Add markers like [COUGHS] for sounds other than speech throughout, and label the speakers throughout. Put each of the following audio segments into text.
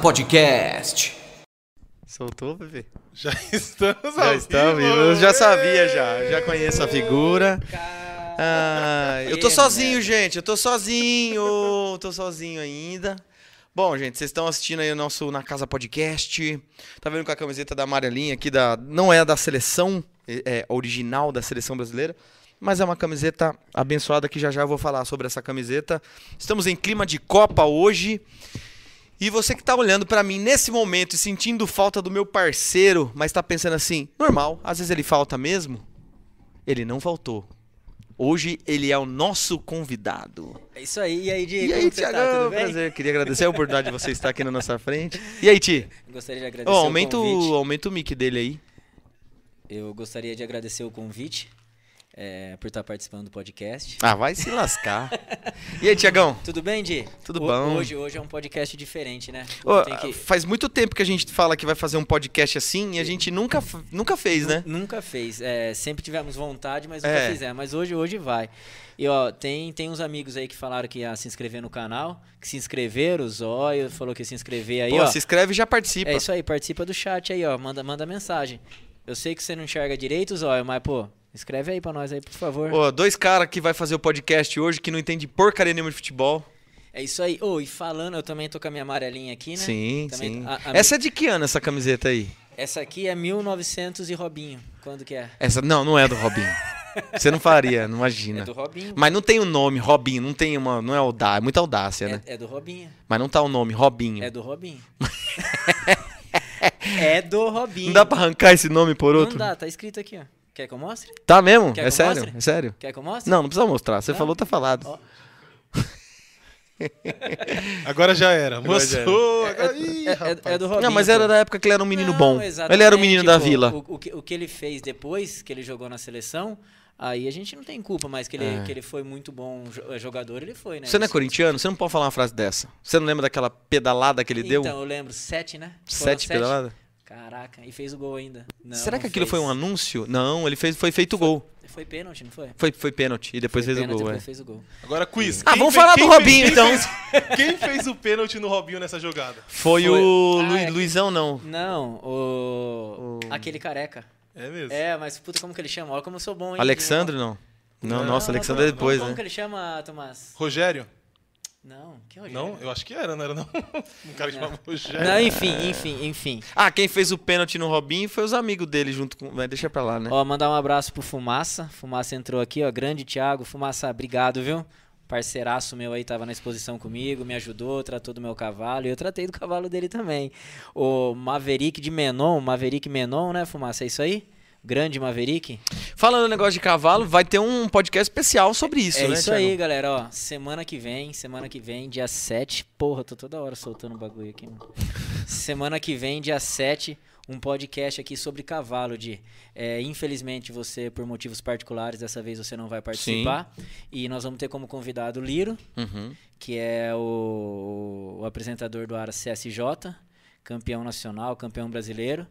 Speaker 1: Podcast.
Speaker 2: Soltou, bebê?
Speaker 3: Já estamos
Speaker 2: Já
Speaker 3: ao
Speaker 2: está vivo.
Speaker 3: vivo. né?
Speaker 2: Eu já sabia,
Speaker 3: Ê!
Speaker 2: já. Já conheço a figura. Ah, eu tô sozinho, gente. Eu tô sozinho. [LAUGHS] Tô sozinho ainda. Bom, gente, vocês estão assistindo aí o nosso Na Casa Podcast. Tá vendo com a camiseta da amarelinha aqui da. Não é a da seleção, é é original da seleção brasileira. Mas é uma camiseta abençoada que já já eu vou falar sobre essa camiseta. Estamos em clima de Copa hoje. E você que tá olhando pra mim nesse momento e sentindo falta do meu parceiro, mas tá pensando assim, normal, às vezes ele falta mesmo. Ele não faltou. Hoje ele é o nosso convidado.
Speaker 4: É isso aí. E aí, Diego?
Speaker 2: E aí,
Speaker 4: como você
Speaker 2: Tiagão,
Speaker 4: tá? Tudo bem?
Speaker 2: prazer. Queria agradecer a oportunidade de você estar aqui na nossa frente. E aí, Ti?
Speaker 4: Gostaria de
Speaker 2: Ó,
Speaker 4: agradecer
Speaker 2: aumenta,
Speaker 4: o
Speaker 2: o,
Speaker 4: convite.
Speaker 2: aumenta o mic dele aí.
Speaker 4: Eu gostaria de agradecer o convite é, por estar participando do podcast.
Speaker 2: Ah, vai se lascar. [LAUGHS] e aí, Tiagão?
Speaker 4: Tudo bem, Di?
Speaker 2: Tudo
Speaker 4: Ho-
Speaker 2: bom.
Speaker 4: Hoje, hoje é um podcast diferente, né?
Speaker 2: Ô, ah,
Speaker 4: Tem que-
Speaker 2: Faz muito tempo que a gente fala que vai fazer um podcast assim e a gente nunca, f- nunca fez, né?
Speaker 4: Nunca fez. É, sempre tivemos vontade, mas nunca
Speaker 2: É.
Speaker 4: fizemos. Mas hoje, hoje vai. E ó, tem, tem uns amigos aí que falaram que ia se inscrever no canal, que se inscreveram, o Zóio falou que ia se inscrever aí,
Speaker 2: Pô,
Speaker 4: ó.
Speaker 2: se inscreve e já participa.
Speaker 4: É isso aí, participa do chat aí, ó. Manda, manda mensagem. Eu sei que você não enxerga direito, Zóio, mas, pô, escreve aí pra nós aí, por favor.
Speaker 2: Ó, dois caras que vai fazer o podcast hoje que não entende porcaria nenhuma de futebol.
Speaker 4: É isso aí. Ô, e falando, eu também tô com a minha amarelinha aqui, né?
Speaker 2: Sim,
Speaker 4: Também-
Speaker 2: sim.
Speaker 4: a- a-
Speaker 2: Essa é de que ano essa camiseta aí?
Speaker 4: Essa aqui é 1900 e Robinho. Quando que é?
Speaker 2: Essa não, não é do
Speaker 4: [LAUGHS]
Speaker 2: Robinho. Você não faria, não imagina.
Speaker 4: É do Robinho.
Speaker 2: Mas não tem o nome Robinho, não tem uma, não é audácia, é muita audácia, né?
Speaker 4: É, é do Robinho.
Speaker 2: Mas não tá o nome Robinho.
Speaker 4: É do
Speaker 2: [LAUGHS]
Speaker 4: Robinho. é do Robinho.
Speaker 2: Não dá pra arrancar esse nome por
Speaker 4: Não
Speaker 2: outro?
Speaker 4: dá, tá escrito aqui, ó. Quer que eu mostre?
Speaker 2: Tá mesmo?
Speaker 4: Quer
Speaker 2: é
Speaker 4: que eu
Speaker 2: sério?
Speaker 4: mostre?
Speaker 2: É sério?
Speaker 4: Quer que eu mostre?
Speaker 2: Não, não precisa mostrar. Você
Speaker 4: Não?
Speaker 2: falou, tá falado.
Speaker 4: Ó.
Speaker 3: Agora já era.
Speaker 2: Agora já era.
Speaker 3: Mostrou. Agora... Ih,
Speaker 4: É,
Speaker 3: rapaz.
Speaker 4: é- é do Robinho.
Speaker 2: não, mas era
Speaker 4: pô.
Speaker 2: da época que ele era um menino
Speaker 4: Não,
Speaker 2: bom. Ele era um
Speaker 4: exatamente,
Speaker 2: menino da
Speaker 4: pô.
Speaker 2: vila.
Speaker 4: O, o que, o que ele fez depois que ele jogou na seleção, aí a gente não tem culpa, mas que ele, que ele foi muito bom jo- jogador, ele foi, né?
Speaker 2: É. Você não é
Speaker 4: Isso-
Speaker 2: corintiano? Você não pode falar uma frase dessa. Você não lembra daquela pedalada que ele
Speaker 4: então,
Speaker 2: deu?
Speaker 4: eu lembro, sete, né? Foram
Speaker 2: Sete pedaladas?
Speaker 4: Caraca, e fez o gol ainda. Não,
Speaker 2: Será
Speaker 4: não
Speaker 2: que aquilo
Speaker 4: fez.
Speaker 2: foi um anúncio? Não, ele fez, foi feito o gol.
Speaker 4: Foi pênalti, não foi?
Speaker 2: Foi, foi pênalti e depois
Speaker 4: Foi
Speaker 2: fez
Speaker 4: pênalti,
Speaker 2: o gol,
Speaker 4: depois
Speaker 2: é.
Speaker 4: fez o gol.
Speaker 3: Agora quiz.
Speaker 2: Ah,
Speaker 3: Quem
Speaker 2: vamos
Speaker 3: fez-
Speaker 2: falar
Speaker 3: quem
Speaker 2: do
Speaker 3: fez-
Speaker 2: Robinho,
Speaker 3: quem
Speaker 2: então.
Speaker 3: fez- quem fez o pênalti no Robinho nessa jogada?
Speaker 2: Foi,
Speaker 4: Foi-
Speaker 2: o
Speaker 4: Ah,
Speaker 2: Lu-
Speaker 4: é.
Speaker 2: Luizão, não.
Speaker 4: Não, o... Aquele careca.
Speaker 3: É mesmo?
Speaker 4: É, mas puta, como que ele chama? Olha como eu sou bom, hein?
Speaker 2: Alexandre, não. Não,
Speaker 3: Não,
Speaker 2: nossa,
Speaker 4: não,
Speaker 2: Alexandre é
Speaker 3: não,
Speaker 2: depois,
Speaker 4: como que
Speaker 2: né?
Speaker 4: ele chama, Tomás?
Speaker 3: Rogério?
Speaker 4: Não, que
Speaker 3: Não,
Speaker 4: Rogério?
Speaker 3: eu acho que era, não [LAUGHS] era não. Um cara que
Speaker 4: Não.
Speaker 3: chamava Rogério.
Speaker 4: Não, enfim, enfim, enfim.
Speaker 2: Ah, quem fez o pênalti no Robinho foi os amigos dele junto com. Mas deixa pra lá, né?
Speaker 4: Ó, mandar um abraço pro Fumaça. Fumaça entrou aqui, ó. Grande Thiago. Fumaça, obrigado, viu? Parceiraço meu aí tava na exposição comigo, me ajudou, tratou do meu cavalo e eu tratei do cavalo dele também. O Maverick de Menon, Maverick Menon, né, Fumaça? É isso aí? Grande Maverick?
Speaker 2: Falando no negócio de cavalo, vai ter um podcast especial sobre isso,
Speaker 4: é
Speaker 2: né?
Speaker 4: isso
Speaker 2: Thiago?
Speaker 4: aí, galera, ó. Semana que vem, semana que vem, dia 7. Porra, tô toda hora soltando o bagulho aqui,
Speaker 2: [LAUGHS]
Speaker 4: mano. semana que vem, dia 7, um podcast aqui sobre cavalo de. é, infelizmente, você, por motivos particulares, dessa vez você não vai participar. E nós vamos ter como convidado o Liro,
Speaker 2: Uhum.
Speaker 4: que é o, o apresentador do Ara CSJ, campeão nacional, campeão brasileiro.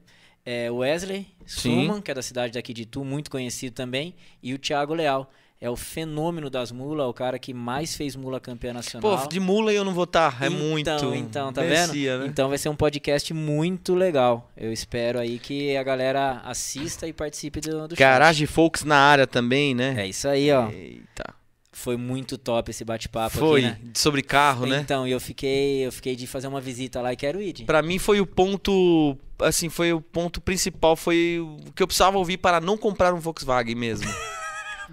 Speaker 4: É o Wesley
Speaker 2: Sim.
Speaker 4: Suman, que é da cidade daqui de Tu, muito conhecido também, e o Thiago Leal. É o fenômeno das mulas, o cara que mais fez mula campeã nacional.
Speaker 2: Pô, de mula eu não vou estar. É
Speaker 4: Uhum. então,
Speaker 2: muito.
Speaker 4: Então, tá
Speaker 2: Merecia,
Speaker 4: vendo?
Speaker 2: né?
Speaker 4: Então vai ser um podcast muito legal. Eu espero aí que a galera assista e participe do, do chat.
Speaker 2: Garage Então, Folks na área também, né?
Speaker 4: É isso aí, ó.
Speaker 2: Eita.
Speaker 4: Foi muito top esse bate-papo
Speaker 2: Foi.
Speaker 4: aqui, né?
Speaker 2: Sobre carro, né?
Speaker 4: Então, e eu fiquei, eu fiquei de fazer uma visita lá e quero ir. Di.
Speaker 2: Pra mim foi o ponto, assim, foi o ponto principal, foi o que eu precisava ouvir para não comprar um Volkswagen mesmo.
Speaker 4: [LAUGHS]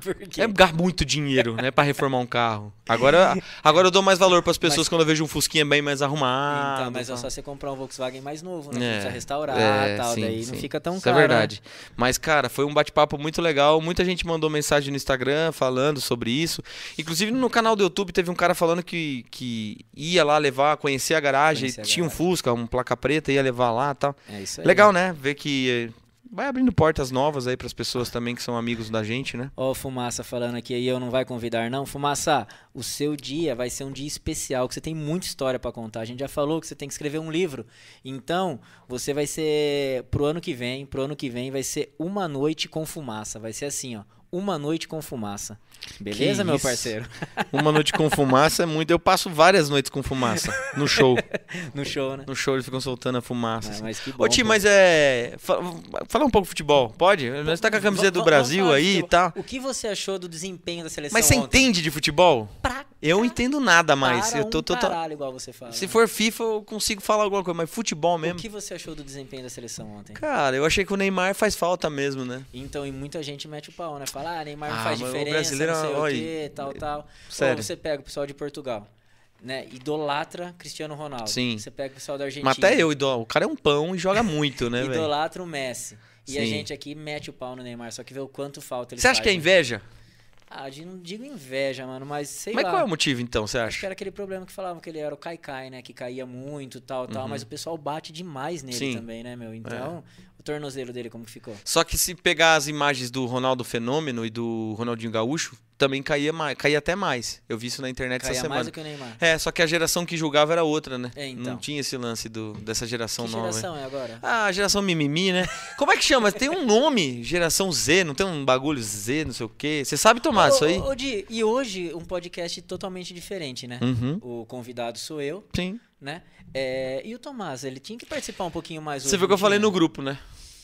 Speaker 4: Porque então,
Speaker 2: É gastar muito dinheiro, né, Pra reformar um carro. Agora, agora eu dou mais valor pras pessoas quando eu vejo um Fusquinha bem mais arrumado.
Speaker 4: então, mas é
Speaker 2: tal.
Speaker 4: só você comprar um Volkswagen mais novo, né?
Speaker 2: tá? É,
Speaker 4: Que precisa restaurar
Speaker 2: é,
Speaker 4: e tal,
Speaker 2: sim,
Speaker 4: daí
Speaker 2: sim.
Speaker 4: não fica tão
Speaker 2: Isso
Speaker 4: caro.
Speaker 2: É
Speaker 4: né?
Speaker 2: verdade. Mas, cara, foi um bate-papo muito legal. Muita gente mandou mensagem no Instagram falando sobre isso. Inclusive, no canal do YouTube teve um cara falando que, que ia lá levar, conhecer a garagem.
Speaker 4: Conhecer a
Speaker 2: tinha um
Speaker 4: garagem.
Speaker 2: Fusca, um placa preta, ia levar lá e tal.
Speaker 4: É isso aí.
Speaker 2: Legal, né? Ver que eh, vai abrindo portas novas aí pras pessoas também que são amigos da gente, né?
Speaker 4: Ó, o Fumaça falando aqui, e eu não vai convidar, não. Fumaça, o seu dia vai ser um dia especial, que você tem muita história pra contar. A gente já falou que você tem que escrever um livro. Então, você vai ser. Pro ano que vem, pro ano que vem, vai ser uma noite com fumaça. Vai ser assim, ó. Uma Noite com Fumaça. Beleza, meu
Speaker 2: isso?
Speaker 4: parceiro? [LAUGHS]
Speaker 2: Uma noite com fumaça é muito. Eu passo várias noites com fumaça no show.
Speaker 4: No show, né?
Speaker 2: No show eles ficam soltando a fumaça.
Speaker 4: Ah,
Speaker 2: assim.
Speaker 4: mas que bom.
Speaker 2: Ô, Tim,
Speaker 4: cara.
Speaker 2: mas é. fa- Falar um pouco de futebol, pode? Nós tá com a
Speaker 4: Vamos-
Speaker 2: camiseta do
Speaker 4: vamos
Speaker 2: Brasil
Speaker 4: falar de
Speaker 2: aí e
Speaker 4: futebol.
Speaker 2: tal.
Speaker 4: O que você achou do desempenho da seleção
Speaker 2: Mas você
Speaker 4: ontem?
Speaker 2: entende de futebol?
Speaker 4: Pra
Speaker 2: Eu entendo nada mais.
Speaker 4: para
Speaker 2: Eu tô
Speaker 4: um
Speaker 2: total.
Speaker 4: caralho, igual você fala.
Speaker 2: Se
Speaker 4: né?
Speaker 2: for FIFA, eu consigo falar alguma coisa, mas futebol
Speaker 4: O
Speaker 2: mesmo.
Speaker 4: que você achou do desempenho da seleção ontem?
Speaker 2: Cara, eu achei que o Neymar faz falta mesmo, né?
Speaker 4: Então, e muita gente mete o pau, né? Fala, ah, Neymar não
Speaker 2: Ah,
Speaker 4: faz
Speaker 2: mas o
Speaker 4: diferença,
Speaker 2: brasileiro,
Speaker 4: não sei
Speaker 2: olha, é,
Speaker 4: o quê, tal, tal.
Speaker 2: sério.
Speaker 4: Ou você pega o pessoal de Portugal, né? Idolatra Cristiano Ronaldo.
Speaker 2: Sim.
Speaker 4: Você pega o pessoal da Argentina.
Speaker 2: Mas até eu, idol... o cara é um pão e joga
Speaker 4: [LAUGHS]
Speaker 2: muito, né, velho?
Speaker 4: Idolatra o Messi. E a
Speaker 2: Sim.
Speaker 4: gente aqui mete o pau no Neymar, só que vê o quanto falta ele
Speaker 2: Você acha que é
Speaker 4: faz, né?
Speaker 2: inveja?
Speaker 4: Ah, de- não digo inveja, mano, mas sei
Speaker 2: Mas
Speaker 4: lá.
Speaker 2: qual é o motivo então, você
Speaker 4: Acho que
Speaker 2: acha?
Speaker 4: era aquele problema que falavam que ele era o Kaikai, né? Que caía muito tal, tal.
Speaker 2: Uhum.
Speaker 4: Mas o pessoal bate demais nele
Speaker 2: Sim. É.
Speaker 4: também, né, meu? Então, o tornozelo dele como que ficou?
Speaker 2: Só que se pegar as imagens do Ronaldo Fenômeno e do Ronaldinho Gaúcho, também caía, mais, caía até mais. Eu vi isso na internet
Speaker 4: Caía
Speaker 2: essa
Speaker 4: mais
Speaker 2: semana.
Speaker 4: do que o Neymar.
Speaker 2: É, só que a geração que julgava era outra, né?
Speaker 4: É, então.
Speaker 2: Não tinha esse lance do, dessa geração
Speaker 4: que
Speaker 2: nova. hein?
Speaker 4: geração é agora?
Speaker 2: Ah, geração mimimi, né? Como é que chama? Tem um nome, geração Z, não tem um bagulho Z, não sei o quê. Você sabe tomar Ah, isso aí?
Speaker 4: Ô, ô, Di, e hoje um podcast totalmente diferente, né?
Speaker 2: Uhum.
Speaker 4: O convidado sou eu,
Speaker 2: Sim.
Speaker 4: né? É, e o Tomás, ele tinha que participar um pouquinho mais
Speaker 2: Você
Speaker 4: hoje,
Speaker 2: viu que eu
Speaker 4: não
Speaker 2: falei
Speaker 4: tinha?
Speaker 2: no grupo, né?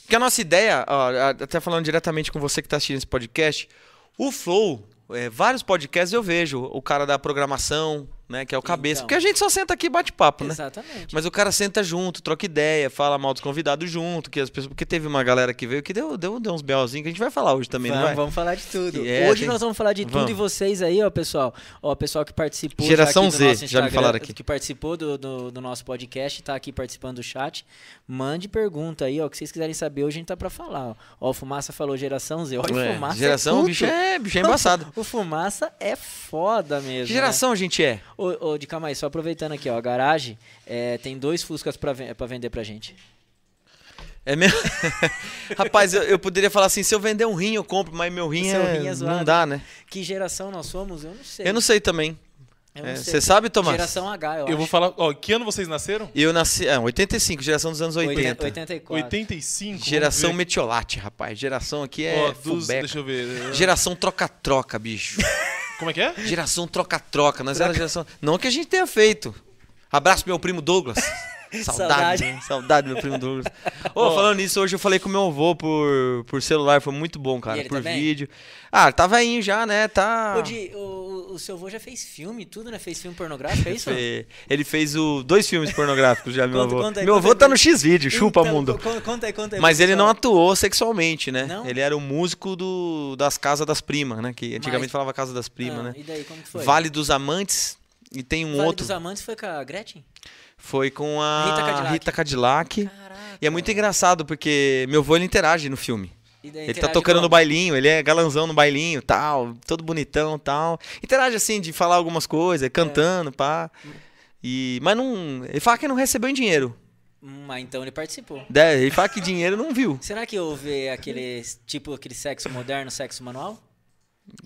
Speaker 2: Porque a nossa ideia, ó, a- até falando diretamente com você que tá assistindo esse podcast, o Flow, é, vários podcasts eu vejo, o cara da programação, né, que é o cabeça.
Speaker 4: Então.
Speaker 2: Porque a gente só senta aqui e bate papo, né?
Speaker 4: Exatamente.
Speaker 2: Mas o cara senta junto, troca ideia, fala mal dos convidados junto, que as pessoas. Porque teve uma galera que veio que deu, deu, deu uns belzinhos que a gente vai falar hoje também,
Speaker 4: vamos,
Speaker 2: não vai?
Speaker 4: vamos falar de tudo.
Speaker 2: Que é,
Speaker 4: Hoje
Speaker 2: tem-
Speaker 4: nós vamos falar de tudo
Speaker 2: Vamos.
Speaker 4: e vocês aí, ó, pessoal. Ó, o pessoal que participou. já
Speaker 2: Geração
Speaker 4: aqui do
Speaker 2: Z,
Speaker 4: nosso
Speaker 2: já me
Speaker 4: Instagram,
Speaker 2: falaram aqui.
Speaker 4: Que participou do, do, do nosso podcast, tá aqui participando do chat. Mande pergunta aí, ó, o que vocês quiserem saber hoje a gente tá pra falar. Ó, Ó, o Fumaça falou geração Z. Ó, o
Speaker 2: É,
Speaker 4: Fumaça.
Speaker 2: geração,
Speaker 4: é
Speaker 2: o
Speaker 4: culto.
Speaker 2: bicho é, bicho é embaçado.
Speaker 4: [LAUGHS] O Fumaça é foda mesmo.
Speaker 2: Que geração a gente é?
Speaker 4: Né? Ô, ô, de calma aí, só aproveitando aqui, ó. A garagem é, tem dois Fuscas pra, ven- pra vender pra gente.
Speaker 2: É mesmo? [LAUGHS] Rapaz, eu, eu poderia falar assim, se eu vender um rim eu compro, mas meu rim,
Speaker 4: Seu
Speaker 2: é,
Speaker 4: rim é
Speaker 2: não
Speaker 4: zoado.
Speaker 2: dá, né?
Speaker 4: Que geração nós somos? Eu não sei.
Speaker 2: Eu não sei também.
Speaker 4: Eu não
Speaker 2: É,
Speaker 4: sei.
Speaker 2: Você sabe, Tomás?
Speaker 4: Geração H, eu,
Speaker 3: Eu vou
Speaker 4: acho.
Speaker 3: falar. Ó, que ano vocês nasceram?
Speaker 2: Eu nasci, ah, 85, geração dos anos 80.
Speaker 4: 84.
Speaker 3: 85.
Speaker 2: Geração
Speaker 3: vamos
Speaker 2: metiolate, rapaz. Geração aqui
Speaker 3: ver.
Speaker 2: é
Speaker 3: Ó, dos,
Speaker 2: fubeca.
Speaker 3: Deixa eu ver.
Speaker 2: Geração troca-troca,
Speaker 4: [LAUGHS]
Speaker 2: bicho.
Speaker 3: Como é que é?
Speaker 2: geração troca-troca. Nós era geração... Não que a gente tenha feito. Abraço pro meu
Speaker 4: [LAUGHS]
Speaker 2: primo Douglas. Saudade,
Speaker 4: Saudade.
Speaker 2: né? saudade do meu
Speaker 4: [LAUGHS]
Speaker 2: primo Douglas. Ô, falando nisso, hoje eu falei com meu avô por, por celular, foi muito bom, cara,
Speaker 4: E ele
Speaker 2: por
Speaker 4: tá bem?
Speaker 2: vídeo. Ah, tá veinho já, né? Tá.
Speaker 4: Ô, Di, o, o- o seu avô já fez filme e tudo, né? Fez filme
Speaker 2: [LAUGHS]
Speaker 4: pornográfico, é isso?
Speaker 2: Fe- Ele fez o, dois filmes pornográficos já, meu
Speaker 4: Conta-
Speaker 2: avô.
Speaker 4: conta aí,
Speaker 2: meu
Speaker 4: conta
Speaker 2: avô
Speaker 4: aí
Speaker 2: tá
Speaker 4: pra
Speaker 2: no X-Vídeo, chupa
Speaker 4: Então,
Speaker 2: mundo.
Speaker 4: co- co- Conta aí, conta aí.
Speaker 2: Mas
Speaker 4: pro
Speaker 2: ele não
Speaker 4: pessoal.
Speaker 2: atuou sexualmente, né?
Speaker 4: Não?
Speaker 2: Ele era o músico do, das casas das primas, né? Que antigamente
Speaker 4: Mas-
Speaker 2: falava casa das primas,
Speaker 4: Ah,
Speaker 2: né?
Speaker 4: E daí, como que foi?
Speaker 2: Vale dos Amantes e tem um
Speaker 4: Vale
Speaker 2: outro.
Speaker 4: dos Amantes foi com a Gretchen?
Speaker 2: Foi com a
Speaker 4: Rita Cadillac.
Speaker 2: Rita Cadillac.
Speaker 4: Caraca.
Speaker 2: E é muito engraçado porque meu avô ele interage no filme.
Speaker 4: E daí,
Speaker 2: Ele tá
Speaker 4: interage
Speaker 2: tocando
Speaker 4: como?
Speaker 2: no bailinho, ele é galanzão no bailinho, tal, todo bonitão, tal. Interage assim de falar algumas coisas, cantando, pá. E mas não, ele fala que não recebeu em dinheiro.
Speaker 4: Hum, ah, então ele participou.
Speaker 2: né? Ele fala que dinheiro não viu.
Speaker 4: Será que houve aquele, tipo, aquele sexo moderno, sexo manual?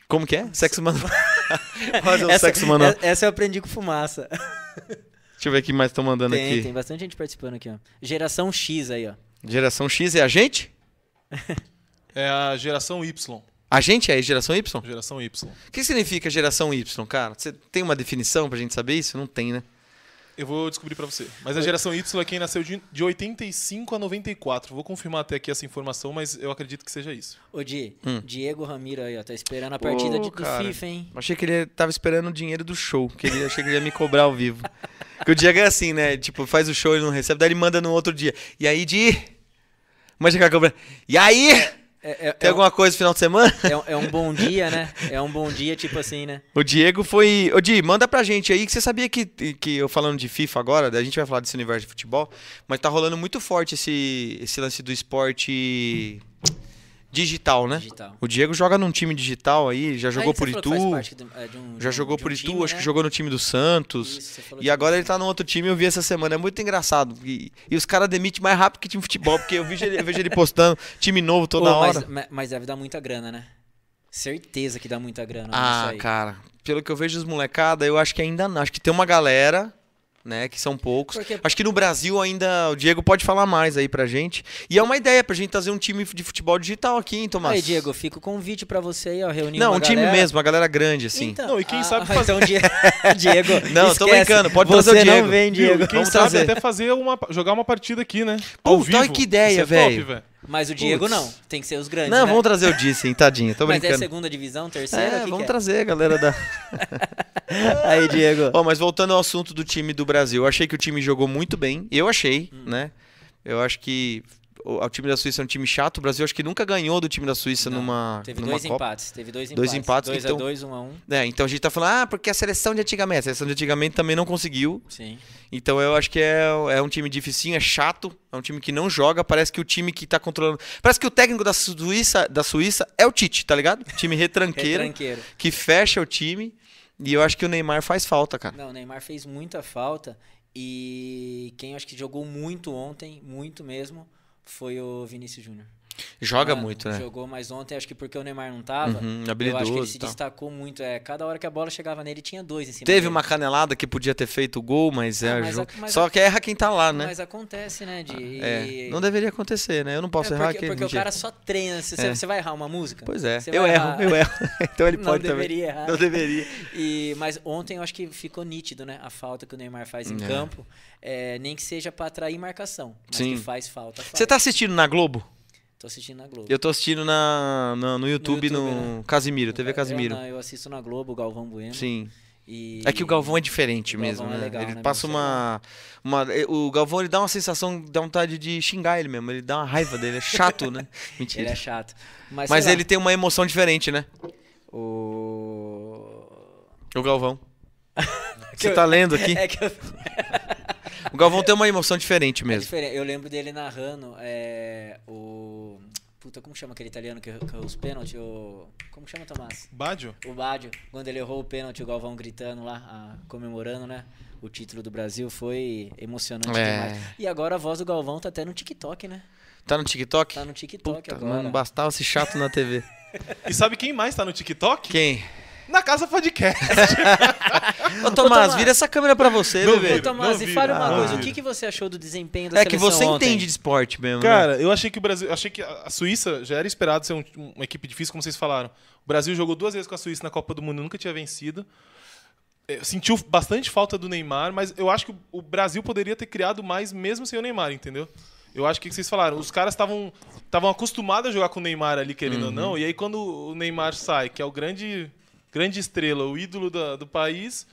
Speaker 2: Como que é?
Speaker 4: [LAUGHS]
Speaker 2: Sexo manual. Fazer um
Speaker 4: Essa-
Speaker 2: sexo manual.
Speaker 4: e- Essa eu aprendi com fumaça.
Speaker 2: Deixa eu ver o que mais estão mandando
Speaker 4: Tem,
Speaker 2: aqui.
Speaker 4: tem bastante gente participando aqui, ó. Geração X aí, ó.
Speaker 2: Geração X é a gente?
Speaker 3: É a geração Y.
Speaker 2: A gente é geração Y?
Speaker 3: Geração Y.
Speaker 2: O que significa geração Y, cara? Você tem uma definição pra gente saber isso? Não tem, né?
Speaker 3: Eu vou descobrir pra você. Mas a geração Y é quem nasceu de, de 85 a 94. Vou confirmar até aqui essa informação, mas eu acredito que seja isso.
Speaker 4: Ô, Di,
Speaker 2: Hum.
Speaker 4: Diego Ramiro aí, ó. Tá esperando a partida
Speaker 2: Ô,
Speaker 4: de, do
Speaker 2: cara.
Speaker 4: FIFA, hein?
Speaker 2: Achei que ele tava esperando o dinheiro do show, que ele achei que ele ia me cobrar ao vivo. Porque o Diego é assim, né? Tipo, faz o show, ele não recebe, daí ele manda no outro dia. E aí, Di? Mas que cobra. E aí?
Speaker 4: É, é-
Speaker 2: Tem
Speaker 4: é um-
Speaker 2: alguma coisa no final de semana?
Speaker 4: É, um- é um bom dia, né? É um bom dia, tipo assim, né?
Speaker 2: O Diego foi. Ô, Di, manda pra gente aí, que você sabia que, que eu falando de FIFA agora, daí a gente vai falar desse universo de futebol, mas tá rolando muito forte esse, esse lance do esporte digital, né?
Speaker 4: Digital.
Speaker 2: O Diego joga num time digital aí, já jogou
Speaker 4: Aí
Speaker 2: por
Speaker 4: você falou que faz
Speaker 2: Itu.
Speaker 4: parte do- é, de um- de
Speaker 2: Já
Speaker 4: um-
Speaker 2: jogou
Speaker 4: de um
Speaker 2: por
Speaker 4: time,
Speaker 2: Itu, acho
Speaker 4: né?
Speaker 2: que jogou no time do Santos.
Speaker 4: Isso, você falou assim,
Speaker 2: E
Speaker 4: de-
Speaker 2: agora ele tá num outro time, eu vi essa semana, é muito engraçado. E, e os caras demitem mais rápido que time de futebol, porque eu, vi, ele- eu vejo ele postando time novo toda
Speaker 4: Ô,
Speaker 2: hora.
Speaker 4: Mas, ma- mas deve dar muita grana, né? Certeza que dá muita grana.
Speaker 2: ah,
Speaker 4: nisso aí.
Speaker 2: cara, pelo que eu vejo os molecada, eu acho que ainda não. Acho que tem uma galera né? Que são poucos.
Speaker 4: Porque-
Speaker 2: Acho que no Brasil ainda o Diego pode falar mais aí pra gente. E é uma ideia pra gente trazer um time de futebol digital aqui, hein, Tomás?
Speaker 4: Aí, Diego, fica o convite pra você aí, ó, reunir
Speaker 2: Não,
Speaker 4: uma
Speaker 2: um time
Speaker 4: galera.
Speaker 2: mesmo, uma galera grande, assim.
Speaker 4: Então,
Speaker 3: Não, e quem
Speaker 4: ah,
Speaker 3: sabe
Speaker 4: ah,
Speaker 3: fazer-
Speaker 4: Então,
Speaker 3: [LAUGHS]
Speaker 4: Die- [LAUGHS] Diego,
Speaker 2: Não, tô
Speaker 4: esquece.
Speaker 2: brincando, pode
Speaker 4: você
Speaker 2: trazer o Diego.
Speaker 4: não vem,
Speaker 3: Viu?
Speaker 4: Diego.
Speaker 3: E Quem
Speaker 2: Vamos
Speaker 3: sabe
Speaker 2: trazer.
Speaker 4: um
Speaker 3: até fazer uma, jogar uma partida aqui, né?
Speaker 2: Pô,
Speaker 3: Ao
Speaker 2: então,
Speaker 3: vivo.
Speaker 2: que ideia,
Speaker 3: Isso é top,
Speaker 2: velho.
Speaker 4: Mas o Diego
Speaker 2: Putz.
Speaker 4: não, tem que ser os grandes,
Speaker 2: não,
Speaker 4: né?
Speaker 2: vamos trazer o Dissem, tadinho, tô
Speaker 4: Mas é
Speaker 2: brincando.
Speaker 4: segunda divisão,
Speaker 2: É,
Speaker 4: terceira? o que
Speaker 2: vamos
Speaker 4: que
Speaker 2: trazer a galera da.
Speaker 4: é? [LAUGHS] Aí, Diego.
Speaker 2: Bom, mas voltando ao assunto do time do Brasil, eu achei que o time jogou muito bem. Eu achei,
Speaker 4: Hum.
Speaker 2: né? Eu acho que o, o time da Suíça é um time chato. O Brasil acho que nunca ganhou do time da Suíça
Speaker 4: Não,
Speaker 2: numa,
Speaker 4: Teve
Speaker 2: numa
Speaker 4: dois
Speaker 2: Copa.
Speaker 4: empates, teve dois empates.
Speaker 2: Dois empates,
Speaker 4: 2
Speaker 2: então-
Speaker 4: a 2 1 a 1
Speaker 2: É, então a gente tá falando, ah, porque a seleção de antigamente. A seleção de antigamente também não conseguiu.
Speaker 4: Sim.
Speaker 2: Então eu acho que é, é um time dificinho, é chato, é um time que não joga. Parece que o time que tá controlando. Parece que o técnico da Suíça, da Suíça é o Tite, tá ligado?
Speaker 4: [LAUGHS]
Speaker 2: Time retranqueiro,
Speaker 4: Retranqueiro.
Speaker 2: que fecha o time. E eu acho que o Neymar faz falta, cara.
Speaker 4: Não, o Neymar fez muita falta e quem eu acho que jogou muito ontem, muito mesmo, foi o Vinícius Júnior.
Speaker 2: Joga
Speaker 4: Mano,
Speaker 2: muito, né?
Speaker 4: Jogou mais ontem, acho que porque o Neymar não tava.
Speaker 2: Uhum,
Speaker 4: Ah, eu acho que ele
Speaker 2: habilidoso.
Speaker 4: se
Speaker 2: e tal.
Speaker 4: destacou muito. É, cada hora que a bola chegava nele tinha dois em cima.
Speaker 2: Teve
Speaker 4: dele.
Speaker 2: uma canelada que podia ter feito o gol, mas é
Speaker 4: Ah,
Speaker 2: o
Speaker 4: mas
Speaker 2: jogo.
Speaker 4: a- mas
Speaker 2: Só
Speaker 4: a-
Speaker 2: que erra quem tá lá, né?
Speaker 4: Mas acontece, né? De...
Speaker 2: É, não deveria acontecer, né? Eu não
Speaker 4: É,
Speaker 2: posso errar
Speaker 4: porque,
Speaker 2: aquele.
Speaker 4: porque o
Speaker 2: mentira.
Speaker 4: cara só treina. Se você,
Speaker 2: É.
Speaker 4: você vai errar uma música?
Speaker 2: Pois é,
Speaker 4: você
Speaker 2: eu
Speaker 4: vai
Speaker 2: erro,
Speaker 4: errar.
Speaker 2: eu erro. [LAUGHS] então ele
Speaker 4: Não
Speaker 2: pode também.
Speaker 4: deveria errar.
Speaker 2: Não deveria.
Speaker 4: E, mas ontem eu acho que ficou nítido, né? A falta que o Neymar faz em
Speaker 2: É.
Speaker 4: campo. É, nem que seja pra atrair marcação. Mas
Speaker 2: Sim.
Speaker 4: que faz falta. Faz.
Speaker 2: Você tá assistindo na Globo?
Speaker 4: Tô assistindo na Globo.
Speaker 2: Eu tô assistindo na, na- no YouTube, no,
Speaker 4: YouTube, né? É,
Speaker 2: Casimiro, TV Casimiro.
Speaker 4: Eu, não, eu assisto na Globo, o Galvão Bueno.
Speaker 2: Sim.
Speaker 4: e-
Speaker 2: É que o Galvão é diferente
Speaker 4: O
Speaker 2: mesmo,
Speaker 4: Galvão é
Speaker 2: né?
Speaker 4: legal,
Speaker 2: ele
Speaker 4: né,
Speaker 2: passa
Speaker 4: meu?
Speaker 2: uma, uma. eh, O Galvão ele dá uma sensação, dá vontade de xingar ele mesmo. Ele dá uma raiva dele, é chato, né?
Speaker 4: [LAUGHS]
Speaker 2: Mentira.
Speaker 4: Ele é chato. Mas,
Speaker 2: Mas
Speaker 4: sei lá,
Speaker 2: ele tem uma emoção diferente, né?
Speaker 4: O... [LAUGHS]
Speaker 2: O Galvão.
Speaker 4: Que
Speaker 2: Você
Speaker 4: eu-
Speaker 2: tá lendo aqui?
Speaker 4: [LAUGHS] É que eu...
Speaker 2: O Galvão tem uma emoção diferente
Speaker 4: É
Speaker 2: mesmo.
Speaker 4: diferente. Eu lembro dele narrando é, o. Puta, como chama aquele italiano que que é os pênaltis? O... Como chama, Tomás?
Speaker 3: Bádio?
Speaker 4: O Bádio, quando ele errou o pênalti, o Galvão gritando lá, ah, comemorando, né? O título do Brasil foi emocionante
Speaker 2: É.
Speaker 4: demais. E agora a voz do Galvão tá até no TikTok, né?
Speaker 2: Tá no TikTok?
Speaker 4: Tá no TikTok
Speaker 2: Puta,
Speaker 4: agora.
Speaker 2: mano, bastava esse chato
Speaker 4: [LAUGHS]
Speaker 2: na TV.
Speaker 3: E sabe quem mais tá no TikTok?
Speaker 2: Quem?
Speaker 3: Na Casa Podcast.
Speaker 2: Ô, Tomás,
Speaker 4: Tomás.
Speaker 2: vira essa câmera pra você,
Speaker 3: Não
Speaker 2: bebê.
Speaker 4: Ô, Tomás,
Speaker 3: Não
Speaker 4: e
Speaker 3: vi,
Speaker 4: fale uma
Speaker 2: não
Speaker 4: coisa, o
Speaker 3: vi.
Speaker 4: que, que você achou do desempenho da
Speaker 2: É que
Speaker 4: seleção
Speaker 2: você
Speaker 4: ontem?
Speaker 2: entende de esporte mesmo, né?
Speaker 3: Cara, eu achei que o Brasil. eu Achei que a a Suíça já era esperado ser um- uma equipe difícil, como vocês falaram. O Brasil jogou duas vezes com a Suíça na Copa do Mundo, nunca tinha vencido. É, Sentiu bastante falta do Neymar, mas eu acho que o Brasil poderia ter criado mais mesmo sem o Neymar, entendeu? Eu acho que o que vocês falaram, os caras estavam estavam acostumados a jogar com o Neymar ali, querendo ou
Speaker 2: Uhum.
Speaker 3: não, e aí quando o Neymar sai, que é o grande, grande estrela, o ídolo da- do país,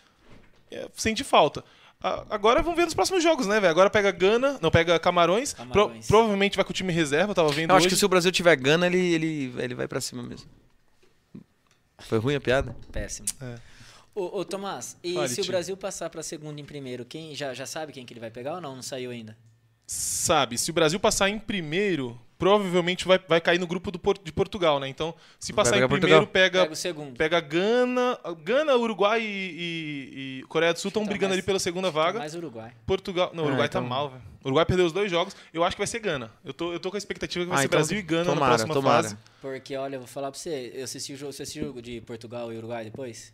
Speaker 3: é, sente falta. A- Agora vamos ver nos próximos jogos, né, velho? Agora pega Gana, não, pega Camarões. Pro-
Speaker 4: Camarões.
Speaker 3: provavelmente vai com o time reserva, eu tava vendo
Speaker 2: Eu acho
Speaker 3: hoje.
Speaker 2: que se o Brasil tiver gana, ele, ele, ele vai pra cima mesmo. Foi ruim a piada?
Speaker 4: Péssimo.
Speaker 3: É.
Speaker 4: Ô, ô, Tomás, e
Speaker 3: Fale,
Speaker 4: se o
Speaker 3: tio.
Speaker 4: Brasil passar pra segundo em primeiro, quem já, já sabe quem que ele vai pegar ou não? Não saiu ainda?
Speaker 3: Sabe, se o Brasil passar em primeiro, provavelmente vai, vai cair no grupo do Por- de Portugal, né? Então, se
Speaker 2: Vai
Speaker 3: passar em
Speaker 2: pegar
Speaker 3: primeiro,
Speaker 2: Portugal.
Speaker 3: pega,
Speaker 4: Pega o segundo.
Speaker 3: pega Gana, Gana, Uruguai e, e- e Coreia do Sul estão
Speaker 4: Então,
Speaker 3: brigando
Speaker 4: mas-
Speaker 3: ali pela segunda
Speaker 4: É
Speaker 3: vaga.
Speaker 4: Mais Uruguai.
Speaker 3: Portugal. Não, o
Speaker 2: Ah,
Speaker 3: Uruguai tá
Speaker 2: então-
Speaker 3: mal, velho. O Uruguai perdeu os dois jogos. Eu acho que vai ser Gana. Eu tô, eu tô com a expectativa que vai
Speaker 2: Ah,
Speaker 3: ser
Speaker 2: então
Speaker 3: Brasil e Gana na
Speaker 2: tomara,
Speaker 3: próxima
Speaker 2: tomara.
Speaker 3: fase.
Speaker 4: Porque, olha, eu vou falar pra você, eu assisti o jogo, você assistiu o jogo de Portugal e Uruguai depois?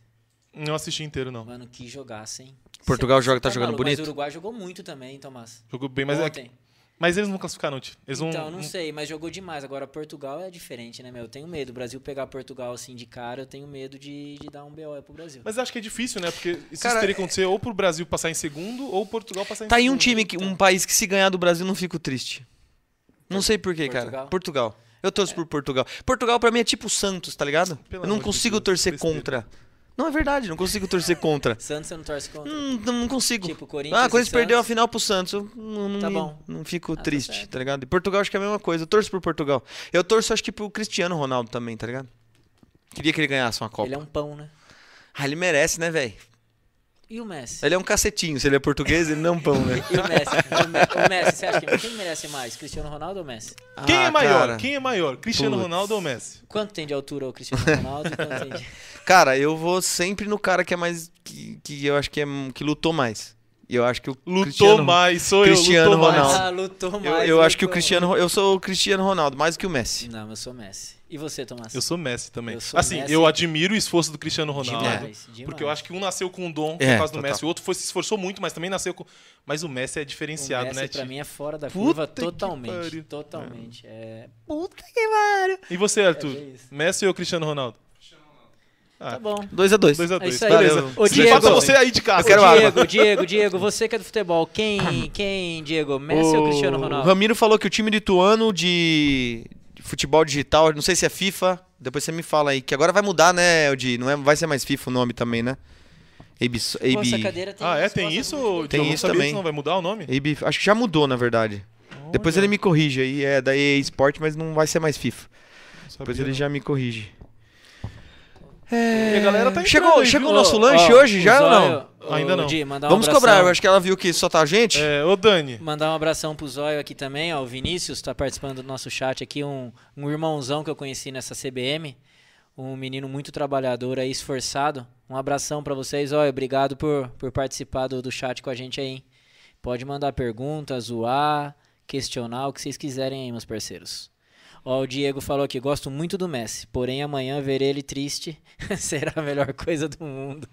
Speaker 3: Não assisti inteiro, não.
Speaker 4: Mano, que jogaço, hein?
Speaker 2: Portugal
Speaker 4: Cê-
Speaker 2: joga-
Speaker 4: cê
Speaker 2: tá jogando
Speaker 4: maluco,
Speaker 2: bonito?
Speaker 4: Mas o Uruguai jogou muito também, Tomás.
Speaker 3: Jogou bem, mas, é-
Speaker 4: Ontem.
Speaker 3: mas eles não classificaram, tio. Eles
Speaker 2: um-
Speaker 3: vão.
Speaker 4: Então, não sei, mas jogou demais. Agora, Portugal é diferente, né, meu? Eu tenho medo. O Brasil pegar Portugal assim de cara, eu tenho medo de, de dar um BO pro Brasil.
Speaker 3: Mas eu acho que é difícil, né? Porque isso
Speaker 2: Cara, é-
Speaker 3: teria que acontecer ou pro Brasil passar em segundo ou Portugal passar em
Speaker 2: Tá aí um
Speaker 3: segundo.
Speaker 2: time, que, um país que se ganhar do Brasil não fico triste. Não sei por quê, cara.
Speaker 4: Portugal? É.
Speaker 2: Portugal. Eu torço por Portugal. Portugal pra mim é tipo o Santos, tá ligado?
Speaker 3: Pelo
Speaker 2: eu não
Speaker 3: amor de
Speaker 2: consigo
Speaker 3: Deus,
Speaker 2: torcer
Speaker 3: besteira.
Speaker 2: contra. Não é verdade, não consigo torcer contra.
Speaker 4: Santos, você não torce contra?
Speaker 2: Hum, não não consigo.
Speaker 4: Tipo, Corinthians.
Speaker 2: Ah,
Speaker 4: e
Speaker 2: o Corinthians perdeu a
Speaker 4: Santos.
Speaker 2: final pro Santos. Eu não, não
Speaker 4: Tá
Speaker 2: me-
Speaker 4: bom.
Speaker 2: não fico
Speaker 4: tá
Speaker 2: triste, tá,
Speaker 4: certo.
Speaker 2: ligado? E Portugal acho que é a mesma coisa. Eu torço por Portugal. Eu torço acho que pro Cristiano Ronaldo também, tá ligado? Queria que ele ganhasse uma Copa.
Speaker 4: Ele é um pão, né?
Speaker 2: Ah, ele merece, né, velho?
Speaker 4: E o Messi?
Speaker 2: Ele é um cacetinho. Se ele é português, ele não é um pão, né?
Speaker 4: E o Messi? o, Me- o Messi, você acha que quem merece mais? Cristiano Ronaldo ou Messi?
Speaker 3: Quem é
Speaker 2: Ah,
Speaker 3: maior?
Speaker 2: Cara,
Speaker 3: Quem é maior? Cristiano
Speaker 2: Putz.
Speaker 3: Ronaldo ou Messi?
Speaker 4: Quanto tem de altura o Cristiano Ronaldo? e Quanto tem de...
Speaker 2: Cara, eu vou sempre no cara que é mais. Que, que eu acho que, é, que lutou mais. E eu acho que o
Speaker 3: Lutou
Speaker 2: Cristiano,
Speaker 3: mais, é sou
Speaker 2: Cristiano
Speaker 3: eu, lutou
Speaker 2: Ronaldo.
Speaker 3: mais.
Speaker 4: Ah, lutou mais.
Speaker 2: Eu, eu acho que o
Speaker 4: lutou.
Speaker 2: Cristiano, eu sou o Cristiano Ronaldo mais que o Messi.
Speaker 4: Não, eu sou Messi. E você, Tomás?
Speaker 3: Eu sou Messi também.
Speaker 4: Eu sou
Speaker 3: assim,
Speaker 4: Messi.
Speaker 3: eu admiro o esforço do Cristiano Ronaldo.
Speaker 4: Demais, demais.
Speaker 3: Porque eu acho que um nasceu com um dom por
Speaker 2: É,
Speaker 3: causa do
Speaker 2: total.
Speaker 3: Messi, o outro foi, se esforçou muito, mas também nasceu com. Mas o Messi é
Speaker 4: o
Speaker 3: diferenciado,
Speaker 4: Messi
Speaker 3: né,
Speaker 4: pra
Speaker 3: Ti?
Speaker 4: mim é fora da
Speaker 3: Puta
Speaker 4: curva
Speaker 3: que
Speaker 4: totalmente.
Speaker 3: pariu.
Speaker 4: Totalmente. É. Puta que pariu.
Speaker 3: E você, Arthur?
Speaker 4: bem isso.
Speaker 3: Messi ou Cristiano Ronaldo? Ah,
Speaker 4: Tá bom.
Speaker 2: 2 a 2
Speaker 3: 2x2.
Speaker 4: É isso aí.
Speaker 3: Beleza.
Speaker 4: Ô,
Speaker 3: Se
Speaker 4: Diego.
Speaker 3: falta você aí de casa.
Speaker 2: Eu quero
Speaker 4: Ô,
Speaker 2: água.
Speaker 4: Diego, Diego, Diego, você que é do futebol,
Speaker 3: [COUGHS]
Speaker 4: quem, quem, Diego? Messi ou
Speaker 3: O
Speaker 4: Cristiano
Speaker 2: O
Speaker 4: Ronaldo?
Speaker 2: Ramiro falou que o time lituano de de futebol digital, não sei se é FIFA, depois você me fala aí, que agora vai mudar, né, Eldi? Não é, vai ser mais FIFA o nome também, né? AB,
Speaker 4: Pô, essa cadeira tem
Speaker 3: Ah, é?
Speaker 4: resposta
Speaker 3: Tem isso?
Speaker 4: muito-
Speaker 2: Tem
Speaker 3: Eu não
Speaker 2: isso
Speaker 3: sabia
Speaker 2: também.
Speaker 3: Não vai mudar o nome?
Speaker 2: AB acho que já mudou, na verdade. Depois ele me corrige aí, é da EA Sport, mas não vai ser mais FIFA. Depois ele já me corrige.
Speaker 3: E a galera tá entrando
Speaker 2: É, Chegou,
Speaker 3: aí,
Speaker 2: chegou o
Speaker 3: viu?
Speaker 2: nosso lanche
Speaker 4: Ó,
Speaker 2: hoje
Speaker 4: o
Speaker 2: já ou
Speaker 4: Zóio-
Speaker 2: não?
Speaker 4: o
Speaker 3: Ainda não.
Speaker 4: Di, mandar um
Speaker 2: Vamos
Speaker 4: abração-
Speaker 2: cobrar, eu acho que ela viu que só tá a gente.
Speaker 3: É, ô Dani.
Speaker 4: Mandar um abração pro Zóio aqui também, ó. O Vinícius tá participando do nosso chat aqui, um, um irmãozão que eu conheci nessa CBM. Um menino muito trabalhador aí, esforçado. Um abração pra vocês, Zóio. Obrigado por, por participar do, do chat com a gente aí. hein? Pode mandar pergunta, zoar, questionar, o que vocês quiserem aí, meus parceiros. Ó, o Diego falou aqui, gosto muito do Messi, porém amanhã ver ele triste [LAUGHS] será a melhor coisa do mundo.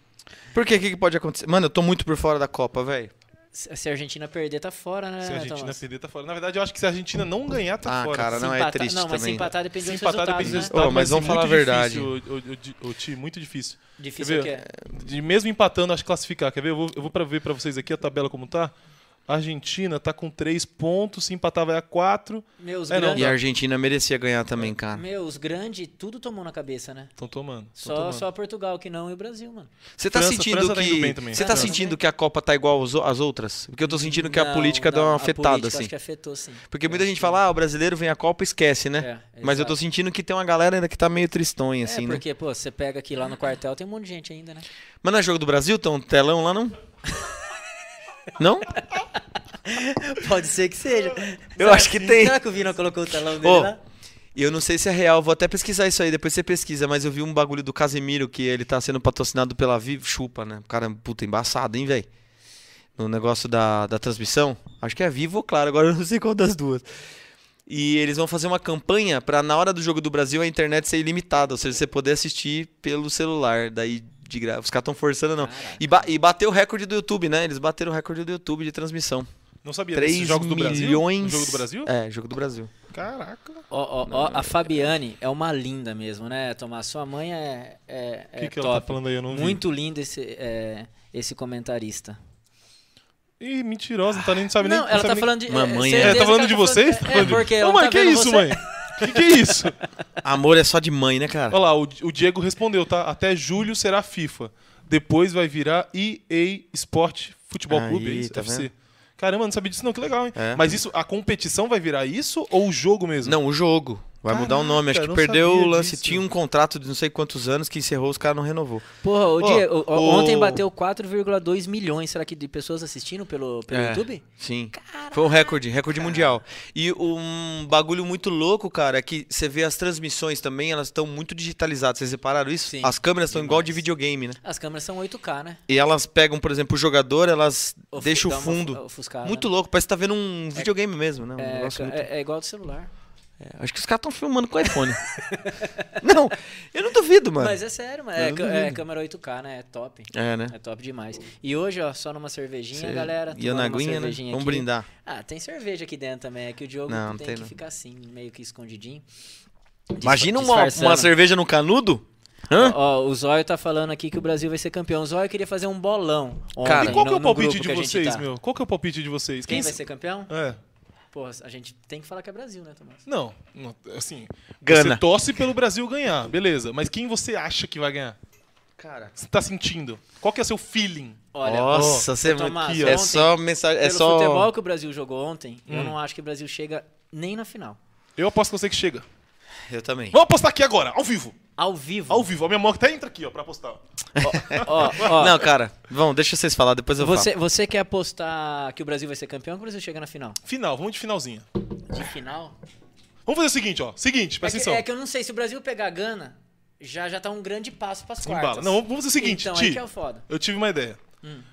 Speaker 2: Por quê? O que, que pode acontecer? Mano, eu tô muito por fora da Copa, velho.
Speaker 4: Se se a Argentina perder, tá fora, né,
Speaker 3: Se a Argentina
Speaker 4: Tomás?
Speaker 3: perder, tá fora. Na verdade, eu acho que se a Argentina não ganhar, tá
Speaker 2: Ah,
Speaker 3: fora.
Speaker 2: cara,
Speaker 4: Se
Speaker 2: não, é
Speaker 4: empatar-
Speaker 2: triste
Speaker 4: Não, mas se
Speaker 2: também.
Speaker 4: empatar depende
Speaker 3: Se
Speaker 4: dos
Speaker 3: empatar,
Speaker 4: resultados,
Speaker 3: depende do
Speaker 4: né?
Speaker 3: resultado.
Speaker 2: Ô, mas
Speaker 3: vai
Speaker 2: vamos
Speaker 3: ser
Speaker 2: falar
Speaker 3: muito
Speaker 2: a
Speaker 3: Difícil, o, o, o, o time, muito difícil.
Speaker 4: Difícil
Speaker 3: Quer
Speaker 4: que é.
Speaker 3: ver? De mesmo empatando, acho que classificar. Quer ver? Eu vou, eu vou pra ver pra vocês aqui a tabela como tá. A Argentina tá com 3 pontos, se empatar vai a 4.
Speaker 4: Meus
Speaker 3: É, não,
Speaker 4: grandes,
Speaker 2: E a Argentina merecia ganhar também, cara.
Speaker 4: meus grandes, tudo tomou na cabeça, né?
Speaker 3: Estão tomando. tão
Speaker 4: Só,
Speaker 3: tomando.
Speaker 4: só Portugal que não e o Brasil, mano.
Speaker 2: Você tá
Speaker 3: França-
Speaker 2: sentindo
Speaker 3: França tá indo
Speaker 2: que
Speaker 3: bem também.
Speaker 2: você tá
Speaker 4: França.
Speaker 2: sentindo que a Copa tá igual aos- às outras? Porque eu tô sentindo que a
Speaker 4: Não,
Speaker 2: política dá
Speaker 4: não,
Speaker 2: uma
Speaker 4: a
Speaker 2: afetada
Speaker 4: política
Speaker 2: assim.
Speaker 4: Acho que afetou É, sim.
Speaker 2: Porque muita gente fala, ah, o brasileiro vem à Copa e esquece, né?
Speaker 4: É,
Speaker 2: Mas eu tô
Speaker 4: exato.
Speaker 2: sentindo que tem uma galera ainda que tá meio tristonha,
Speaker 4: É,
Speaker 2: assim, né?
Speaker 4: porque, pô, você pega aqui lá no quartel, tem um monte de gente
Speaker 2: [LAUGHS]
Speaker 4: ainda, né?
Speaker 2: Mas não é jogo do Brasil? Tem um telão lá, não?
Speaker 4: [LAUGHS]
Speaker 2: não?
Speaker 4: Pode ser que seja. [LAUGHS]
Speaker 2: Eu acho que tem.
Speaker 4: Será que o Vina colocou o telão dele
Speaker 2: Ô,
Speaker 4: lá?
Speaker 2: eu não sei se é real, vou até pesquisar isso aí, depois você pesquisa, mas eu vi um bagulho do Casemiro que ele tá sendo patrocinado pela Vivo, chupa, né? O cara, puta, embaçado, hein, velho? No negócio da, da transmissão. Acho que é a Vivo ou Claro, agora eu não sei qual das duas. E eles vão fazer uma campanha pra na hora do jogo do Brasil a internet ser ilimitada, ou seja, você poder assistir pelo celular, daí de graça. Os caras tão forçando, não. E, ba- e bateu o recorde do YouTube, né? Eles bateram o recorde do YouTube de transmissão.
Speaker 3: Não sabia
Speaker 2: 3
Speaker 3: desses jogos do Brasil?
Speaker 2: milhões.
Speaker 3: No jogo do Brasil?
Speaker 2: É, jogo do Brasil.
Speaker 3: Caraca.
Speaker 4: Ó, ó, ó, a Fabiane é uma linda mesmo, né, Tomás? Sua mãe é, é,
Speaker 3: O
Speaker 4: é
Speaker 3: que, que
Speaker 4: top.
Speaker 3: ela tá falando aí? Eu não vi.
Speaker 4: Muito lindo esse, é, esse comentarista.
Speaker 3: Ih, mentirosa, não tá nem, não sabe nem.
Speaker 4: não, ela
Speaker 3: sabe
Speaker 4: tá
Speaker 3: nem-
Speaker 4: falando de.
Speaker 2: Mamãe,
Speaker 4: certeza
Speaker 3: Ela
Speaker 4: que
Speaker 3: tá falando de vocês?
Speaker 4: É, é porque. ela
Speaker 3: Ô,
Speaker 4: não
Speaker 3: mãe,
Speaker 4: tá
Speaker 3: que
Speaker 4: vendo
Speaker 3: isso,
Speaker 4: você.
Speaker 3: mãe? Que que é
Speaker 4: [LAUGHS]
Speaker 3: isso?
Speaker 2: Amor é só de mãe, né, cara?
Speaker 3: Olha lá, o, o Diego respondeu, tá? Até julho será FIFA. Depois vai virar EA Sport Futebol
Speaker 2: Aí,
Speaker 3: Clube, é isso?
Speaker 2: tá
Speaker 3: FC.
Speaker 2: vendo?
Speaker 3: Caramba, não sabia disso não, que legal, hein?
Speaker 2: É.
Speaker 3: Mas isso, a competição vai virar isso ou o jogo mesmo?
Speaker 2: Não, o jogo. Vai mudar o nome. Acho
Speaker 3: Caraca,
Speaker 2: que
Speaker 3: não
Speaker 2: perdeu o
Speaker 3: sabia
Speaker 2: lance.
Speaker 3: disso.
Speaker 2: Tinha um contrato de não sei quantos anos que encerrou, os caras não renovou.
Speaker 4: Porra, o
Speaker 2: Ó,
Speaker 4: Diego, o- o- ontem
Speaker 2: o-
Speaker 4: bateu 4,2 milhões, será que, de pessoas assistindo pelo, pelo
Speaker 2: É.
Speaker 4: YouTube?
Speaker 2: Sim. Foi um recorde, recorde mundial. E um bagulho muito louco, cara, é que você vê as transmissões também, elas estão muito digitalizadas. Vocês repararam isso?
Speaker 4: Sim,
Speaker 2: as câmeras estão igual de
Speaker 4: demais.
Speaker 2: videogame, né?
Speaker 4: As câmeras são 8K, né?
Speaker 2: E elas pegam, por exemplo, o jogador, elas
Speaker 4: Ofu-
Speaker 2: deixam
Speaker 4: dá
Speaker 2: o
Speaker 4: uma
Speaker 2: fundo.
Speaker 4: ofu- ofuscada,
Speaker 2: Muito
Speaker 4: né?
Speaker 2: louco, parece que tá vendo um videogame mesmo, né? Um
Speaker 4: É,
Speaker 2: negócio
Speaker 4: ca-
Speaker 2: muito-
Speaker 4: é- é igual do celular.
Speaker 2: É, Acho que os caras estão
Speaker 4: [LAUGHS]
Speaker 2: filmando com o iPhone. não, eu não duvido, mano.
Speaker 4: Mas é sério, mano. É,
Speaker 2: Eu
Speaker 4: ca-
Speaker 2: duvido.
Speaker 4: é câmera 8K, né? É top.
Speaker 2: É, né?
Speaker 4: É top demais. E hoje, ó, só numa cervejinha,
Speaker 2: Cê-
Speaker 4: galera.
Speaker 2: E eu
Speaker 4: tomando
Speaker 2: na
Speaker 4: uma
Speaker 2: aguinha, né?
Speaker 4: cervejinha
Speaker 2: Vamos
Speaker 4: aqui.
Speaker 2: brindar.
Speaker 4: Ah, tem cerveja aqui dentro também. É que o Diogo
Speaker 2: Não, não
Speaker 4: tem,
Speaker 2: tem
Speaker 4: que
Speaker 2: não.
Speaker 4: ficar assim, meio que escondidinho.
Speaker 2: Imagina uma,
Speaker 4: Disfarçando.
Speaker 2: uma cerveja no canudo? Hã?
Speaker 4: Ó, o Zóio tá falando aqui que o Brasil vai ser campeão. O Zóio queria fazer um bolão. Ontem,
Speaker 2: Cara,
Speaker 3: E qual
Speaker 4: no-
Speaker 3: que é o
Speaker 4: no
Speaker 3: palpite
Speaker 4: grupo
Speaker 3: de
Speaker 4: que a gente
Speaker 3: vocês,
Speaker 4: tá.
Speaker 3: meu? Qual que é o palpite de vocês?
Speaker 4: Quem vai ser campeão?
Speaker 3: É.
Speaker 4: Porra, a gente tem que falar que é Brasil, né, Tomás?
Speaker 3: Não, não, assim,
Speaker 2: Gana.
Speaker 3: você torce pelo Brasil ganhar, beleza. Mas quem você acha que vai ganhar?
Speaker 2: Cara.
Speaker 3: Você tá sentindo? Qual que é o seu feeling?
Speaker 4: Olha,
Speaker 2: Nossa,
Speaker 4: ô,
Speaker 2: você
Speaker 4: ô, Tomás,
Speaker 2: aqui, ó,
Speaker 4: ontem,
Speaker 2: é só mensagem, é
Speaker 4: pelo
Speaker 2: só
Speaker 4: futebol que o Brasil jogou ontem, eu
Speaker 3: Hum.
Speaker 4: não acho que o Brasil chega nem na final.
Speaker 3: Eu aposto que você que chega.
Speaker 2: Eu também.
Speaker 3: Vamos apostar aqui agora, ao vivo.
Speaker 4: Ao vivo.
Speaker 3: Ao vivo. A minha mão até entra aqui, ó, pra apostar.
Speaker 4: Ó,
Speaker 3: [LAUGHS]
Speaker 4: ó,
Speaker 2: Não, cara, vamos, deixa vocês falar, depois eu
Speaker 4: você, você quer apostar que o Brasil vai ser campeão ou que o Brasil chega na final?
Speaker 3: Final, vamos de finalzinha.
Speaker 4: De final?
Speaker 3: Vamos fazer o seguinte, ó. Seguinte,
Speaker 4: É
Speaker 3: presta
Speaker 4: que,
Speaker 3: atenção.
Speaker 4: é que eu não sei, se o Brasil pegar a Gana, já, já tá um grande passo pras
Speaker 3: Sem
Speaker 4: quartas.
Speaker 3: bala. Não, vamos fazer o seguinte,
Speaker 4: Então, aí
Speaker 3: Ti.
Speaker 4: que é o foda.
Speaker 3: Eu tive uma ideia.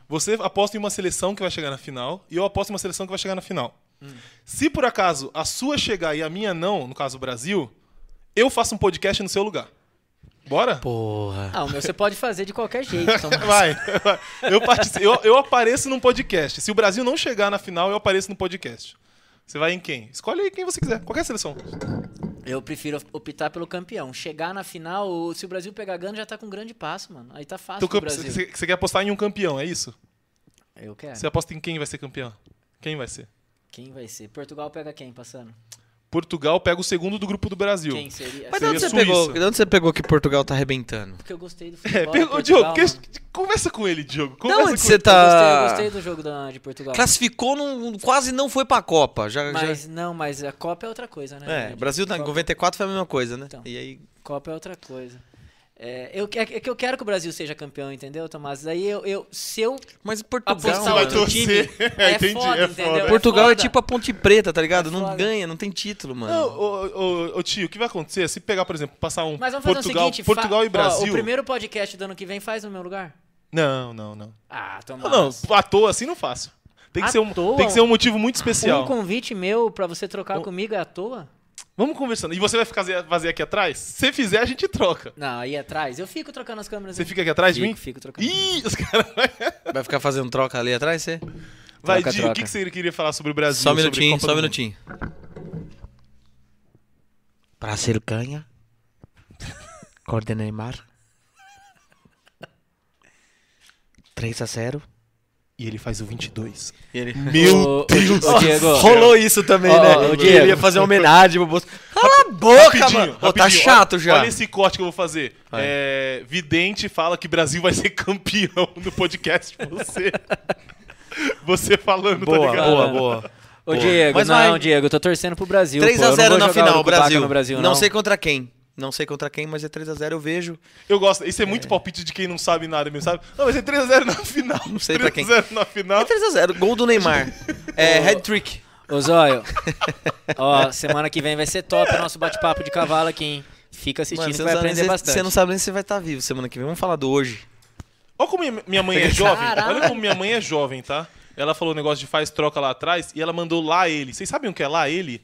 Speaker 3: Você aposta em uma seleção que vai chegar na final e eu aposto em uma seleção que vai chegar na final.
Speaker 4: Hum.
Speaker 3: Se por acaso a sua chegar e a minha não, no caso o Brasil, eu faço um podcast no seu lugar. Bora?
Speaker 2: Porra.
Speaker 4: Ah, o meu você pode fazer de qualquer jeito. Então,
Speaker 3: [LAUGHS] Vai. vai. Eu, partici- eu- eu apareço num podcast. Se o Brasil não chegar na final, eu apareço no podcast. Você vai em quem? Escolhe aí quem você quiser. Qualquer seleção.
Speaker 4: Eu prefiro optar pelo campeão. Chegar na final, o- se o Brasil pegar Gana, já tá com um grande passo, mano. Aí tá fácil
Speaker 3: Então,
Speaker 4: pro
Speaker 3: campe-
Speaker 4: Brasil. É.
Speaker 3: você você quer apostar em um campeão, é isso?
Speaker 4: Eu quero.
Speaker 3: Você aposta em quem vai ser campeão? Quem vai ser?
Speaker 4: Quem vai ser? Portugal pega quem passando?
Speaker 3: Portugal pega o segundo do grupo do Brasil.
Speaker 4: Quem seria?
Speaker 2: Mas de
Speaker 3: Seria
Speaker 2: onde, você
Speaker 3: Suíça.
Speaker 2: pegou, de onde você pegou que Portugal tá arrebentando?
Speaker 4: Porque eu gostei do
Speaker 3: [LAUGHS] É,
Speaker 4: futebol. de
Speaker 3: pega, ô,
Speaker 4: Portugal,
Speaker 3: Diogo,
Speaker 4: mano.
Speaker 3: que- conversa com ele, Diogo.
Speaker 2: Da
Speaker 3: Conversa
Speaker 2: onde
Speaker 3: com
Speaker 2: você
Speaker 3: ele.
Speaker 4: Eu
Speaker 2: tá.
Speaker 4: gostei, eu gostei do jogo da, de Portugal.
Speaker 2: Classificou, num, quase não foi pra Copa.
Speaker 3: né,
Speaker 2: Já, já-
Speaker 4: Mas não, mas a Copa é outra coisa, né?
Speaker 2: É,
Speaker 4: gente?
Speaker 2: o Brasil tá em
Speaker 4: Copa-
Speaker 2: 94 foi a mesma coisa, né?
Speaker 4: Então.
Speaker 2: E aí.
Speaker 4: Copa é outra coisa. É, eu, é, que eu quero que o Brasil seja campeão, entendeu, Tomás? Daí eu, eu se eu
Speaker 2: Mas
Speaker 4: apostar
Speaker 2: Portugal.
Speaker 3: vai
Speaker 2: mano.
Speaker 4: outro
Speaker 3: torcer. [LAUGHS]
Speaker 4: time, é,
Speaker 3: Entendi,
Speaker 4: foda,
Speaker 3: é
Speaker 4: entendeu?
Speaker 3: foda.
Speaker 2: Portugal é,
Speaker 4: foda.
Speaker 2: tipo a Ponte Preta, tá ligado?
Speaker 4: É
Speaker 2: não
Speaker 4: foda.
Speaker 2: ganha, não tem título, tá, mano.
Speaker 3: Não, ô, ô, ô, tio, o que vai acontecer é se pegar, por exemplo, passar um
Speaker 4: Mas vamos fazer
Speaker 3: Portugal,
Speaker 4: o seguinte, fa-
Speaker 3: Portugal e
Speaker 4: ó,
Speaker 3: Brasil.
Speaker 4: o primeiro podcast do ano que vem faz no meu lugar?
Speaker 3: Não, não, não.
Speaker 4: Ah,
Speaker 3: Não,
Speaker 4: Tomás.
Speaker 3: não, à toa assim não faço. Tem que,
Speaker 4: À
Speaker 3: ser um,
Speaker 4: toa?
Speaker 3: tem que ser um motivo muito especial.
Speaker 4: Um convite meu pra você trocar
Speaker 3: Um-
Speaker 4: comigo é à toa?
Speaker 3: Vamos conversando. E você vai ficar fazer aqui atrás? Se fizer, a gente troca.
Speaker 4: Não, aí atrás. Eu fico trocando as câmeras.
Speaker 3: Você
Speaker 4: hein?
Speaker 3: fica aqui atrás de
Speaker 4: fico,
Speaker 3: mim?
Speaker 4: fico trocando.
Speaker 3: Ih, os caras.
Speaker 2: Vai ficar fazendo troca ali atrás, você?
Speaker 3: Vai,
Speaker 4: Troca,
Speaker 3: Di, o
Speaker 4: troca.
Speaker 3: que, que você queria falar sobre o Brasil?
Speaker 2: Só um
Speaker 3: sobre
Speaker 2: minutinho,
Speaker 3: Copa
Speaker 2: só
Speaker 3: do
Speaker 2: um
Speaker 3: Mundo?
Speaker 2: minutinho. Para ser canha. Corte Neymar. 3 a 0
Speaker 3: E ele faz o 22.
Speaker 2: ele...
Speaker 4: Ô, ô, ô, Diego.
Speaker 2: Rolou isso também,
Speaker 4: Ó,
Speaker 2: né?
Speaker 4: ó, o
Speaker 2: Ele
Speaker 4: Diego.
Speaker 2: ia fazer uma homenagem pro Bolsonaro. Cala a boca, mano! Ô, tá
Speaker 3: rapidinho.
Speaker 2: chato
Speaker 3: Olha-
Speaker 2: já.
Speaker 3: Olha esse corte que eu vou fazer.
Speaker 2: Vai.
Speaker 3: É, Vidente fala que Brasil vai ser [LAUGHS] campeão do podcast. Você. você falando, tá
Speaker 2: Boa,
Speaker 3: ligado?
Speaker 2: boa, boa.
Speaker 4: Ô,
Speaker 2: Boa.
Speaker 4: Diego,
Speaker 2: Mas
Speaker 4: não,
Speaker 2: vai.
Speaker 4: Diego, eu tô torcendo pro Brasil.
Speaker 2: 3
Speaker 4: pô, eu
Speaker 2: a
Speaker 4: não
Speaker 2: 0
Speaker 4: vou
Speaker 2: na
Speaker 4: jogar
Speaker 2: final,
Speaker 4: o Cubaca
Speaker 2: Brasil.
Speaker 4: No Brasil
Speaker 2: Não sei contra quem. Não sei contra quem, mas é 3 a 0 eu vejo.
Speaker 3: Eu gosto. Isso é muito palpite de quem não sabe nada mesmo, sabe? Não, é vai ser 3x0 na final.
Speaker 2: Não sei pra quem.
Speaker 3: 3x0 na
Speaker 4: Tá.
Speaker 2: É
Speaker 3: final.
Speaker 2: 3 a 0 gol do
Speaker 4: [LAUGHS]
Speaker 2: Neymar. é, head trick.
Speaker 4: Ô,
Speaker 2: [LAUGHS]
Speaker 4: Zóio, ó, semana que vem vai ser top o nosso bate-papo de cavalo aqui, hein? Fica assistindo,
Speaker 2: Mano,
Speaker 4: que
Speaker 2: você,
Speaker 4: vai
Speaker 2: não sabe nem
Speaker 4: aprender
Speaker 2: se-
Speaker 4: bastante.
Speaker 2: você não sabe nem se vai estar vivo semana que vem. Vamos falar do hoje.
Speaker 3: Olha como minha- minha mãe é jovem. Olha como minha mãe é jovem, tá? Ela falou o negócio de faz troca lá atrás e ela mandou lá ele. Vocês sabem o que é lá ele?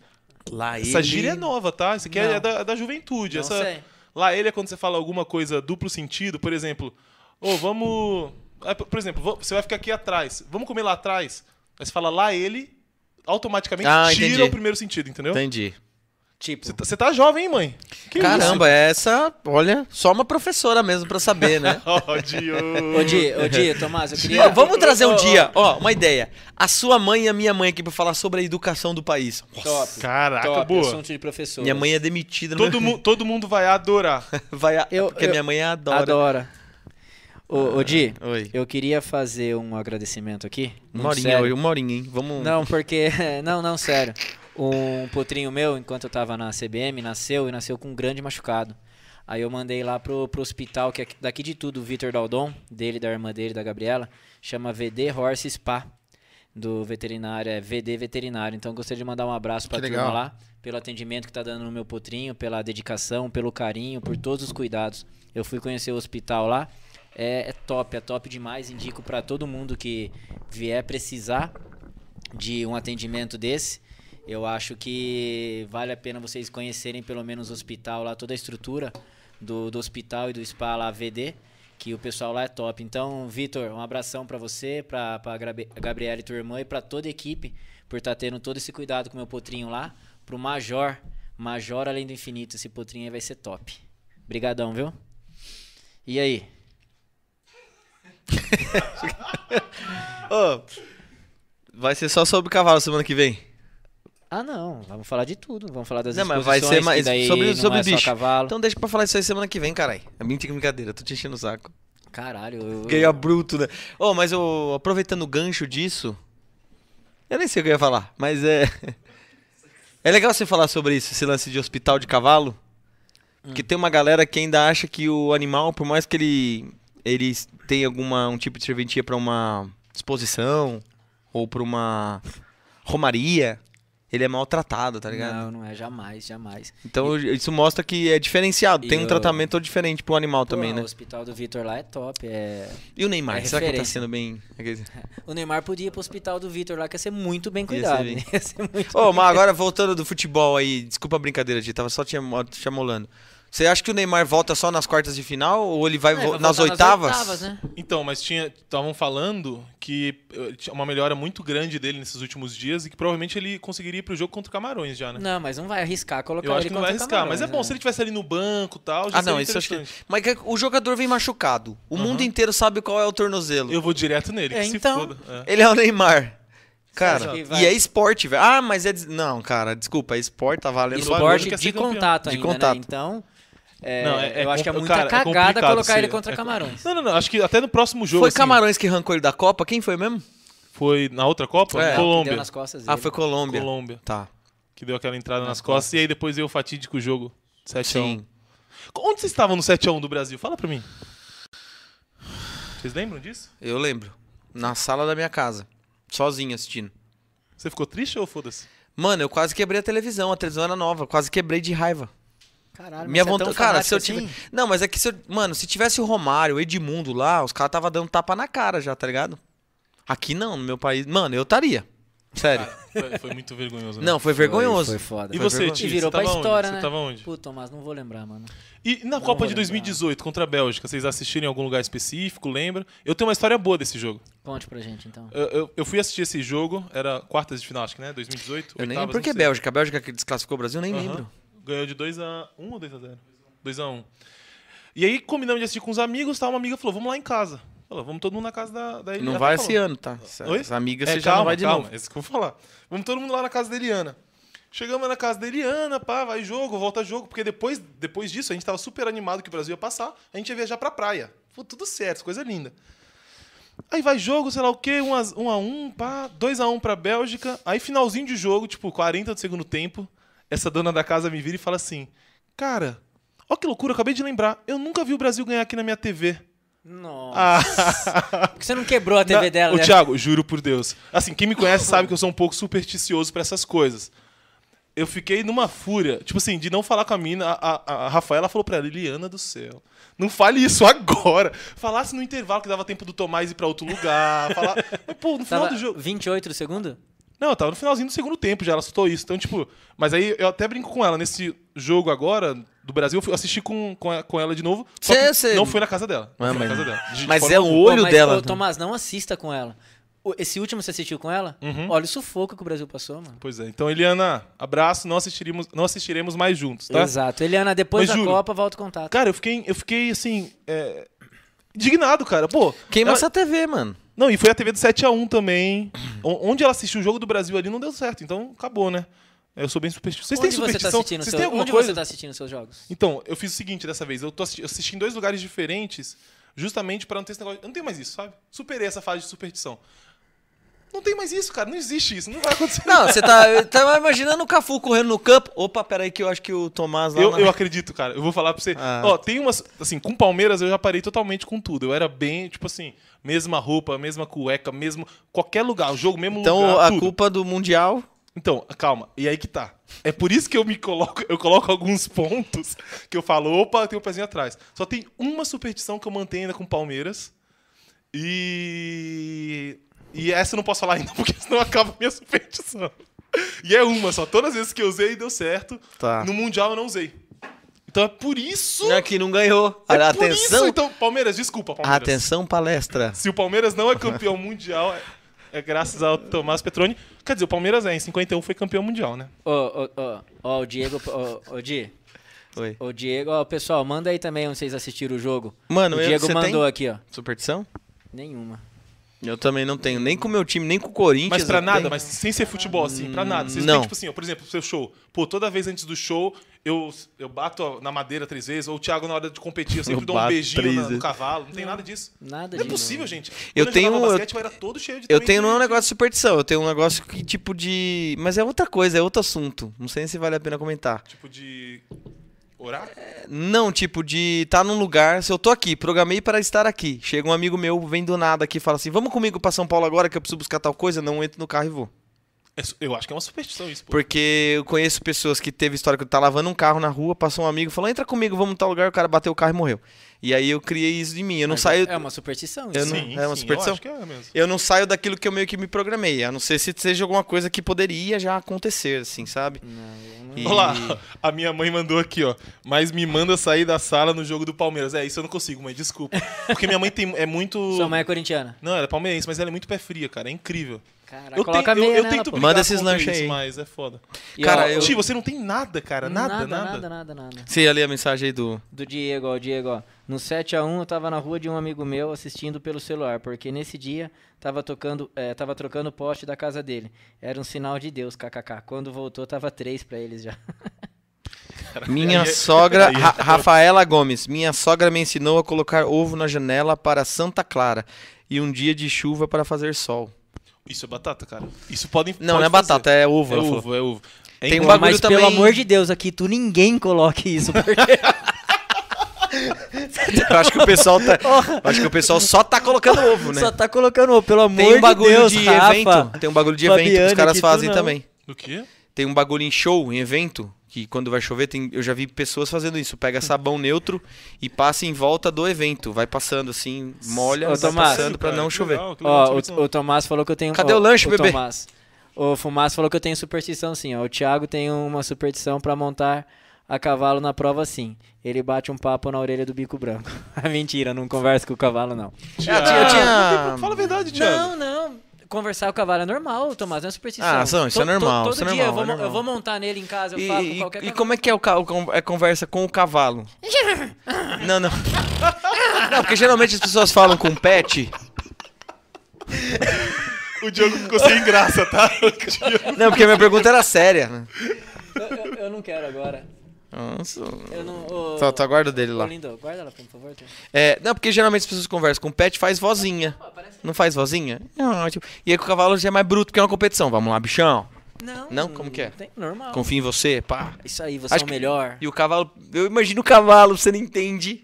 Speaker 2: Lá
Speaker 3: Essa gíria é nova, tá? Isso aqui é
Speaker 4: Não.
Speaker 3: é da, é da juventude.
Speaker 4: Não
Speaker 3: Essa...
Speaker 4: sei.
Speaker 3: Lá ele é quando você fala alguma coisa duplo sentido, por exemplo, ô, vamos. Ah, por- Por exemplo, vo- você vai ficar aqui atrás, vamos comer lá atrás. Aí você fala lá ele, automaticamente
Speaker 2: Ah,
Speaker 3: tira
Speaker 2: entendi.
Speaker 3: o primeiro sentido, entendeu?
Speaker 2: Entendi.
Speaker 4: Tipo,
Speaker 3: Você tá- Você tá jovem, hein, mãe? Que
Speaker 2: Caramba, essa, olha, só uma professora mesmo pra saber, né?
Speaker 3: Isso? Ó, Diogo.
Speaker 4: ô, Di, ô, Di, Tomás, eu queria...
Speaker 2: [LAUGHS] Ó, vamos trazer
Speaker 4: Ô,
Speaker 2: um
Speaker 4: ô,
Speaker 2: dia, ó, uma ideia. A sua mãe e a minha mãe aqui pra falar sobre a educação do país.
Speaker 4: Top,
Speaker 3: Caraca,
Speaker 4: top,
Speaker 3: boa.
Speaker 2: um
Speaker 4: assunto de professor.
Speaker 2: Minha mãe é demitida.
Speaker 3: Todo,
Speaker 2: mundo
Speaker 3: mu- todo mundo vai adorar.
Speaker 2: [LAUGHS]
Speaker 3: [LAUGHS]
Speaker 2: vai a...
Speaker 4: Eu-
Speaker 2: é porque
Speaker 4: eu-
Speaker 2: minha mãe adora.
Speaker 4: adora. Ô, ô, Di,
Speaker 2: Oi.
Speaker 4: eu queria fazer um agradecimento aqui. muito
Speaker 2: Uma horinha,
Speaker 4: sério.
Speaker 2: hoje, uma horinha, hein? Vamos. [LAUGHS]
Speaker 4: Não, porque. Não, não, sério. Um potrinho meu, enquanto eu tava na CBM, nasceu e nasceu com um grande machucado. Aí eu mandei lá pro, pro hospital, que é daqui de tudo, o Vitor Daldon, dele, da irmã dele, da Gabriela, chama VD Horse Spa, do veterinário, é VD Veterinário. Então eu gostaria de mandar um abraço pra
Speaker 2: Que
Speaker 4: turma
Speaker 2: legal.
Speaker 4: lá, pelo atendimento que tá dando no meu potrinho, pela dedicação, pelo carinho, por todos os cuidados. Eu fui conhecer o hospital lá, é, é top, é top demais. Indico pra todo mundo que vier precisar de um atendimento desse. Eu acho que vale a pena vocês conhecerem pelo menos o hospital lá, toda a estrutura do, do hospital e do spa lá VD, que o pessoal lá é top. Então, Vitor, um abração pra você, pra pra Grabe- Gabriela e tua irmã e pra toda a equipe por estar tendo todo esse cuidado com o meu potrinho lá. Pro Major, Major Além do Infinito, esse potrinho aí vai ser top. Brigadão, viu? E aí?
Speaker 2: Ô, vai ser só sobre cavalo semana que vem.
Speaker 4: Ah, não, vamos falar de tudo, vamos falar das
Speaker 2: Não, mas
Speaker 4: exposições,
Speaker 2: vai ser mais
Speaker 4: que daí
Speaker 2: sobre-
Speaker 4: não
Speaker 2: sobre
Speaker 4: é só
Speaker 2: bicho.
Speaker 4: cavalo.
Speaker 2: Então deixa pra falar isso aí semana que vem, carai. É mentira, brincadeira, tô te enchendo o saco.
Speaker 4: Caralho, eu...
Speaker 2: Ganhar bruto, né? Ô, mas eu, aproveitando o gancho disso. Eu nem sei o que eu ia falar, mas é. [LAUGHS] É legal você falar sobre isso, esse lance de hospital de cavalo. Porque
Speaker 4: Hum.
Speaker 2: tem uma galera que ainda acha que o animal, por mais que ele, ele tenha alguma, um tipo de serventia pra uma exposição ou pra uma romaria, ele é maltratado, tá ligado?
Speaker 4: Não, não é jamais, jamais.
Speaker 2: Então isso mostra que é diferenciado,
Speaker 4: E
Speaker 2: tem um
Speaker 4: o-
Speaker 2: tratamento diferente pro animal também,
Speaker 4: Pô,
Speaker 2: né?
Speaker 4: O hospital do Vitor lá é top. é-
Speaker 2: E o Neymar,
Speaker 4: é
Speaker 2: será que tá
Speaker 4: referência.
Speaker 2: sendo bem...
Speaker 4: O Neymar podia ir pro hospital do Vitor lá, que ia ser muito bem
Speaker 2: ser
Speaker 4: cuidado.
Speaker 2: bem.
Speaker 4: né? [LAUGHS] Ia ser muito
Speaker 2: Ô, mas agora voltando do futebol aí, desculpa a brincadeira, Di, tava só te amo- te chamolando. Você acha que o Neymar volta só nas quartas de final ou ele vai,
Speaker 4: É,
Speaker 2: vo-
Speaker 4: vai
Speaker 2: nas,
Speaker 4: voltar
Speaker 2: oitavas?
Speaker 4: né?
Speaker 3: Então, mas tinha. Estavam falando que eh, tinha uma melhora muito grande dele nesses últimos dias e que provavelmente ele conseguiria ir pro jogo contra o Camarões já, né?
Speaker 4: Não, mas não vai arriscar colocar
Speaker 3: Eu acho
Speaker 4: ele
Speaker 3: que não vai
Speaker 4: contra o
Speaker 3: arriscar, mas é bom.
Speaker 4: Camarões,
Speaker 3: Se
Speaker 4: né?
Speaker 3: ele tivesse ali no banco e tal, já
Speaker 2: Ah, não,
Speaker 3: seria
Speaker 2: isso eu acho que.
Speaker 3: interessante.
Speaker 2: Mas que o jogador vem machucado. O mundo inteiro sabe qual é o tornozelo.
Speaker 3: Eu vou direto nele,
Speaker 4: É,
Speaker 3: que se
Speaker 4: então-
Speaker 3: foda. É.
Speaker 2: Ele é o Neymar.
Speaker 4: acha
Speaker 2: Cara,
Speaker 4: que vai-
Speaker 2: e é esporte, velho. Ah, mas é. des- Não, cara, desculpa, é esporte, tá valendo.
Speaker 3: Isso- bagulho que
Speaker 4: Esporte
Speaker 3: é
Speaker 4: de
Speaker 3: ser campeão.
Speaker 4: contato
Speaker 2: De
Speaker 4: ainda,
Speaker 2: contato.
Speaker 4: né? Então, é,
Speaker 3: Não, é- é
Speaker 4: eu acho que é
Speaker 3: compl-
Speaker 4: muita
Speaker 3: cara, é
Speaker 4: cagada
Speaker 3: complicado
Speaker 4: colocar ele
Speaker 3: ser-
Speaker 4: contra
Speaker 3: é-
Speaker 4: Camarões.
Speaker 3: Não, não, não. Acho que até no próximo jogo.
Speaker 2: Foi
Speaker 3: assim,
Speaker 2: Camarões que arrancou ele da Copa? Quem foi mesmo?
Speaker 3: Foi na outra Copa?
Speaker 2: É.
Speaker 4: Deu
Speaker 3: Colômbia.
Speaker 4: nas costas
Speaker 2: Ah,
Speaker 4: dele.
Speaker 2: foi Colômbia.
Speaker 3: Colômbia.
Speaker 2: Tá.
Speaker 3: Que deu aquela entrada nas costas. E aí depois veio o fatídico jogo. 7x1.
Speaker 2: Sim.
Speaker 3: Onde vocês estavam no 7x1 do Brasil? Fala pra mim. Vocês lembram disso?
Speaker 2: Eu lembro. Na sala da minha casa. Sozinho assistindo.
Speaker 3: Você ficou triste ou
Speaker 4: [LAUGHS]
Speaker 3: foda-se?
Speaker 2: Mano, eu quase quebrei a televisão, a televisão era nova, quase quebrei de raiva.
Speaker 4: Caralho, mas você
Speaker 2: Minha
Speaker 4: é
Speaker 2: vontade,
Speaker 4: tão
Speaker 2: cara, se eu
Speaker 4: fanático
Speaker 2: tivesse,
Speaker 4: assim?
Speaker 2: Não, mas é que se eu, mano, se tivesse o Romário, o Edmundo lá, os caras tava dando tapa na cara já, tá ligado? Aqui não, no meu país, mano, eu estaria. Sério.
Speaker 3: Foi, foi muito vergonhoso. né?
Speaker 2: não, foi vergonhoso.
Speaker 4: Foi, foi foda.
Speaker 3: E
Speaker 4: Foi
Speaker 3: você,
Speaker 2: vergonha.
Speaker 3: Ti?
Speaker 4: E virou
Speaker 3: você tava
Speaker 4: pra história,
Speaker 3: onde?
Speaker 4: né?
Speaker 3: Você tava onde?
Speaker 4: Puta, mas não vou lembrar, mano.
Speaker 3: E na
Speaker 4: Não
Speaker 3: Copa
Speaker 4: vou
Speaker 3: de
Speaker 4: lembrar.
Speaker 3: 2018 contra a Bélgica, vocês assistiram em algum lugar específico? Lembra? Eu tenho uma história boa desse jogo.
Speaker 4: Conte pra gente, então.
Speaker 3: Eu, eu- eu fui assistir esse jogo, era quartas de final, acho que, né? 2018.
Speaker 2: eu nem
Speaker 3: oitavas,
Speaker 2: lembro. Por que
Speaker 3: não sei.
Speaker 2: Bélgica? A Bélgica que desclassificou o Brasil, eu nem
Speaker 3: Aham.
Speaker 2: lembro.
Speaker 3: Ganhou de 2x1 ou 2x0? 2x1. E aí combinamos de assistir com os amigos, tá? Uma amiga falou, vamos lá em casa. Falou, vamos todo mundo na casa da, da
Speaker 2: Não
Speaker 3: Eliana.
Speaker 2: vai
Speaker 3: Falou.
Speaker 2: esse ano, tá? Essa,
Speaker 3: Oi?
Speaker 2: essa amiga
Speaker 3: É,
Speaker 2: você já
Speaker 3: calma,
Speaker 2: não vai de
Speaker 3: calma,
Speaker 2: novo.
Speaker 3: É isso que eu vou falar. Vamos todo mundo lá na casa da Eliana. Chegamos na casa da Eliana, pá, vai jogo, volta jogo, porque depois, depois disso a gente tava super animado que o Brasil ia passar, a gente ia viajar pra praia. Pô, tudo certo, coisa linda. Aí vai jogo, sei lá o quê, 1 um a 1 um a um, pá, 2 a 1 um pra Bélgica. Aí finalzinho de jogo, tipo 40 do segundo tempo, essa dona da casa me vira e fala assim: "Cara, ó que loucura, eu acabei de lembrar. Eu nunca vi o Brasil ganhar aqui na minha TV."
Speaker 4: Nossa.
Speaker 3: Ah.
Speaker 4: Por que você não quebrou a TV
Speaker 3: Na-
Speaker 4: dela,
Speaker 3: Ô,
Speaker 4: né?
Speaker 3: Thiago, juro por Deus. Assim, quem me conhece sabe que eu sou um pouco supersticioso pra essas coisas. Eu fiquei numa fúria, tipo assim, de não falar com a mina. A, a, a Rafaela falou pra ela, Liliana do céu, não fale isso [LAUGHS] agora. Falasse no intervalo que dava tempo do Tomás ir pra outro lugar. Falar... Mas, pô, no final
Speaker 4: Tava
Speaker 3: do jogo.
Speaker 4: 28 do segundo?
Speaker 3: Não, eu tava no finalzinho do segundo tempo já, ela soltou isso. Então, tipo, mas aí eu até brinco com ela. Nesse jogo agora, do Brasil, eu fui- assisti com, com, a- com ela de novo. só
Speaker 2: Cê-
Speaker 3: que
Speaker 2: cê-
Speaker 3: Não foi na casa dela. Não
Speaker 2: Ah,
Speaker 3: fui na
Speaker 2: mas-
Speaker 3: casa dela. De
Speaker 2: Mas
Speaker 3: forma
Speaker 2: é o
Speaker 3: alguma.
Speaker 4: Pô,
Speaker 2: olho
Speaker 4: mas,
Speaker 2: dela.
Speaker 4: ô, Tomás, não assista com ela. O- Esse último você assistiu com ela?
Speaker 3: Uhum.
Speaker 4: Olha o sufoco que o Brasil passou, mano.
Speaker 3: Pois é. Então, Eliana, abraço. Não assistiremos, não assistiremos mais juntos, tá?
Speaker 4: Exato. Eliana, depois
Speaker 3: Mas
Speaker 4: da
Speaker 3: juro.
Speaker 4: Copa, volta o contato.
Speaker 3: Cara, eu fiquei, eu fiquei assim, é, indignado, cara. Pô,
Speaker 2: Queima
Speaker 3: ela-
Speaker 2: essa TV, mano.
Speaker 3: não, e foi a TV do 7x1 também. O- Onde ela assistiu o jogo do Brasil ali não deu certo. Então, acabou, né? Eu sou bem supersticioso. Vocês têm
Speaker 4: onde você tá
Speaker 3: superstição?
Speaker 4: assistindo
Speaker 3: Vocês
Speaker 4: seu-
Speaker 3: têm alguma
Speaker 4: onde
Speaker 3: coisa?
Speaker 4: você tá assistindo seus jogos?
Speaker 3: Então, eu fiz o seguinte dessa vez. Eu tô assisti, eu assisti em dois lugares diferentes, justamente pra não ter esse negócio. Eu não tenho mais isso, sabe? Superei essa fase de superstição. Não tem mais isso, cara. Não existe isso. Não vai acontecer.
Speaker 2: Não, você tá, eu tava imaginando o Cafu correndo no campo. Opa, peraí que eu acho que o Tomás lá.
Speaker 3: Eu,
Speaker 2: na-
Speaker 3: eu acredito, cara. Eu vou falar pra você.
Speaker 2: Ah.
Speaker 3: Ó, tem umas. Assim, com Palmeiras eu já parei totalmente com tudo. Eu era bem, tipo assim, mesma roupa, mesma cueca, mesmo. Qualquer lugar, o jogo, mesmo
Speaker 2: Então
Speaker 3: lugar.
Speaker 2: a
Speaker 3: ah, tudo.
Speaker 2: culpa do Mundial.
Speaker 3: Então, calma. E aí que tá. É por isso que eu me coloco, eu coloco alguns pontos que eu falo, opa, tem um pezinho atrás. Só tem uma superstição que eu mantenho ainda com Palmeiras. E. E essa eu não posso falar ainda, [LAUGHS] porque senão acaba a minha superstição. E é uma só. Todas as vezes que eu usei, deu certo.
Speaker 2: Tá.
Speaker 3: No Mundial eu não usei. Então é por isso.
Speaker 2: Não, que não ganhou.
Speaker 3: É
Speaker 2: Olha,
Speaker 3: por
Speaker 2: atenção,
Speaker 3: isso. Então, Palmeiras, desculpa, Palmeiras.
Speaker 2: atenção palestra.
Speaker 3: Se o Palmeiras não
Speaker 2: [LAUGHS]
Speaker 3: é campeão mundial, é- é graças ao Tomás Petroni. Quer dizer, o Palmeiras é, em 51 foi campeão mundial, né?
Speaker 4: Ó, ó, ó, ó, o Diego, ó, ô, Di,
Speaker 2: Oi.
Speaker 4: ô, Diego, ó, pessoal, manda aí também onde vocês assistiram o jogo.
Speaker 2: Mano,
Speaker 4: o
Speaker 2: eu-
Speaker 4: Diego
Speaker 2: você
Speaker 4: mandou
Speaker 2: tem?
Speaker 4: aqui, ó.
Speaker 2: Superstição?
Speaker 4: Nenhuma.
Speaker 2: Eu também não tenho, nem com o meu time, nem com o Corinthians.
Speaker 3: Mas pra
Speaker 2: eu
Speaker 3: nada,
Speaker 2: tenho.
Speaker 3: mas sem ser futebol, assim, pra nada. Vocês
Speaker 2: não.
Speaker 3: têm, tipo assim, ó, por exemplo, seu show. Pô, toda vez antes do show, eu, eu bato na madeira três vezes, ou o Thiago, na hora de competir, eu sempre
Speaker 2: Eu
Speaker 3: dou um
Speaker 2: bato
Speaker 3: beijinho
Speaker 2: três
Speaker 3: na- no
Speaker 2: vezes.
Speaker 3: cavalo. Não tem nada disso.
Speaker 4: Nada
Speaker 3: Não é
Speaker 4: de
Speaker 3: possível, gente. Quando
Speaker 2: Eu tenho-
Speaker 3: jogava
Speaker 2: eu-
Speaker 3: basquete, eu, era todo cheio de
Speaker 2: Eu
Speaker 3: também
Speaker 2: tenho não é um
Speaker 3: de-
Speaker 2: negócio de superstição, eu tenho um negócio que tipo de. Mas é outra coisa, é outro assunto. Não sei se vale a pena comentar.
Speaker 3: Tipo de. Orar?
Speaker 2: Não, tipo, de estar num lugar. Se eu tô aqui, programei para estar aqui. Chega um amigo meu, vem do nada aqui e fala assim: Vamos comigo pra São Paulo agora que eu preciso buscar tal coisa. Não entro no carro e vou.
Speaker 3: É su- Eu acho que é uma superstição isso, pô.
Speaker 2: Porque eu conheço pessoas que teve história que tá lavando um carro na rua, passou um amigo, falou: "Entra comigo, vamos em tal lugar", o cara bateu o carro e morreu. E aí eu criei isso de mim, eu não
Speaker 4: Mas
Speaker 2: saio
Speaker 4: É uma superstição
Speaker 2: Eu
Speaker 4: isso.
Speaker 2: não- é uma superstição?
Speaker 3: Eu acho que é mesmo.
Speaker 2: eu não saio daquilo que eu meio que me programei, a não ser se seja alguma coisa que poderia já acontecer assim, sabe?
Speaker 4: Não, não-
Speaker 2: E-
Speaker 3: Olá, a minha mãe mandou aqui, ó. Mas me manda sair da sala no jogo do Palmeiras. É, isso eu não consigo, mãe, desculpa. Porque minha mãe tem, é muito.
Speaker 4: [LAUGHS] Sua mãe é corintiana.
Speaker 3: Não, ela é palmeirense, mas ela é muito pé fria, cara. É incrível.
Speaker 4: Cara,
Speaker 3: Eu,
Speaker 4: coloca
Speaker 3: tenho, eu-
Speaker 4: meia
Speaker 3: eu,
Speaker 4: nela,
Speaker 3: tento
Speaker 4: pô.
Speaker 3: brigar
Speaker 2: Manda esses
Speaker 3: contra
Speaker 2: lanches
Speaker 3: isso,
Speaker 2: aí.
Speaker 3: Mas é foda.
Speaker 4: E, ó,
Speaker 2: Cara, eu-
Speaker 3: Ti, você não tem nada, cara. Nada, nada.
Speaker 4: Nada, nada, nada.
Speaker 2: Você ia ler a mensagem aí do
Speaker 4: Do Diego, ó, Diego, ó. No 7x1 eu tava na rua de um amigo meu assistindo pelo celular, porque nesse dia tava tocando, eh, tava trocando o poste da casa dele. Era um sinal de Deus, kkk. Quando voltou, tava três pra eles já.
Speaker 2: Minha
Speaker 3: Aí é-
Speaker 2: sogra,
Speaker 3: aí é-
Speaker 2: Ra- Rafaela Gomes, minha sogra me ensinou a colocar ovo na janela para Santa Clara e um dia de chuva para fazer sol.
Speaker 3: Isso é batata, cara. Isso podem.
Speaker 2: Não,
Speaker 3: pode
Speaker 2: não é
Speaker 3: fazer.
Speaker 2: batata, é ovo.
Speaker 3: É
Speaker 2: ela falou.
Speaker 3: ovo, é ovo. É
Speaker 2: Tem um
Speaker 3: incrível.
Speaker 2: bagulho
Speaker 4: Mas
Speaker 2: também-
Speaker 4: pelo amor de Deus, aqui tu ninguém coloque
Speaker 2: [LAUGHS]
Speaker 4: isso, porque
Speaker 2: Eu acho que o
Speaker 4: [LAUGHS]
Speaker 2: pessoal tá, eu acho que o pessoal só tá colocando ovo, né?
Speaker 4: só tá colocando, ô, pelo amor
Speaker 2: Tem um
Speaker 4: de
Speaker 2: bagulho
Speaker 4: Deus,
Speaker 2: de
Speaker 4: Rafa.
Speaker 2: evento, tem um bagulho de evento que os
Speaker 4: Fabiane,
Speaker 2: caras
Speaker 4: que tu
Speaker 2: fazem
Speaker 4: não.
Speaker 2: também.
Speaker 3: Do quê?
Speaker 2: Tem um bagulho em show, em evento, que quando vai chover, tem- eu já vi pessoas fazendo isso,
Speaker 4: Hum.
Speaker 2: pega sabão neutro e passa em volta do evento, vai passando assim, molha,
Speaker 4: Ô,
Speaker 2: vai
Speaker 4: Tomás.
Speaker 2: passando para
Speaker 3: Cara,
Speaker 2: não
Speaker 3: Tá que
Speaker 2: chover.
Speaker 3: legal, que legal,
Speaker 4: Ó,
Speaker 3: isso é
Speaker 4: o,
Speaker 3: muito
Speaker 4: o Tomás falou que eu tenho.
Speaker 2: Cadê
Speaker 4: ó,
Speaker 2: o lanche,
Speaker 4: o
Speaker 2: bebê?
Speaker 4: Tomás. O Fumaço falou que eu tenho superstição sim, ó. O Thiago tem uma superstição pra montar a cavalo na prova sim. Ele bate um papo na orelha do bico branco. [LAUGHS] Ah, Mentira, não conversa com o cavalo não.
Speaker 3: bom.
Speaker 2: Ah, tinha-
Speaker 4: Ah.
Speaker 3: Thiago,
Speaker 2: tinha-
Speaker 3: Fala a verdade, Thiago.
Speaker 4: Não, não. Conversar com o cavalo é normal, Tomás, não é superstição.
Speaker 2: Ah, são, isso é normal,
Speaker 4: Todo
Speaker 2: isso é
Speaker 4: dia
Speaker 2: normal,
Speaker 4: eu, vou,
Speaker 2: é
Speaker 4: mo-
Speaker 2: normal.
Speaker 4: eu vou montar nele em casa, eu
Speaker 2: E,
Speaker 4: falo
Speaker 2: e-
Speaker 4: com qualquer
Speaker 2: e
Speaker 4: cavalo.
Speaker 2: como é que é o ca- o con- a conversa com o
Speaker 4: [LAUGHS]
Speaker 2: cavalo? não, não. Não, porque geralmente as pessoas falam com o pet.
Speaker 3: O Diogo ficou sem graça, [LAUGHS] tá? O Diogo-
Speaker 2: Não, porque minha pergunta era séria, né?
Speaker 4: Eu, eu- eu não quero agora.
Speaker 2: Nossa.
Speaker 4: Eu não. ô-
Speaker 2: Tá, tá, guarda dele
Speaker 4: ô,
Speaker 2: lá.
Speaker 4: Lindo, guarda ela, por favor. Tom.
Speaker 2: É, não, porque geralmente as pessoas conversam com o pet, faz vozinha. Não faz vozinha? Não, tipo, e aí com o cavalo já é mais bruto, porque é uma competição. Vamos lá, bichão.
Speaker 4: Não.
Speaker 2: Não? Como que é?
Speaker 4: tem- normal.
Speaker 2: Confia em você, pá.
Speaker 4: Isso aí, você é
Speaker 2: Acho
Speaker 4: o
Speaker 2: que-
Speaker 4: melhor.
Speaker 2: E o cavalo. Eu imagino o cavalo, você não entende.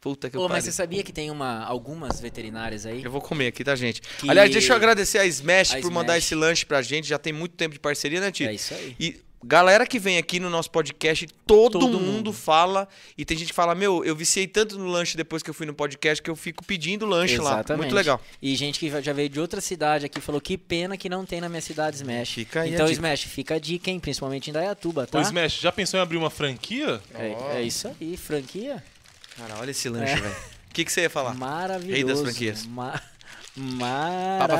Speaker 2: Puta que
Speaker 4: Ô,
Speaker 2: eu
Speaker 4: mas
Speaker 2: pariu.
Speaker 4: você sabia que tem uma, algumas veterinárias aí?
Speaker 2: Eu vou comer aqui, tá, gente?
Speaker 4: Que-
Speaker 2: Aliás, deixa eu agradecer a Smash
Speaker 4: A
Speaker 2: por mandar
Speaker 4: Smash.
Speaker 2: esse lanche pra gente. Já tem muito tempo de parceria, né, Tito?
Speaker 4: É isso aí.
Speaker 2: E galera que vem aqui no nosso podcast, todo,
Speaker 4: Todo
Speaker 2: mundo,
Speaker 4: mundo.
Speaker 2: fala. E tem gente que fala: Meu, eu viciei tanto no lanche depois que eu fui no podcast que eu fico pedindo lanche lá.
Speaker 4: Exatamente.
Speaker 2: Muito legal.
Speaker 4: E gente que já veio de outra cidade aqui falou que pena que não tem na minha cidade Smash.
Speaker 2: Fica aí a
Speaker 4: então,
Speaker 2: dica.
Speaker 4: Smash, fica a dica, hein? Principalmente em Dayatuba,
Speaker 3: Ô,
Speaker 4: tá?
Speaker 3: Smash, já pensou em abrir uma franquia?
Speaker 2: Ó.
Speaker 4: É, é isso aí, franquia
Speaker 2: Cara, olha esse
Speaker 4: É.
Speaker 2: lanche, velho. O que, que você ia falar?
Speaker 4: maravilhoso.
Speaker 2: Rei das franquias.
Speaker 4: Ma- [LAUGHS]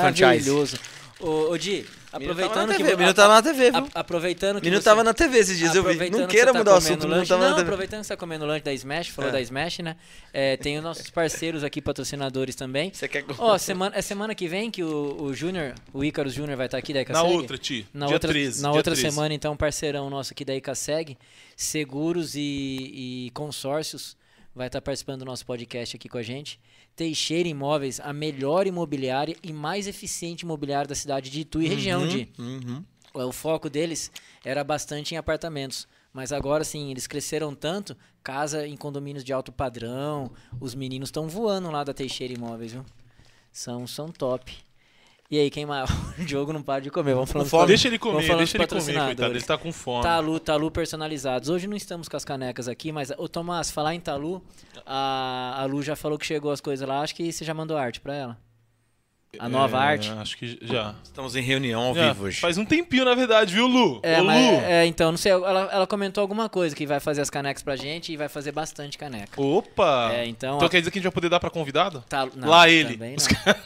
Speaker 2: franchise.
Speaker 4: maravilhoso. Ô, ô Di, aproveitando que...
Speaker 2: O menino tava na TV, viu?
Speaker 4: a- Aproveitando que
Speaker 2: menino
Speaker 4: você-
Speaker 2: tá tava na TV esses dias, eu vi.
Speaker 4: Aproveitando
Speaker 2: Não
Speaker 4: que
Speaker 2: queira
Speaker 4: você tá
Speaker 2: mudar o
Speaker 4: comendo
Speaker 2: assunto, o menino
Speaker 4: lanche-
Speaker 2: tava
Speaker 4: Não,
Speaker 2: na TV.
Speaker 4: aproveitando que você tá comendo lanche da Smash, falou
Speaker 2: É.
Speaker 4: da Smash, né? É, tem os nossos parceiros aqui, patrocinadores também.
Speaker 2: Você quer
Speaker 4: Ó, semana, é semana que vem que o, o Júnior, o Ícaro Júnior vai estar aqui da
Speaker 3: Na
Speaker 4: Icaseg?
Speaker 3: outra, Ti.
Speaker 4: Na
Speaker 3: dia
Speaker 4: outra,
Speaker 3: 13.
Speaker 4: na
Speaker 3: dia
Speaker 4: outra
Speaker 3: 13.
Speaker 4: semana, então, um parceirão nosso aqui da Icaseg, Seguros e, e Consórcios, vai estar participando do nosso podcast aqui com a gente. Teixeira Imóveis, a melhor imobiliária e mais eficiente imobiliária da cidade de Itu e região de...
Speaker 2: Uhum.
Speaker 4: Ué, É, O foco deles era bastante em apartamentos. Mas agora, sim, eles cresceram tanto, casa em condomínios de alto padrão, os meninos estão voando lá da Teixeira Imóveis, viu? São, são top. E aí, quem mais? [LAUGHS] O Diogo não para de comer, vamos falar dos
Speaker 3: Fome.
Speaker 4: patro-
Speaker 3: Deixa ele
Speaker 4: vamos
Speaker 3: comer,
Speaker 4: falar
Speaker 3: deixa ele
Speaker 4: dos
Speaker 3: comer, coitado. Ele
Speaker 4: patrocinadores.
Speaker 3: tá com fome.
Speaker 4: Talu, Talu personalizados. Hoje não estamos com as canecas aqui, mas, ô Tomás, falar em Talu, a, a Lu já falou que chegou as coisas lá, acho que você já mandou arte pra ela. A nova
Speaker 3: É,
Speaker 4: arte. Tá
Speaker 3: Acho que já.
Speaker 2: Estamos em reunião ao
Speaker 3: Já,
Speaker 2: vivo hoje.
Speaker 3: Faz um tempinho, na verdade, viu, Lu?
Speaker 4: É,
Speaker 3: Ô, Lu.
Speaker 4: mas, é, então, não sei, ela, ela comentou alguma coisa que vai fazer as canecas pra gente e vai fazer bastante caneca.
Speaker 3: Opa!
Speaker 4: É, então,
Speaker 3: Então
Speaker 4: a-
Speaker 3: quer dizer que a gente vai poder dar pra convidado?
Speaker 4: Tá- não,
Speaker 3: Lá ele.
Speaker 4: também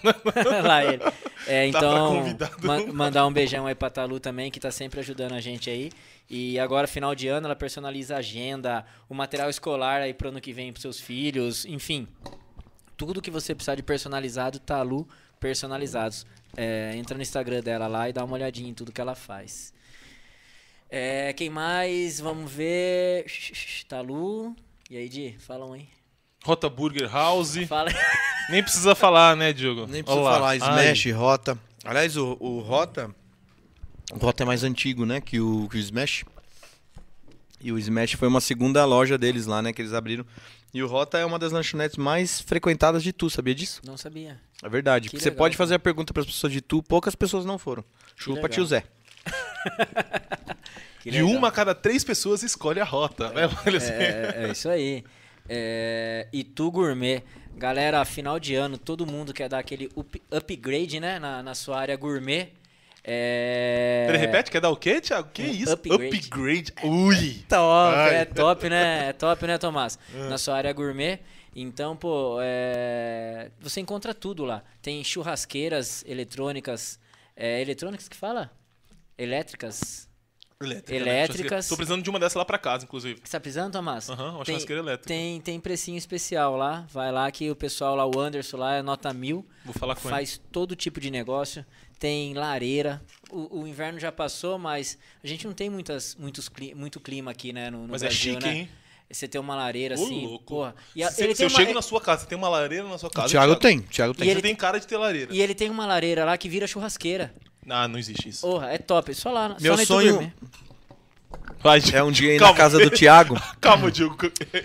Speaker 4: não. [LAUGHS] Lá ele. É,
Speaker 3: Tá pra
Speaker 4: então,
Speaker 3: convidado,
Speaker 4: ma-
Speaker 3: não.
Speaker 4: mandar um beijão aí pra Talu também, que tá sempre ajudando a gente aí. E agora, final de ano, ela personaliza a agenda, o material escolar aí pro ano que vem pros seus filhos, enfim. Tudo que você precisar de personalizado, Talu Personalizados. É, entra no Instagram dela lá e dá uma olhadinha em tudo que ela faz. É, quem mais? Vamos ver. Talu. E aí, Di? Fala
Speaker 3: [LAUGHS]
Speaker 4: um aí.
Speaker 3: Rota Burger House.
Speaker 4: Fala aí.
Speaker 3: Nem precisa falar, né, Diogo?
Speaker 2: Nem precisa
Speaker 3: Olha lá.
Speaker 2: falar,
Speaker 3: Ai.
Speaker 2: Smash, Rota. Aliás, o, o Rota. O Rota é mais antigo, né? Que o, que o Smash. E o Smash foi uma segunda loja deles lá, né? Que eles abriram E o Rota é uma das lanchonetes mais frequentadas de Tu, sabia disso?
Speaker 4: Não sabia.
Speaker 2: É verdade.
Speaker 4: Que
Speaker 2: Você
Speaker 4: legal,
Speaker 2: pode
Speaker 4: cara.
Speaker 2: fazer a pergunta para as pessoas de Tu, poucas pessoas não foram. Chupa
Speaker 4: legal.
Speaker 2: tio Zé.
Speaker 4: Que
Speaker 3: de
Speaker 4: legal.
Speaker 3: uma a cada três pessoas escolhe a rota. né? Olha assim.
Speaker 4: É, é isso aí. É, Itu Gourmet. Galera, final de ano, todo mundo quer dar aquele up- upgrade, né? Na, na sua área gourmet. É...
Speaker 3: Ele repete, quer dar o quê, Thiago? Que
Speaker 4: Um
Speaker 3: isso?
Speaker 4: upgrade.
Speaker 3: Upgrade. Ui!
Speaker 4: Top,
Speaker 3: Ai.
Speaker 4: é top, né? É top, né, Tomás? Na sua área gourmet. Então, pô, é, você encontra tudo lá. Tem churrasqueiras eletrônicas. É, eletrônicas que fala? Elétricas.
Speaker 3: Elétrica, né?
Speaker 4: Elétricas.
Speaker 3: Tô precisando de uma dessa lá pra casa, inclusive.
Speaker 4: Você tá precisando, Tomás?
Speaker 3: Aham, uma
Speaker 4: Tem-
Speaker 3: churrasqueira elétrica.
Speaker 4: Tem, tem precinho especial lá. Vai lá que o pessoal lá, o Anderson lá, é nota mil.
Speaker 3: Vou falar com ele.
Speaker 4: Faz todo tipo de negócio. Tem lareira. O, o inverno já passou, mas a gente não tem muitas, muitos cli- muito clima aqui, né? No, no
Speaker 3: Mas é
Speaker 4: Brasil,
Speaker 3: chique,
Speaker 4: né?
Speaker 3: hein?
Speaker 4: Você tem uma lareira
Speaker 3: Ô,
Speaker 4: assim.
Speaker 3: louco.
Speaker 4: Porra. E, a-
Speaker 3: Se,
Speaker 4: ele
Speaker 3: se
Speaker 4: tem
Speaker 3: eu
Speaker 4: uma- é
Speaker 3: chego na sua casa, você tem uma lareira na sua casa?
Speaker 2: O Thiago tem, o Thiago
Speaker 3: Você
Speaker 2: tem.
Speaker 4: ele-
Speaker 3: tem cara de ter lareira.
Speaker 4: e ele tem uma lareira lá que vira churrasqueira.
Speaker 3: Ah, não existe isso.
Speaker 4: Porra, é top. Só lá.
Speaker 2: Meu
Speaker 4: só na Itu
Speaker 2: sonho-
Speaker 4: Gourmet.
Speaker 3: Vai, Diego.
Speaker 2: É um dia aí na
Speaker 3: Calma.
Speaker 2: casa do [LAUGHS] Thiago,
Speaker 3: [LAUGHS] Calma, Diego.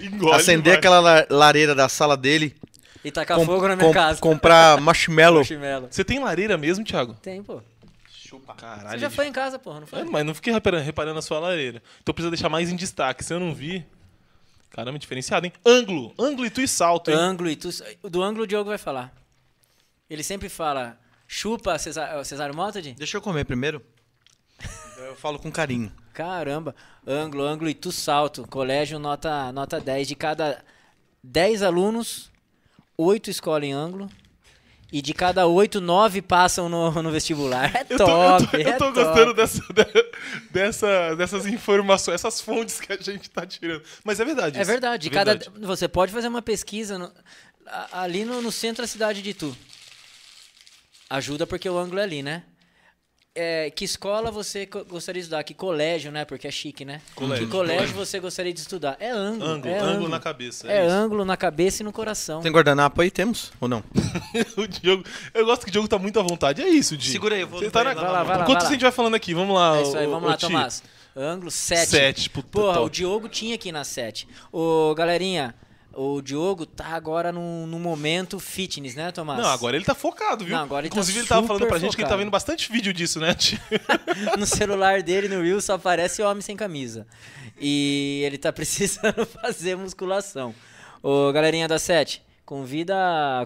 Speaker 3: [LAUGHS] Engole.
Speaker 2: acender
Speaker 3: vai.
Speaker 2: aquela la- lareira da sala dele,
Speaker 4: E tacar
Speaker 2: com-
Speaker 4: Tá fogo na minha
Speaker 2: com-
Speaker 4: casa. [LAUGHS]
Speaker 2: comprar marshmallow.
Speaker 4: Marshmallow.
Speaker 3: Você tem lareira mesmo, Thiago?
Speaker 4: Tem, pô.
Speaker 3: Chupa.
Speaker 4: Você
Speaker 3: Caralho.
Speaker 4: já foi em casa, porra, não foi?
Speaker 3: É, mas não fiquei reparando, reparando a sua lareira. Então precisa deixar mais em destaque. Se eu não vi. Caramba, diferenciado, hein? Ângulo. Ângulo e tu e salto, hein?
Speaker 4: ângulo e tu, do ângulo o Diogo vai falar. Ele sempre fala, chupa Cesar- Cesário Motod?
Speaker 2: Deixa eu comer primeiro. Então Eu falo com carinho.
Speaker 4: Caramba, ângulo, ângulo e tu salto. Colégio nota, nota 10. De cada 10 alunos, 8 escolhem ângulo. E de cada 8, 9 passam no, no vestibular. É
Speaker 3: Eu tô,
Speaker 4: top,
Speaker 3: eu tô, eu
Speaker 4: é
Speaker 3: tô
Speaker 4: top.
Speaker 3: gostando dessa, [LAUGHS] de- dessa- dessas informações, essas fontes que a gente tá tirando. Mas é verdade.
Speaker 4: É
Speaker 3: isso.
Speaker 4: verdade.
Speaker 3: É
Speaker 4: cada-
Speaker 3: verdade.
Speaker 4: você pode fazer uma pesquisa no- a- ali no, no centro da cidade de Tu. Ajuda porque o ângulo é ali, né? É, que escola você co- gostaria de estudar? Que colégio, né? Porque é chique, né?
Speaker 3: Colégio,
Speaker 4: que colégio,
Speaker 3: colégio.
Speaker 4: você gostaria de estudar? É ângulo.
Speaker 3: Ângulo,
Speaker 4: é
Speaker 3: ângulo,
Speaker 4: ângulo
Speaker 3: na cabeça.
Speaker 4: É
Speaker 3: isso.
Speaker 4: ângulo na cabeça e no coração.
Speaker 2: Tem guardanapo aí? Temos? Ou não?
Speaker 3: [LAUGHS] o Diogo, eu gosto que o Diogo tá muito à vontade. É isso, Diogo.
Speaker 2: Segura aí, eu vou
Speaker 3: Você
Speaker 2: no
Speaker 3: tá na...
Speaker 4: lá,
Speaker 2: banheiro
Speaker 4: Vai lá, vai lá,
Speaker 3: Enquanto
Speaker 4: vai lá.
Speaker 3: a gente vai falando aqui, vamos lá.
Speaker 4: É isso aí,
Speaker 3: ô-
Speaker 4: vamos
Speaker 3: ô,
Speaker 4: lá,
Speaker 3: Ti.
Speaker 4: Tomás. Ângulo 7.
Speaker 3: Sete, puta,
Speaker 4: Porra,
Speaker 3: top.
Speaker 4: o Diogo tinha aqui na 7. Ô, galerinha, o Diogo tá agora num, num momento fitness, né, Tomás?
Speaker 3: Não, agora ele tá focado, viu?
Speaker 4: Não, agora ele tá
Speaker 3: Inclusive, ele tava
Speaker 4: super
Speaker 3: falando pra gente que ele tá
Speaker 4: focado.
Speaker 3: vendo bastante vídeo disso, né, Ti?
Speaker 4: [LAUGHS] no celular dele, no Reel, só aparece homem sem camisa. E ele tá [LAUGHS] precisando fazer musculação. Ô, galerinha da 7, convida,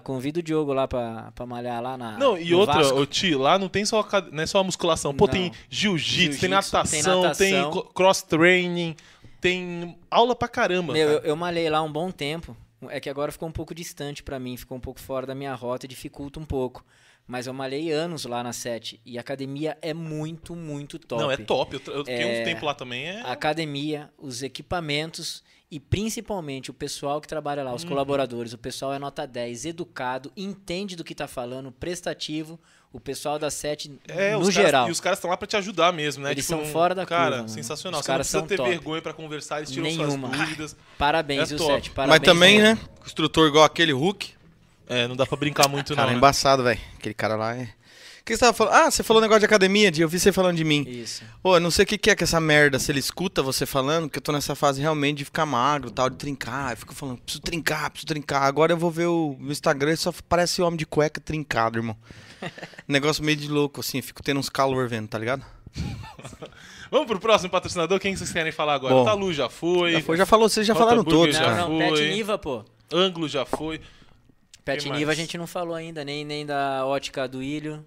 Speaker 4: convida o Diogo lá pra, pra malhar lá na.
Speaker 3: Não, e
Speaker 4: Ah, no
Speaker 3: outra,
Speaker 4: Vasco.
Speaker 3: ô, Ti, lá não tem só, acad- não é só a musculação. Pô,
Speaker 4: Não.
Speaker 3: tem jiu-jitsu, tem
Speaker 4: Jiu-jitsu, tem
Speaker 3: natação,
Speaker 4: natação.
Speaker 3: tem co- cross-training, tem aula pra caramba.
Speaker 4: Meu, eu,
Speaker 3: cara.
Speaker 4: eu malhei lá um bom tempo. É que agora ficou um pouco distante pra mim, ficou um pouco fora da minha rota, dificulta um pouco. Mas eu malhei anos lá na 7. E a academia é muito, muito top.
Speaker 3: Não, é top. Eu, tra- eu fiquei
Speaker 4: É.
Speaker 3: um tempo lá também. É...
Speaker 4: a academia, os equipamentos e principalmente o pessoal que trabalha
Speaker 3: Uhum.
Speaker 4: lá, os colaboradores. O pessoal é nota 10, educado, entende do que tá falando, prestativo. O pessoal da 7
Speaker 3: É,
Speaker 4: no
Speaker 3: os
Speaker 4: geral.
Speaker 3: Caras, e os caras estão lá pra te ajudar mesmo, né?
Speaker 4: Eles são fora da
Speaker 3: Cara,
Speaker 4: curva, mano.
Speaker 3: sensacional.
Speaker 4: Os
Speaker 3: Você não
Speaker 4: caras
Speaker 3: precisa
Speaker 4: são
Speaker 3: ter
Speaker 4: top.
Speaker 3: vergonha pra conversar, eles tiram
Speaker 4: Nenhuma.
Speaker 3: suas dúvidas.
Speaker 4: Parabéns,
Speaker 3: É
Speaker 4: viu,
Speaker 3: top.
Speaker 4: 7?
Speaker 2: Mas
Speaker 4: Parabéns.
Speaker 2: também,
Speaker 4: mesmo.
Speaker 2: né? Instrutor igual aquele Hulk.
Speaker 3: É, não dá pra brincar muito,
Speaker 2: Cara,
Speaker 3: não. né?
Speaker 2: embaçado, velho. Aquele cara lá é. O que você tava falando? Ah, você falou negócio de academia, Di. Eu vi você falando de mim.
Speaker 4: Isso.
Speaker 2: Ô, eu não sei o que, que é que essa merda, se ele escuta você falando, que eu tô nessa fase realmente de ficar magro tal, de trincar. Eu fico falando, preciso trincar, preciso trincar. Agora eu vou ver o meu Instagram e só parece homem de cueca
Speaker 4: [LAUGHS]
Speaker 2: trincado, irmão. Negócio meio de louco, assim, eu fico tendo uns calor vendo, tá ligado?
Speaker 3: Vamos pro próximo patrocinador? Quem vocês querem falar agora?
Speaker 2: Bom.
Speaker 3: Talu já foi.
Speaker 2: Já, foi, já falou, vocês já
Speaker 3: Falta
Speaker 2: falaram
Speaker 3: hambúrguer,
Speaker 2: todos,
Speaker 3: já.
Speaker 2: cara.
Speaker 4: Não, não, Pet
Speaker 3: foi.
Speaker 4: Niva, pô.
Speaker 3: Ângulo já foi.
Speaker 4: Pet
Speaker 3: Que
Speaker 4: Niva a
Speaker 3: mais?
Speaker 4: gente não falou ainda, nem, nem da ótica do Ilho.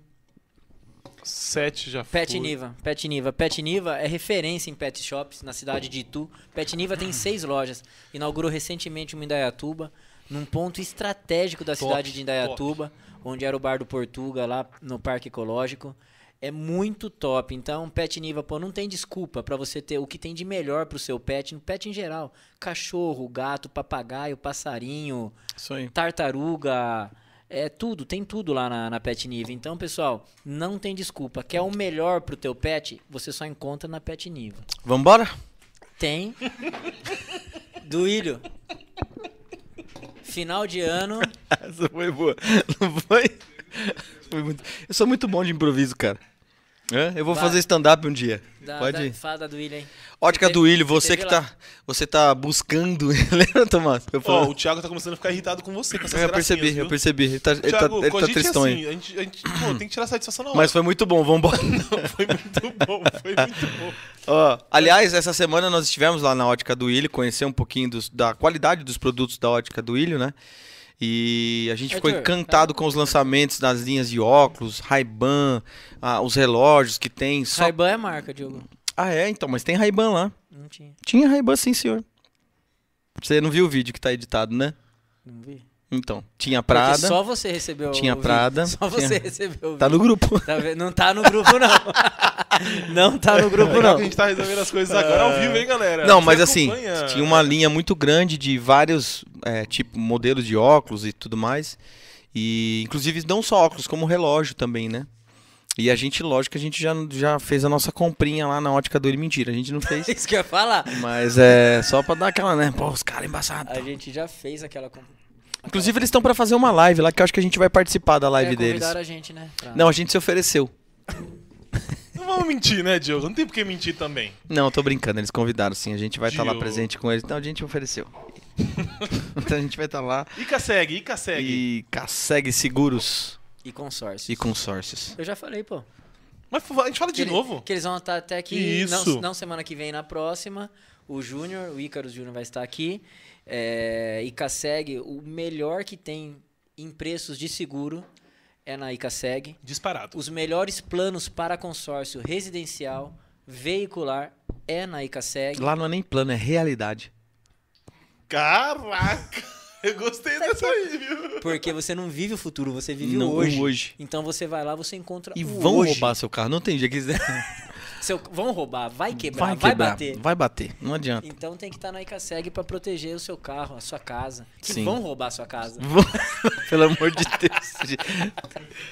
Speaker 3: Sete já foi.
Speaker 4: Pet Niva, Pet Niva. Pet Niva é referência em pet shops na cidade de Itu. Pet Niva tem seis lojas. Inaugurou recentemente uma em Indaiatuba, num ponto estratégico da
Speaker 3: Top,
Speaker 4: cidade de Indaiatuba, onde era o bar do Portuga, lá no Parque Ecológico. É muito top. Então, Pet Niva, pô, não tem desculpa pra você ter o que tem de melhor pro seu pet, no pet em geral. Cachorro, gato, papagaio, passarinho,
Speaker 2: Isso aí.
Speaker 4: tartaruga, é tudo, tem tudo lá na, na Pet Niva. Então, pessoal, não tem desculpa. Quer o melhor pro teu pet, você só encontra na Pet Niva.
Speaker 2: Vambora? [LAUGHS]
Speaker 4: Tem Duílio. Final de ano,
Speaker 2: Essa foi boa. Não foi? Foi muito- Eu sou muito bom de improviso, cara. Hã? Eu vou
Speaker 4: Vai.
Speaker 2: fazer stand-up um dia.
Speaker 4: Da,
Speaker 2: Pode
Speaker 4: da,
Speaker 2: ir.
Speaker 4: fala da do William. hein?
Speaker 2: Ótica
Speaker 4: Você
Speaker 2: do
Speaker 4: teve-
Speaker 2: Willi, você
Speaker 4: teve
Speaker 2: que
Speaker 4: lá.
Speaker 2: tá, você tá buscando. [LAUGHS] Lembra, Tomás? Eu,
Speaker 3: Ó,
Speaker 2: falando-
Speaker 3: o Thiago tá começando a ficar irritado com você, com essas
Speaker 2: eu percebi, eu
Speaker 3: gracinhas, viu?
Speaker 2: percebi. Ele tá, ele tá-
Speaker 3: Thiago,
Speaker 2: ele tá
Speaker 3: cogite
Speaker 2: tristonho.
Speaker 3: assim, a gente, a gente pô, tem que tirar satisfação na hora.
Speaker 2: Mas foi muito bom,
Speaker 3: [LAUGHS]
Speaker 2: vambora.
Speaker 3: foi muito bom, foi muito bom.
Speaker 2: Ó, aliás, essa semana nós estivemos lá na Ótica do Ilho, conhecer um pouquinho dos- da qualidade dos produtos da Ótica do Ilho, né? E a gente ficou
Speaker 4: Arthur, tá.
Speaker 2: encantado com os lançamentos das linhas de óculos, Ray-Ban, ah, os relógios que tem. Só...
Speaker 4: Ray-Ban é marca, Diogo.
Speaker 2: Ah, é? Então, mas tem Ray-Ban lá.
Speaker 4: Não tinha.
Speaker 2: Tinha Ray-Ban sim, senhor. Você não viu o vídeo que tá editado, né?
Speaker 4: Não vi.
Speaker 2: Então, tinha
Speaker 4: Porque
Speaker 2: Prada.
Speaker 4: só você recebeu
Speaker 2: Tinha
Speaker 4: o vídeo. [LAUGHS]
Speaker 2: Prada,
Speaker 4: Só você
Speaker 2: tinha-
Speaker 4: recebeu o
Speaker 2: Tá no
Speaker 4: vídeo.
Speaker 2: grupo.
Speaker 4: Tá vendo? não tá no grupo, não. [LAUGHS] não tá no grupo,
Speaker 3: Legal
Speaker 4: não.
Speaker 3: que a gente tá resolvendo as coisas agora ao vivo, hein, galera?
Speaker 2: Não, mas
Speaker 3: É, Você
Speaker 2: assim,
Speaker 3: acompanha-
Speaker 2: tinha uma linha muito grande de vários é, tipo modelos de óculos e tudo mais. E inclusive não só óculos, como relógio também, né? E a gente, lógico, a gente já, já fez a nossa comprinha lá na ótica do Ele. Mentira, a gente
Speaker 4: [LAUGHS]
Speaker 2: não fez.
Speaker 4: Isso que eu ia falar.
Speaker 2: mas é só pra dar aquela, né? Pô, os caras embaçados.
Speaker 4: A gente já fez aquela. com-
Speaker 2: Inclusive, eles estão pra fazer uma live lá que eu acho que a gente vai participar da live
Speaker 4: É,
Speaker 2: deles.
Speaker 4: convidaram a gente, né? pra-
Speaker 2: Não, a gente se ofereceu.
Speaker 3: Não vamos mentir, né, Diogo? Não tem por que mentir também.
Speaker 2: Não, tô brincando, eles convidaram sim. A gente vai estar lá
Speaker 3: Gio.
Speaker 2: presente com eles. Então a gente ofereceu. então a gente vai estar lá.
Speaker 3: Ica segue, Ica segue.
Speaker 2: E Cassegue Seguros
Speaker 4: E consórcio.
Speaker 2: e Consórcios.
Speaker 4: Eu já falei, pô.
Speaker 3: Mas a gente fala de
Speaker 4: que ele-
Speaker 3: novo.
Speaker 4: que eles vão estar até aqui.
Speaker 3: Que isso?
Speaker 4: Não, não semana que vem, na próxima. O Júnior, o Ícaro Júnior vai estar aqui. É, Icaseg, o melhor que tem em preços de seguro é na Icaseg.
Speaker 3: Disparado.
Speaker 4: Os melhores planos para consórcio residencial, veicular, é na
Speaker 2: [LAUGHS]
Speaker 4: Icaseg.
Speaker 2: Lá não é nem plano, é realidade.
Speaker 3: Caraca! Eu gostei dessa aí, viu?
Speaker 4: Porque você não vive o futuro, você vive
Speaker 2: Não,
Speaker 4: o hoje.
Speaker 2: o hoje.
Speaker 4: Então você vai lá, você encontra
Speaker 2: E
Speaker 4: o
Speaker 2: vão
Speaker 4: hoje.
Speaker 2: roubar seu carro. Não tem jeito que eles [LAUGHS]
Speaker 4: Seu- vão roubar, vai quebrar,
Speaker 2: vai,
Speaker 4: vai,
Speaker 2: quebrar,
Speaker 4: bater.
Speaker 2: Vai bater. Não adianta.
Speaker 4: Então tem que estar na ICASEG para proteger o seu carro, a sua casa. Que
Speaker 2: Sim.
Speaker 4: vão roubar a sua casa.
Speaker 2: Vão- [LAUGHS] Pelo amor de Deus.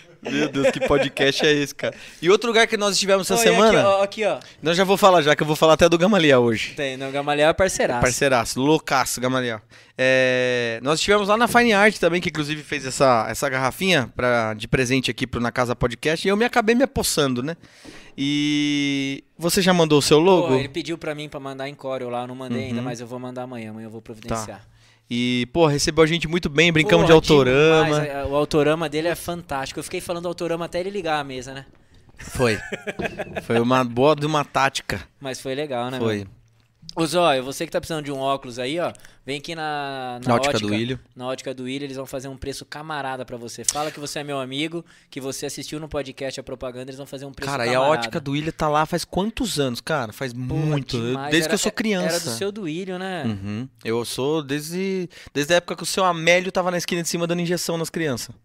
Speaker 2: [LAUGHS] Meu Deus, que podcast é esse, cara? E outro lugar que nós estivemos essa
Speaker 4: Oi,
Speaker 2: semana.
Speaker 4: Aqui, ó. Aqui,
Speaker 2: Nós já vou falar já, que eu vou falar até do Gamaliel hoje.
Speaker 4: ó. Tem, não, Gamaliel é parceiraço.
Speaker 2: Parceiraço, loucaço, Gamaliel. É, nós estivemos lá na Fine Art também, que inclusive fez essa, essa garrafinha pra, de presente aqui pro Na Casa Podcast. E eu me acabei me apossando, né? E você já mandou o seu
Speaker 4: Pô,
Speaker 2: logo? Uhum.
Speaker 4: ele pediu para mim para mandar em Corel lá, eu não mandei ainda, mas eu vou mandar amanhã, amanhã eu vou providenciar.
Speaker 2: E, pô, recebeu a gente muito bem, Tá. brincamos de
Speaker 4: Porra,
Speaker 2: autorama.
Speaker 4: é demais, é, o autorama dele é fantástico. Eu fiquei falando do autorama até ele ligar a mesa, né?
Speaker 2: Foi. Foi uma boa de uma tática.
Speaker 4: Mas foi legal, né?
Speaker 2: Foi.
Speaker 4: meu? Ô Zóio, você que tá precisando de um óculos aí, ó, vem aqui na,
Speaker 2: Na ótica do Willio.
Speaker 4: Na ótica do Willian, eles vão fazer um preço camarada pra você. Fala que você é meu amigo, que você assistiu no podcast a propaganda, eles vão fazer um preço
Speaker 2: Cara, e a
Speaker 4: camarada.
Speaker 2: ótica do William tá lá faz quantos anos, cara? Faz
Speaker 4: Porra,
Speaker 2: muito. eu-
Speaker 4: demais.
Speaker 2: Desde
Speaker 4: Era-
Speaker 2: que eu sou criança.
Speaker 4: Era do seu do Willian, né?
Speaker 2: Uhum. Eu sou desde, desde a época que o seu Amélio tava na esquina de cima dando injeção
Speaker 4: [LAUGHS]
Speaker 2: nas crianças.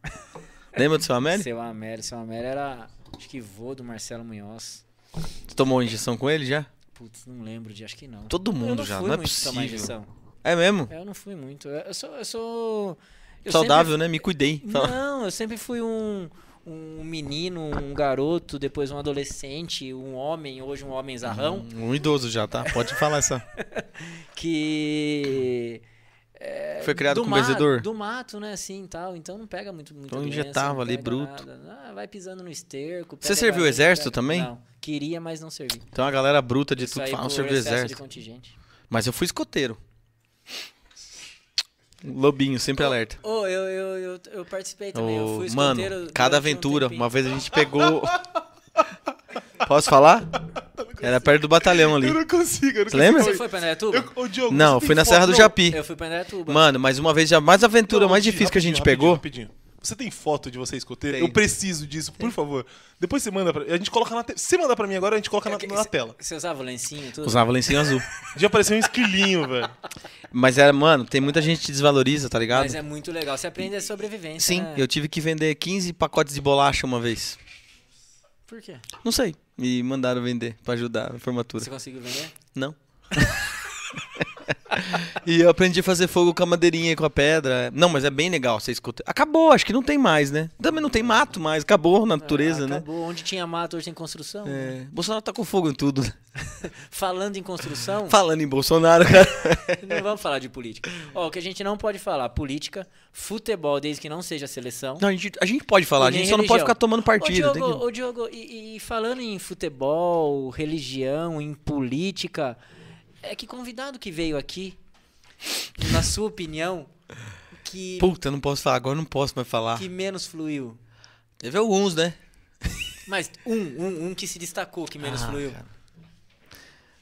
Speaker 2: Lembra do seu Amélio?
Speaker 4: Seu Amélio, seu Amélio era acho que vô do Marcelo Munhoz.
Speaker 2: Você tomou injeção com ele já?
Speaker 4: Putz, não lembro de, acho que não.
Speaker 2: Todo
Speaker 4: eu
Speaker 2: mundo
Speaker 4: não
Speaker 2: já,
Speaker 4: fui
Speaker 2: não é
Speaker 4: muito tomar
Speaker 2: possível.
Speaker 4: injeção.
Speaker 2: É mesmo?
Speaker 4: Eu não fui muito. Eu eu sou eu sou eu
Speaker 2: Saudável, né? Me cuidei.
Speaker 4: Não, eu sempre fui um, um menino, um garoto, depois um adolescente, um homem, hoje um homem zarrão,
Speaker 2: Um idoso já, tá? Pode falar essa.
Speaker 4: que. é,
Speaker 2: Foi criado
Speaker 4: do
Speaker 2: com
Speaker 4: ma-
Speaker 2: benzedor?
Speaker 4: Do mato, né? Assim tal. Então não pega muito. Muita
Speaker 2: Então
Speaker 4: doença,
Speaker 2: injetava
Speaker 4: não
Speaker 2: ali,
Speaker 4: pega
Speaker 2: bruto.
Speaker 4: nada. Ah, vai pisando no esterco.
Speaker 2: Você
Speaker 4: pega
Speaker 2: serviu o
Speaker 4: varinha,
Speaker 2: exército
Speaker 4: pega-
Speaker 2: também?
Speaker 4: Não. Queria, mas não servi.
Speaker 2: Então a galera bruta de
Speaker 4: Isso
Speaker 2: tudo
Speaker 4: aí
Speaker 2: fala,
Speaker 4: por
Speaker 2: "Ah, serve o
Speaker 4: excesso de
Speaker 2: exército.
Speaker 4: contingente.
Speaker 2: Mas eu fui escoteiro. Lobinho, sempre alerta.
Speaker 4: Ô, eu, eu, eu, eu participei também. eu
Speaker 2: Ô,
Speaker 4: fui
Speaker 2: mano,
Speaker 4: escoteiro
Speaker 2: cada
Speaker 4: durante um
Speaker 2: aventura,
Speaker 4: tempinho.
Speaker 2: uma vez a gente pegou. [LAUGHS]
Speaker 4: [LAUGHS]
Speaker 2: Posso falar? Era perto do batalhão ali.
Speaker 3: Eu não consigo,
Speaker 2: Você
Speaker 3: eu não consigo.
Speaker 2: lembra?
Speaker 4: Você foi pra Netuba?
Speaker 3: Eu, ô, Diogo,
Speaker 2: Não,
Speaker 3: você
Speaker 2: fui
Speaker 3: tem
Speaker 2: na
Speaker 3: foto-
Speaker 2: Serra do
Speaker 3: não,
Speaker 2: Japi.
Speaker 4: Eu fui pra Netuba.
Speaker 2: Mano, mas uma vez já. Mas a aventura
Speaker 3: um. É não,
Speaker 2: mais
Speaker 3: rapidinho,
Speaker 2: difícil que a gente
Speaker 3: rapidinho,
Speaker 2: pegou.
Speaker 3: rapidinho, rapidinho. Você tem foto de você escoteiro?
Speaker 2: Tem.
Speaker 3: Eu preciso disso, por favor. Depois você manda pra. A gente coloca na te... Se mandar pra mim agora, a gente coloca na, na tela.
Speaker 4: Você usava o lencinho e tudo?
Speaker 2: Usava lencinho azul.
Speaker 3: Já apareceu um esquilinho, [LAUGHS] velho.
Speaker 2: Mas era, mano, tem muita gente que desvaloriza, tá ligado?
Speaker 4: Mas é muito legal. Você aprende a sobrevivência.
Speaker 2: Sim,
Speaker 4: né?
Speaker 3: é.
Speaker 2: eu tive que vender 15 pacotes de bolacha uma vez.
Speaker 4: Por quê?
Speaker 2: Não sei. E mandaram vender pra ajudar a formatura.
Speaker 4: Você conseguiu vender?
Speaker 2: Não. [LAUGHS] E eu aprendi a fazer fogo com a madeirinha e com a pedra. Não, mas é bem legal você escuta. Acabou, acho que não tem mais, né? Também não tem mato mais, acabou a
Speaker 3: É,
Speaker 2: natureza, né?
Speaker 4: Ah, Acabou. Onde tinha mato, hoje tem construção.
Speaker 2: É, Bolsonaro tá com fogo em tudo. [LAUGHS] né?
Speaker 4: Falando em construção,
Speaker 2: Falando em Bolsonaro, cara.
Speaker 4: [LAUGHS] não vamos falar de política. Ó, o que a gente não pode falar, política, futebol, desde que não seja seleção.
Speaker 2: Não, a gente, a gente pode falar, a
Speaker 4: Nem
Speaker 2: gente só não pode
Speaker 4: religião.
Speaker 2: ficar tomando partido.
Speaker 4: Ô,
Speaker 2: tem
Speaker 4: Diogo,
Speaker 2: que-
Speaker 4: ô, Diogo, e, e falando em futebol, religião, em política, é que convidado que veio aqui, na sua opinião, que,
Speaker 2: Puta, não posso falar, agora não posso mais falar.
Speaker 4: que menos fluiu?
Speaker 2: Teve alguns, né?
Speaker 4: Mas um, um, um que se destacou que menos
Speaker 2: Ah,
Speaker 4: fluiu.
Speaker 2: cara.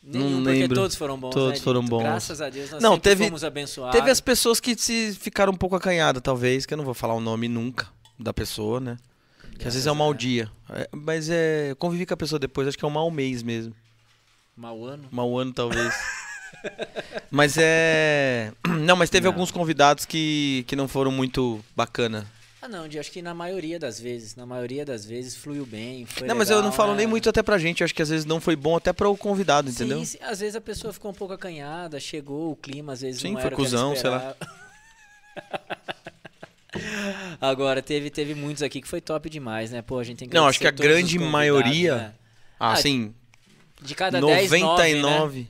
Speaker 4: Nenhum,
Speaker 2: Não
Speaker 4: porque
Speaker 2: lembro.
Speaker 4: todos foram bons.
Speaker 2: Todos
Speaker 4: né, Dito?
Speaker 2: foram bons.
Speaker 4: Graças a Deus, nós
Speaker 2: Não,
Speaker 4: sempre
Speaker 2: teve-
Speaker 4: fomos abençoados.
Speaker 2: Teve as pessoas que se ficaram um pouco acanhadas, talvez, que eu não vou falar o nome nunca da pessoa, né? Que às vezes é um mau dia. É, Mas é. Eu convivi com a pessoa depois, acho que é um mau mês mesmo. Um
Speaker 4: Mau ano.
Speaker 2: Mau
Speaker 4: [LAUGHS]
Speaker 2: ano, talvez. mas é. Não, mas teve
Speaker 4: Não.
Speaker 2: alguns convidados que, que não foram muito bacana.
Speaker 4: Ah, não, Di, acho que na maioria das vezes, na maioria das vezes fluiu bem. foi
Speaker 2: não, mas
Speaker 4: legal,
Speaker 2: eu não falo
Speaker 4: né?
Speaker 2: nem muito até pra gente. Eu acho que às vezes não foi bom até para o convidado, entendeu?
Speaker 4: Sim, sim, às vezes a pessoa ficou um pouco acanhada, chegou, o clima às vezes não
Speaker 2: Sim, foi
Speaker 4: era o que ela
Speaker 2: cuzão, sei lá.
Speaker 4: esperava. [LAUGHS] Agora, teve, teve muitos aqui que foi top demais, né? Pô, a gente tem que
Speaker 2: Não, acho
Speaker 4: agradecer
Speaker 2: que a
Speaker 4: todos os
Speaker 2: grande
Speaker 4: convidados,
Speaker 2: maioria-
Speaker 4: né?
Speaker 2: Ah,
Speaker 4: Ah,
Speaker 2: sim.
Speaker 4: De cada 10,
Speaker 2: 99.
Speaker 4: 9, né?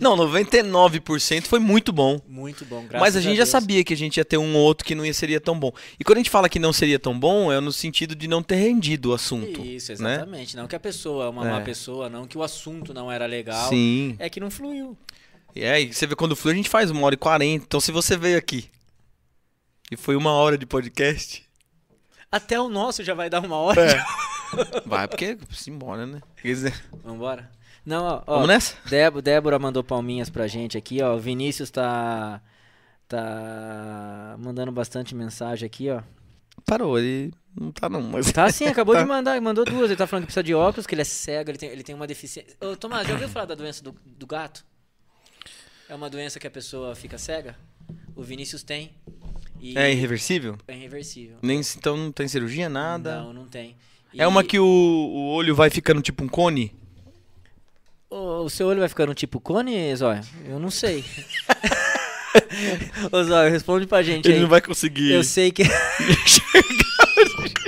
Speaker 2: não, 99% foi muito bom.
Speaker 4: Muito bom, graças
Speaker 2: Mas a gente já
Speaker 4: Deus.
Speaker 2: sabia que a gente ia ter um ou outro que não ia- seria tão bom. E quando a gente fala que não seria tão bom, é no sentido de não ter rendido o assunto.
Speaker 4: Isso,
Speaker 2: né?
Speaker 4: exatamente. Não que a pessoa é uma
Speaker 2: É.
Speaker 4: má pessoa, não que o assunto não era legal.
Speaker 2: Sim.
Speaker 4: É que não fluiu.
Speaker 2: E aí, você vê quando flui, a gente faz uma hora e quarenta. Então, se você veio aqui e foi uma hora
Speaker 4: [LAUGHS]
Speaker 2: de podcast,
Speaker 4: Até o nosso já vai dar uma hora.
Speaker 2: vai, porque se embora, né? Quer dizer,
Speaker 4: Vambora. Não, ó, ó,
Speaker 2: Vamos nessa?
Speaker 4: Débora, Débora mandou palminhas pra gente aqui, ó. O Vinícius tá, tá mandando bastante mensagem aqui, ó.
Speaker 2: Parou, ele não tá não, mas...
Speaker 4: Tá
Speaker 2: [LAUGHS]
Speaker 4: sim, acabou de mandar, mandou duas. Ele tá falando que precisa de óculos, que ele é cego, ele tem, ele tem uma deficiência. Ô, Tomás, já ouviu falar da doença do, do gato? É uma doença que a pessoa fica cega? O Vinícius tem. E
Speaker 2: É irreversível?
Speaker 4: é irreversível.
Speaker 2: Nem, então não tem cirurgia, nada?
Speaker 4: Não, não tem.
Speaker 2: É uma
Speaker 4: E-
Speaker 2: que o, o olho vai ficando tipo um cone?
Speaker 4: Ô, o seu olho vai ficando tipo cone, Zóia? Eu não
Speaker 2: [LAUGHS]
Speaker 4: sei. Ô, Zóia, responde pra gente aí.
Speaker 2: vai conseguir...
Speaker 4: Eu sei
Speaker 2: [LAUGHS]
Speaker 4: que. [LAUGHS]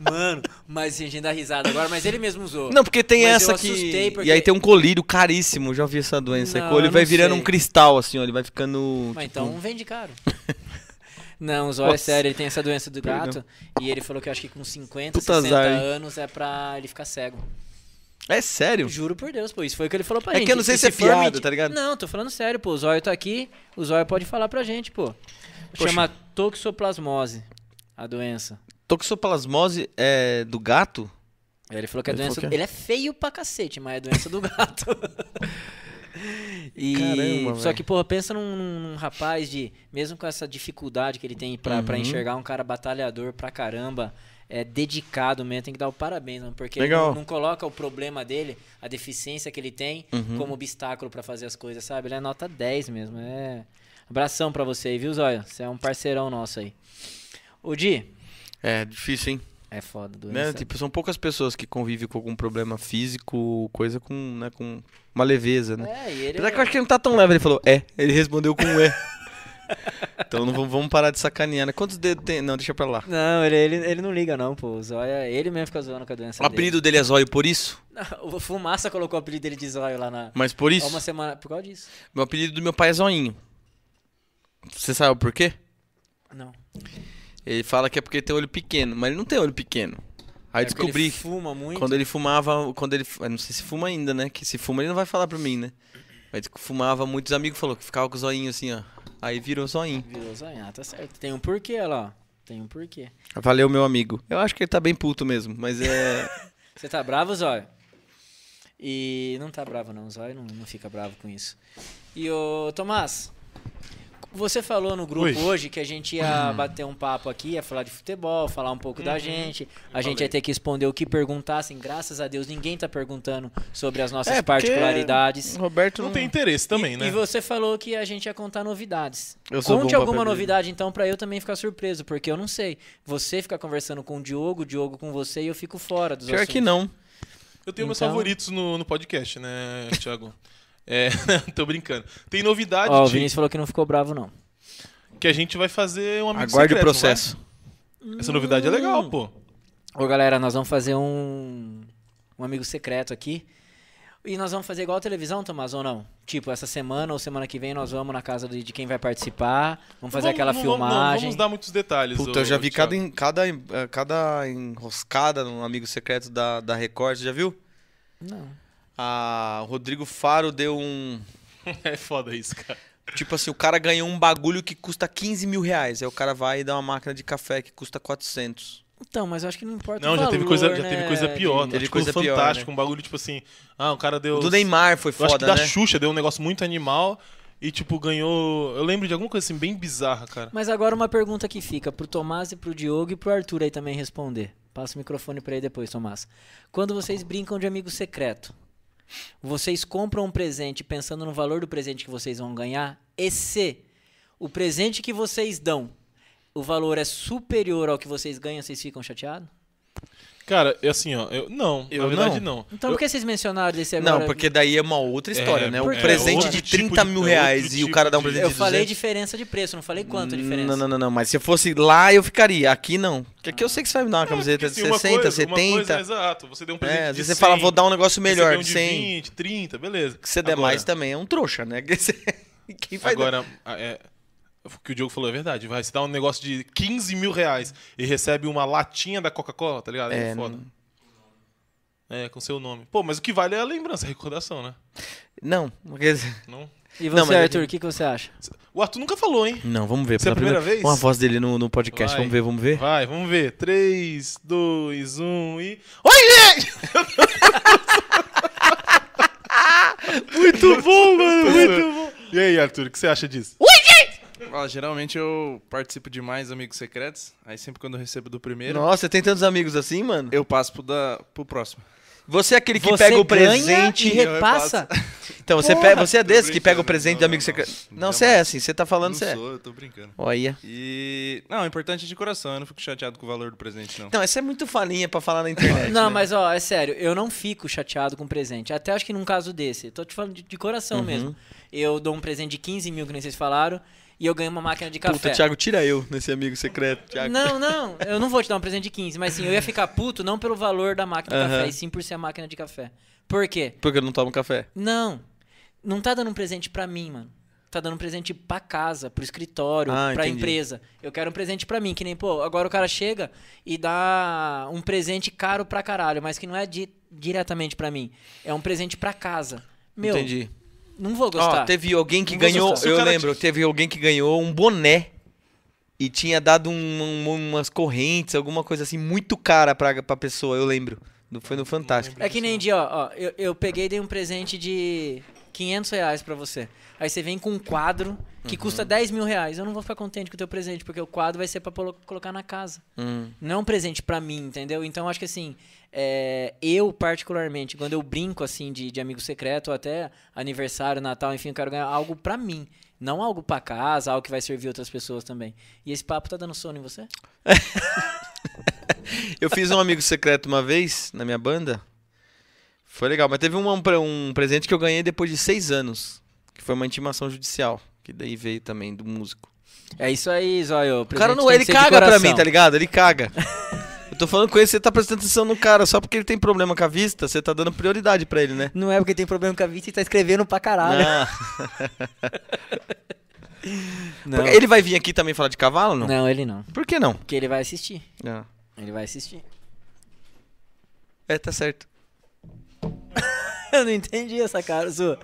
Speaker 4: Mano, mas assim, a gente dá risada agora, mas ele mesmo usou.
Speaker 2: Não, porque tem
Speaker 4: Mas eu
Speaker 2: essa que.
Speaker 4: assustei porque-
Speaker 2: E aí tem um colírio caríssimo, já vi essa doença.
Speaker 4: Não,
Speaker 2: que o olho
Speaker 4: eu
Speaker 2: vai
Speaker 4: não
Speaker 2: virando
Speaker 4: sei.
Speaker 2: um cristal, assim, ó, ele vai ficando.
Speaker 4: Mas
Speaker 2: tipo,
Speaker 4: então vende
Speaker 2: [LAUGHS]
Speaker 4: caro. Não, o Zóia, é
Speaker 2: Nossa.
Speaker 4: sério, ele tem essa doença do
Speaker 2: Perdão.
Speaker 4: gato. E ele falou que eu acho que com 50,
Speaker 2: Puta
Speaker 4: 60
Speaker 2: azar, hein?
Speaker 4: anos é pra ele ficar cego.
Speaker 2: É sério?
Speaker 4: Juro por Deus, pô. Isso foi o que ele falou pra
Speaker 2: É
Speaker 4: gente.
Speaker 2: que eu não sei
Speaker 4: E
Speaker 2: se é
Speaker 4: for
Speaker 2: piada,
Speaker 4: menti-
Speaker 2: tá ligado?
Speaker 4: Não, tô falando sério, pô. O Zóio tá aqui, o Zóio pode falar pra gente, pô.
Speaker 2: Poxa.
Speaker 4: Chama toxoplasmose, a doença.
Speaker 2: Toxoplasmose é do gato?
Speaker 4: Aí Ele falou que a
Speaker 2: Ele
Speaker 4: doença.
Speaker 2: falou que é?
Speaker 4: Ele é feio pra cacete, mas é doença do
Speaker 2: [LAUGHS]
Speaker 4: gato. E-
Speaker 2: Caramba,
Speaker 4: Só
Speaker 2: velho.
Speaker 4: que, porra, pensa num, num rapaz de. Mesmo com essa dificuldade que ele tem pra, pra
Speaker 2: Uhum.
Speaker 4: enxergar, um cara batalhador pra caramba. É dedicado mesmo, tem que dar o parabéns, mano, porque ele
Speaker 2: Legal.
Speaker 4: não, não coloca o problema dele, a deficiência que ele tem,
Speaker 2: Uhum.
Speaker 4: como obstáculo pra fazer as coisas, sabe? Ele é nota 10 mesmo. É. Abração pra você aí, viu, Zóia? Você é um parceirão nosso aí. Ô, Di,
Speaker 2: É, difícil, hein?
Speaker 4: é foda, doença.
Speaker 2: Né? Tipo, são poucas pessoas que convivem com algum problema físico, coisa com, né, com uma leveza, né?
Speaker 4: É, e ele.
Speaker 2: Apesar que eu acho que ele não tá tão leve, ele falou, é. Ele respondeu
Speaker 4: [LAUGHS]
Speaker 2: com um é. então não vamos, vamos parar de sacanear, né? Quantos dedos tem? Não, deixa pra lá.
Speaker 4: Não, ele, ele, ele não liga, não, pô. O Zóia, ele mesmo fica zoando com a doença.
Speaker 2: O apelido dele é zóio por isso?
Speaker 4: Dele. Não, [LAUGHS] o Fumaça colocou o apelido dele de Zóio lá na.
Speaker 2: Mas por
Speaker 4: Há
Speaker 2: isso?
Speaker 4: É Uma semana. Por causa disso.
Speaker 2: Meu apelido do meu pai é zoinho. Você sabe por quê?
Speaker 4: Não.
Speaker 2: Ele fala que é porque ele tem olho pequeno, mas ele não tem olho pequeno. Aí
Speaker 4: É
Speaker 2: eu
Speaker 4: porque ele
Speaker 2: descobri
Speaker 4: fuma muito.
Speaker 2: quando ele fumava, quando ele, eu não sei se fuma ainda, né? Que se fuma ele não vai falar pra mim, né? Mas diz que fumava, muitos amigos falou que ficava com o zoinho assim, ó. Aí virou zoinho.
Speaker 4: Virou Zóio. Ah, tá certo. Tem um porquê, olha lá. ó. Tem um porquê.
Speaker 2: Valeu, meu amigo. Eu acho que ele tá bem puto mesmo, mas é.
Speaker 4: Você tá bravo, Zóio? E não tá bravo, não. O Zóio não, não fica bravo com isso. E o Tomás, você falou no grupo
Speaker 3: Oi.
Speaker 4: hoje que a gente
Speaker 2: Hum.
Speaker 4: ia bater um papo aqui, ia falar de futebol, falar um pouco da gente. A gente ia ter que responder o que perguntassem. Graças a Deus, ninguém tá perguntando sobre as nossas
Speaker 3: É, porque-
Speaker 4: particularidades.
Speaker 2: Roberto
Speaker 3: Não tem interesse também,
Speaker 4: e,
Speaker 3: né?
Speaker 4: e você falou que a gente ia contar novidades.
Speaker 2: Eu sou bom
Speaker 4: Conte
Speaker 2: pra
Speaker 4: alguma
Speaker 2: perder.
Speaker 4: novidade então pra eu também ficar surpreso, porque eu não sei. Você fica conversando com o Diogo, o Diogo com você e eu fico fora dos
Speaker 2: Pior que
Speaker 4: assuntos.
Speaker 2: não.
Speaker 3: Eu tenho meus
Speaker 4: Então-
Speaker 3: favoritos no, no podcast, né, Thiago? É, [LAUGHS] tô brincando. Tem novidade
Speaker 4: Ó, o
Speaker 3: Ti,
Speaker 4: Vinícius falou que não ficou bravo, não.
Speaker 3: que a gente vai fazer um amigo
Speaker 2: Aguarde o
Speaker 3: secreto, não vai?
Speaker 2: processo.
Speaker 3: Essa novidade é
Speaker 4: Hum.
Speaker 3: legal, pô.
Speaker 4: Ô, galera, nós vamos fazer um, um amigo secreto aqui. E nós vamos fazer igual a televisão, Tomás, ou não? Tipo, essa semana ou semana que vem nós vamos na casa de de quem vai participar, vamos fazer
Speaker 3: Não vamos-
Speaker 4: aquela
Speaker 3: não vamos- Não,
Speaker 4: filmagem.
Speaker 3: vamos dar muitos detalhes.
Speaker 2: Puta,
Speaker 3: ô,
Speaker 2: eu já vi
Speaker 3: Thiago.
Speaker 2: cada, en- cada, en- eh, cada enroscada num amigo secreto da, da Record, você já viu?
Speaker 4: Não.
Speaker 2: Ah, o Rodrigo Faro deu um.
Speaker 3: [LAUGHS] É foda isso, cara.
Speaker 2: Tipo assim, o cara ganhou um bagulho que custa 15 mil reais. Aí o cara vai e dá uma máquina de café que custa 400.
Speaker 4: Então, mas eu acho que não importa o
Speaker 3: Não, já teve
Speaker 4: valor,
Speaker 3: coisa, já
Speaker 4: né,
Speaker 3: teve coisa pior.
Speaker 4: de-
Speaker 2: Teve
Speaker 3: tipo,
Speaker 2: coisa pior, né?
Speaker 3: fantástico, um bagulho tipo assim, ah, o cara deu
Speaker 2: O do Neymar foi
Speaker 3: Eu acho que
Speaker 2: foda,
Speaker 3: da
Speaker 2: né?
Speaker 3: Xuxa deu um negócio muito animal e, tipo, ganhou. Eu lembro de alguma coisa assim bem bizarra, cara.
Speaker 4: Mas agora uma pergunta que fica pro Tomás e pro Diogo e pro Arthur aí também responder. Passa o microfone pra ele depois, Tomás. Quando vocês brincam de amigo secreto, vocês compram um presente pensando no valor do presente que vocês vão ganhar? E se o presente que vocês dão, o valor é superior ao que vocês ganham, vocês ficam chateados?
Speaker 3: Cara, é assim, ó. Eu, não,
Speaker 2: Eu
Speaker 3: na verdade, não.
Speaker 4: Então
Speaker 3: Eu-
Speaker 4: por que vocês mencionaram desse agora?
Speaker 2: Não, porque daí é uma outra história,
Speaker 3: É,
Speaker 2: né? Um
Speaker 4: porque-
Speaker 2: presente
Speaker 4: é
Speaker 2: de
Speaker 4: outro
Speaker 2: 30
Speaker 3: tipo de-
Speaker 2: mil
Speaker 3: é
Speaker 2: reais
Speaker 3: outro
Speaker 2: e o
Speaker 3: tipo
Speaker 2: cara dá um
Speaker 3: de-
Speaker 2: presente
Speaker 4: Eu
Speaker 2: de
Speaker 4: falei
Speaker 2: 200.
Speaker 4: diferença de preço, não falei quanto a diferença.
Speaker 2: Não, não, não, não, mas se eu fosse lá, eu ficaria. Aqui não. Porque
Speaker 4: Ah.
Speaker 2: aqui eu sei que você vai me dar uma camiseta
Speaker 3: porque,
Speaker 2: de
Speaker 3: assim, uma
Speaker 2: 60,
Speaker 3: coisa- uma
Speaker 2: 70.
Speaker 3: coisa, exato. Você deu um presente.
Speaker 2: é, às
Speaker 3: de
Speaker 2: vezes você
Speaker 3: 100,
Speaker 2: fala, vou dar um negócio
Speaker 3: aí você
Speaker 2: melhor,
Speaker 3: deu um de
Speaker 2: 100.
Speaker 3: 20, 30, beleza.
Speaker 2: que você der
Speaker 3: Agora-
Speaker 2: mais também é um trouxa, né? [LAUGHS] Quem vai
Speaker 3: Agora, a- é, o que o Diogo falou é verdade. Vai, você dá um negócio de 15 mil reais e recebe uma latinha da Coca-Cola, tá ligado? É,
Speaker 2: É,
Speaker 3: foda. É, com seu nome. Pô, mas o que vale é a lembrança, a recordação, né?
Speaker 2: é- Não, quer dizer-
Speaker 3: Não?
Speaker 4: E
Speaker 2: Não,
Speaker 4: você,
Speaker 2: mas é
Speaker 4: Arthur, o que, que você acha?
Speaker 3: O Arthur nunca falou, hein?
Speaker 2: não, vamos ver.
Speaker 3: Você é a
Speaker 2: pela
Speaker 3: primeira vez?
Speaker 2: Uma voz dele no, no podcast,
Speaker 3: Vai.
Speaker 2: vamos ver, vamos ver.
Speaker 3: Vai, vamos ver. 3, 2, 1 e. Oi, gente!
Speaker 2: Muito bom, mano,
Speaker 3: E aí, Arthur, o que você acha disso?
Speaker 1: Ó, Ah, geralmente eu participo de mais amigos secretos. Aí sempre quando eu recebo do primeiro,
Speaker 2: Nossa, você tem tantos amigos assim, mano?
Speaker 1: eu passo pro, da, pro próximo.
Speaker 2: Você é aquele que
Speaker 4: Você
Speaker 2: pega o
Speaker 4: ganha
Speaker 2: presente.
Speaker 4: e repassa?
Speaker 2: Então, você,
Speaker 4: Porra!
Speaker 2: pe- você é desse que pega o
Speaker 1: brincando,
Speaker 2: presente
Speaker 1: não,
Speaker 2: do amigo
Speaker 1: não,
Speaker 2: secreto.
Speaker 1: não.
Speaker 2: Não, você é assim, você tá falando,
Speaker 1: não
Speaker 2: você é.
Speaker 1: sou, eu tô brincando.
Speaker 2: Olha.
Speaker 1: E. Não, o importante é de coração, eu não fico chateado com o valor do presente, não.
Speaker 2: Então, essa é muito falinha pra falar na internet.
Speaker 4: Não,
Speaker 2: né?
Speaker 4: mas ó, é sério, eu não fico chateado com presente. Até acho que num caso desse, tô te falando de, de
Speaker 2: Uhum.
Speaker 4: coração mesmo. Eu dou um presente de 15 mil, que nem vocês falaram, e eu ganho uma máquina de café.
Speaker 2: Puta, Thiago, tira eu nesse amigo secreto, Thiago.
Speaker 4: Não, não, eu não vou te dar um presente de 15, mas sim, eu ia ficar puto não pelo valor da máquina de
Speaker 2: Aham.
Speaker 4: café, e sim por ser a máquina de café. Por quê?
Speaker 2: Porque eu não tomo café.
Speaker 4: Não, não tá dando um presente pra mim, mano. Tá dando um presente pra casa, pro escritório,
Speaker 2: Ah,
Speaker 4: pra
Speaker 2: entendi.
Speaker 4: empresa. Eu quero um presente pra mim, que nem, pô, agora o cara chega e dá um presente caro pra caralho, mas que não é di- diretamente pra mim. É um presente pra casa. Meu,
Speaker 2: Entendi.
Speaker 4: não vou
Speaker 2: Ó,
Speaker 4: gostar.
Speaker 2: teve alguém que
Speaker 3: Não vou
Speaker 2: ganhou,
Speaker 3: gostar. Se o
Speaker 2: eu
Speaker 3: cara
Speaker 2: lembro, teve alguém que ganhou um boné e tinha dado um- um- umas correntes, alguma coisa assim, muito cara pra, pra pessoa, eu lembro. No- Foi no Fantástico.
Speaker 4: É que nem dia, ó, ó, eu, eu peguei e dei um presente de 500 reais pra você. Aí você vem com um quadro que
Speaker 2: Uhum.
Speaker 4: custa 10 mil reais. Eu não vou ficar contente com o teu presente, porque o quadro vai ser pra polo- colocar na casa.
Speaker 2: Hum.
Speaker 4: Não é um presente pra mim, entendeu? Então acho que assim, é, eu particularmente, quando eu brinco assim de, de amigo secreto, ou até aniversário, Natal, enfim, eu quero ganhar algo pra mim. Não algo pra casa, algo que vai servir outras pessoas também. E esse papo tá dando sono em você?
Speaker 2: Eu fiz um amigo secreto uma vez na minha banda. Foi legal, mas teve um, um, pre- um presente que eu ganhei depois de seis anos, que foi uma intimação judicial, que daí veio também do músico.
Speaker 4: É isso aí, Zóio.
Speaker 2: O cara não, ele caga pra mim, tá ligado? Ele caga. [LAUGHS] Eu tô falando com ele, você tá prestando atenção no cara, só porque ele tem problema com a vista, você tá dando prioridade pra ele, né?
Speaker 4: Não é porque tem problema com a vista e tá escrevendo pra caralho.
Speaker 2: Ah,
Speaker 4: [LAUGHS] Não,
Speaker 2: porque ele vai vir aqui também falar de cavalo, não?
Speaker 4: Não, ele não.
Speaker 2: Por que não?
Speaker 4: Porque ele vai assistir.
Speaker 2: Ah,
Speaker 4: Ele vai assistir. [LAUGHS]
Speaker 2: É, tá certo.
Speaker 4: Eu não entendi essa cara sua.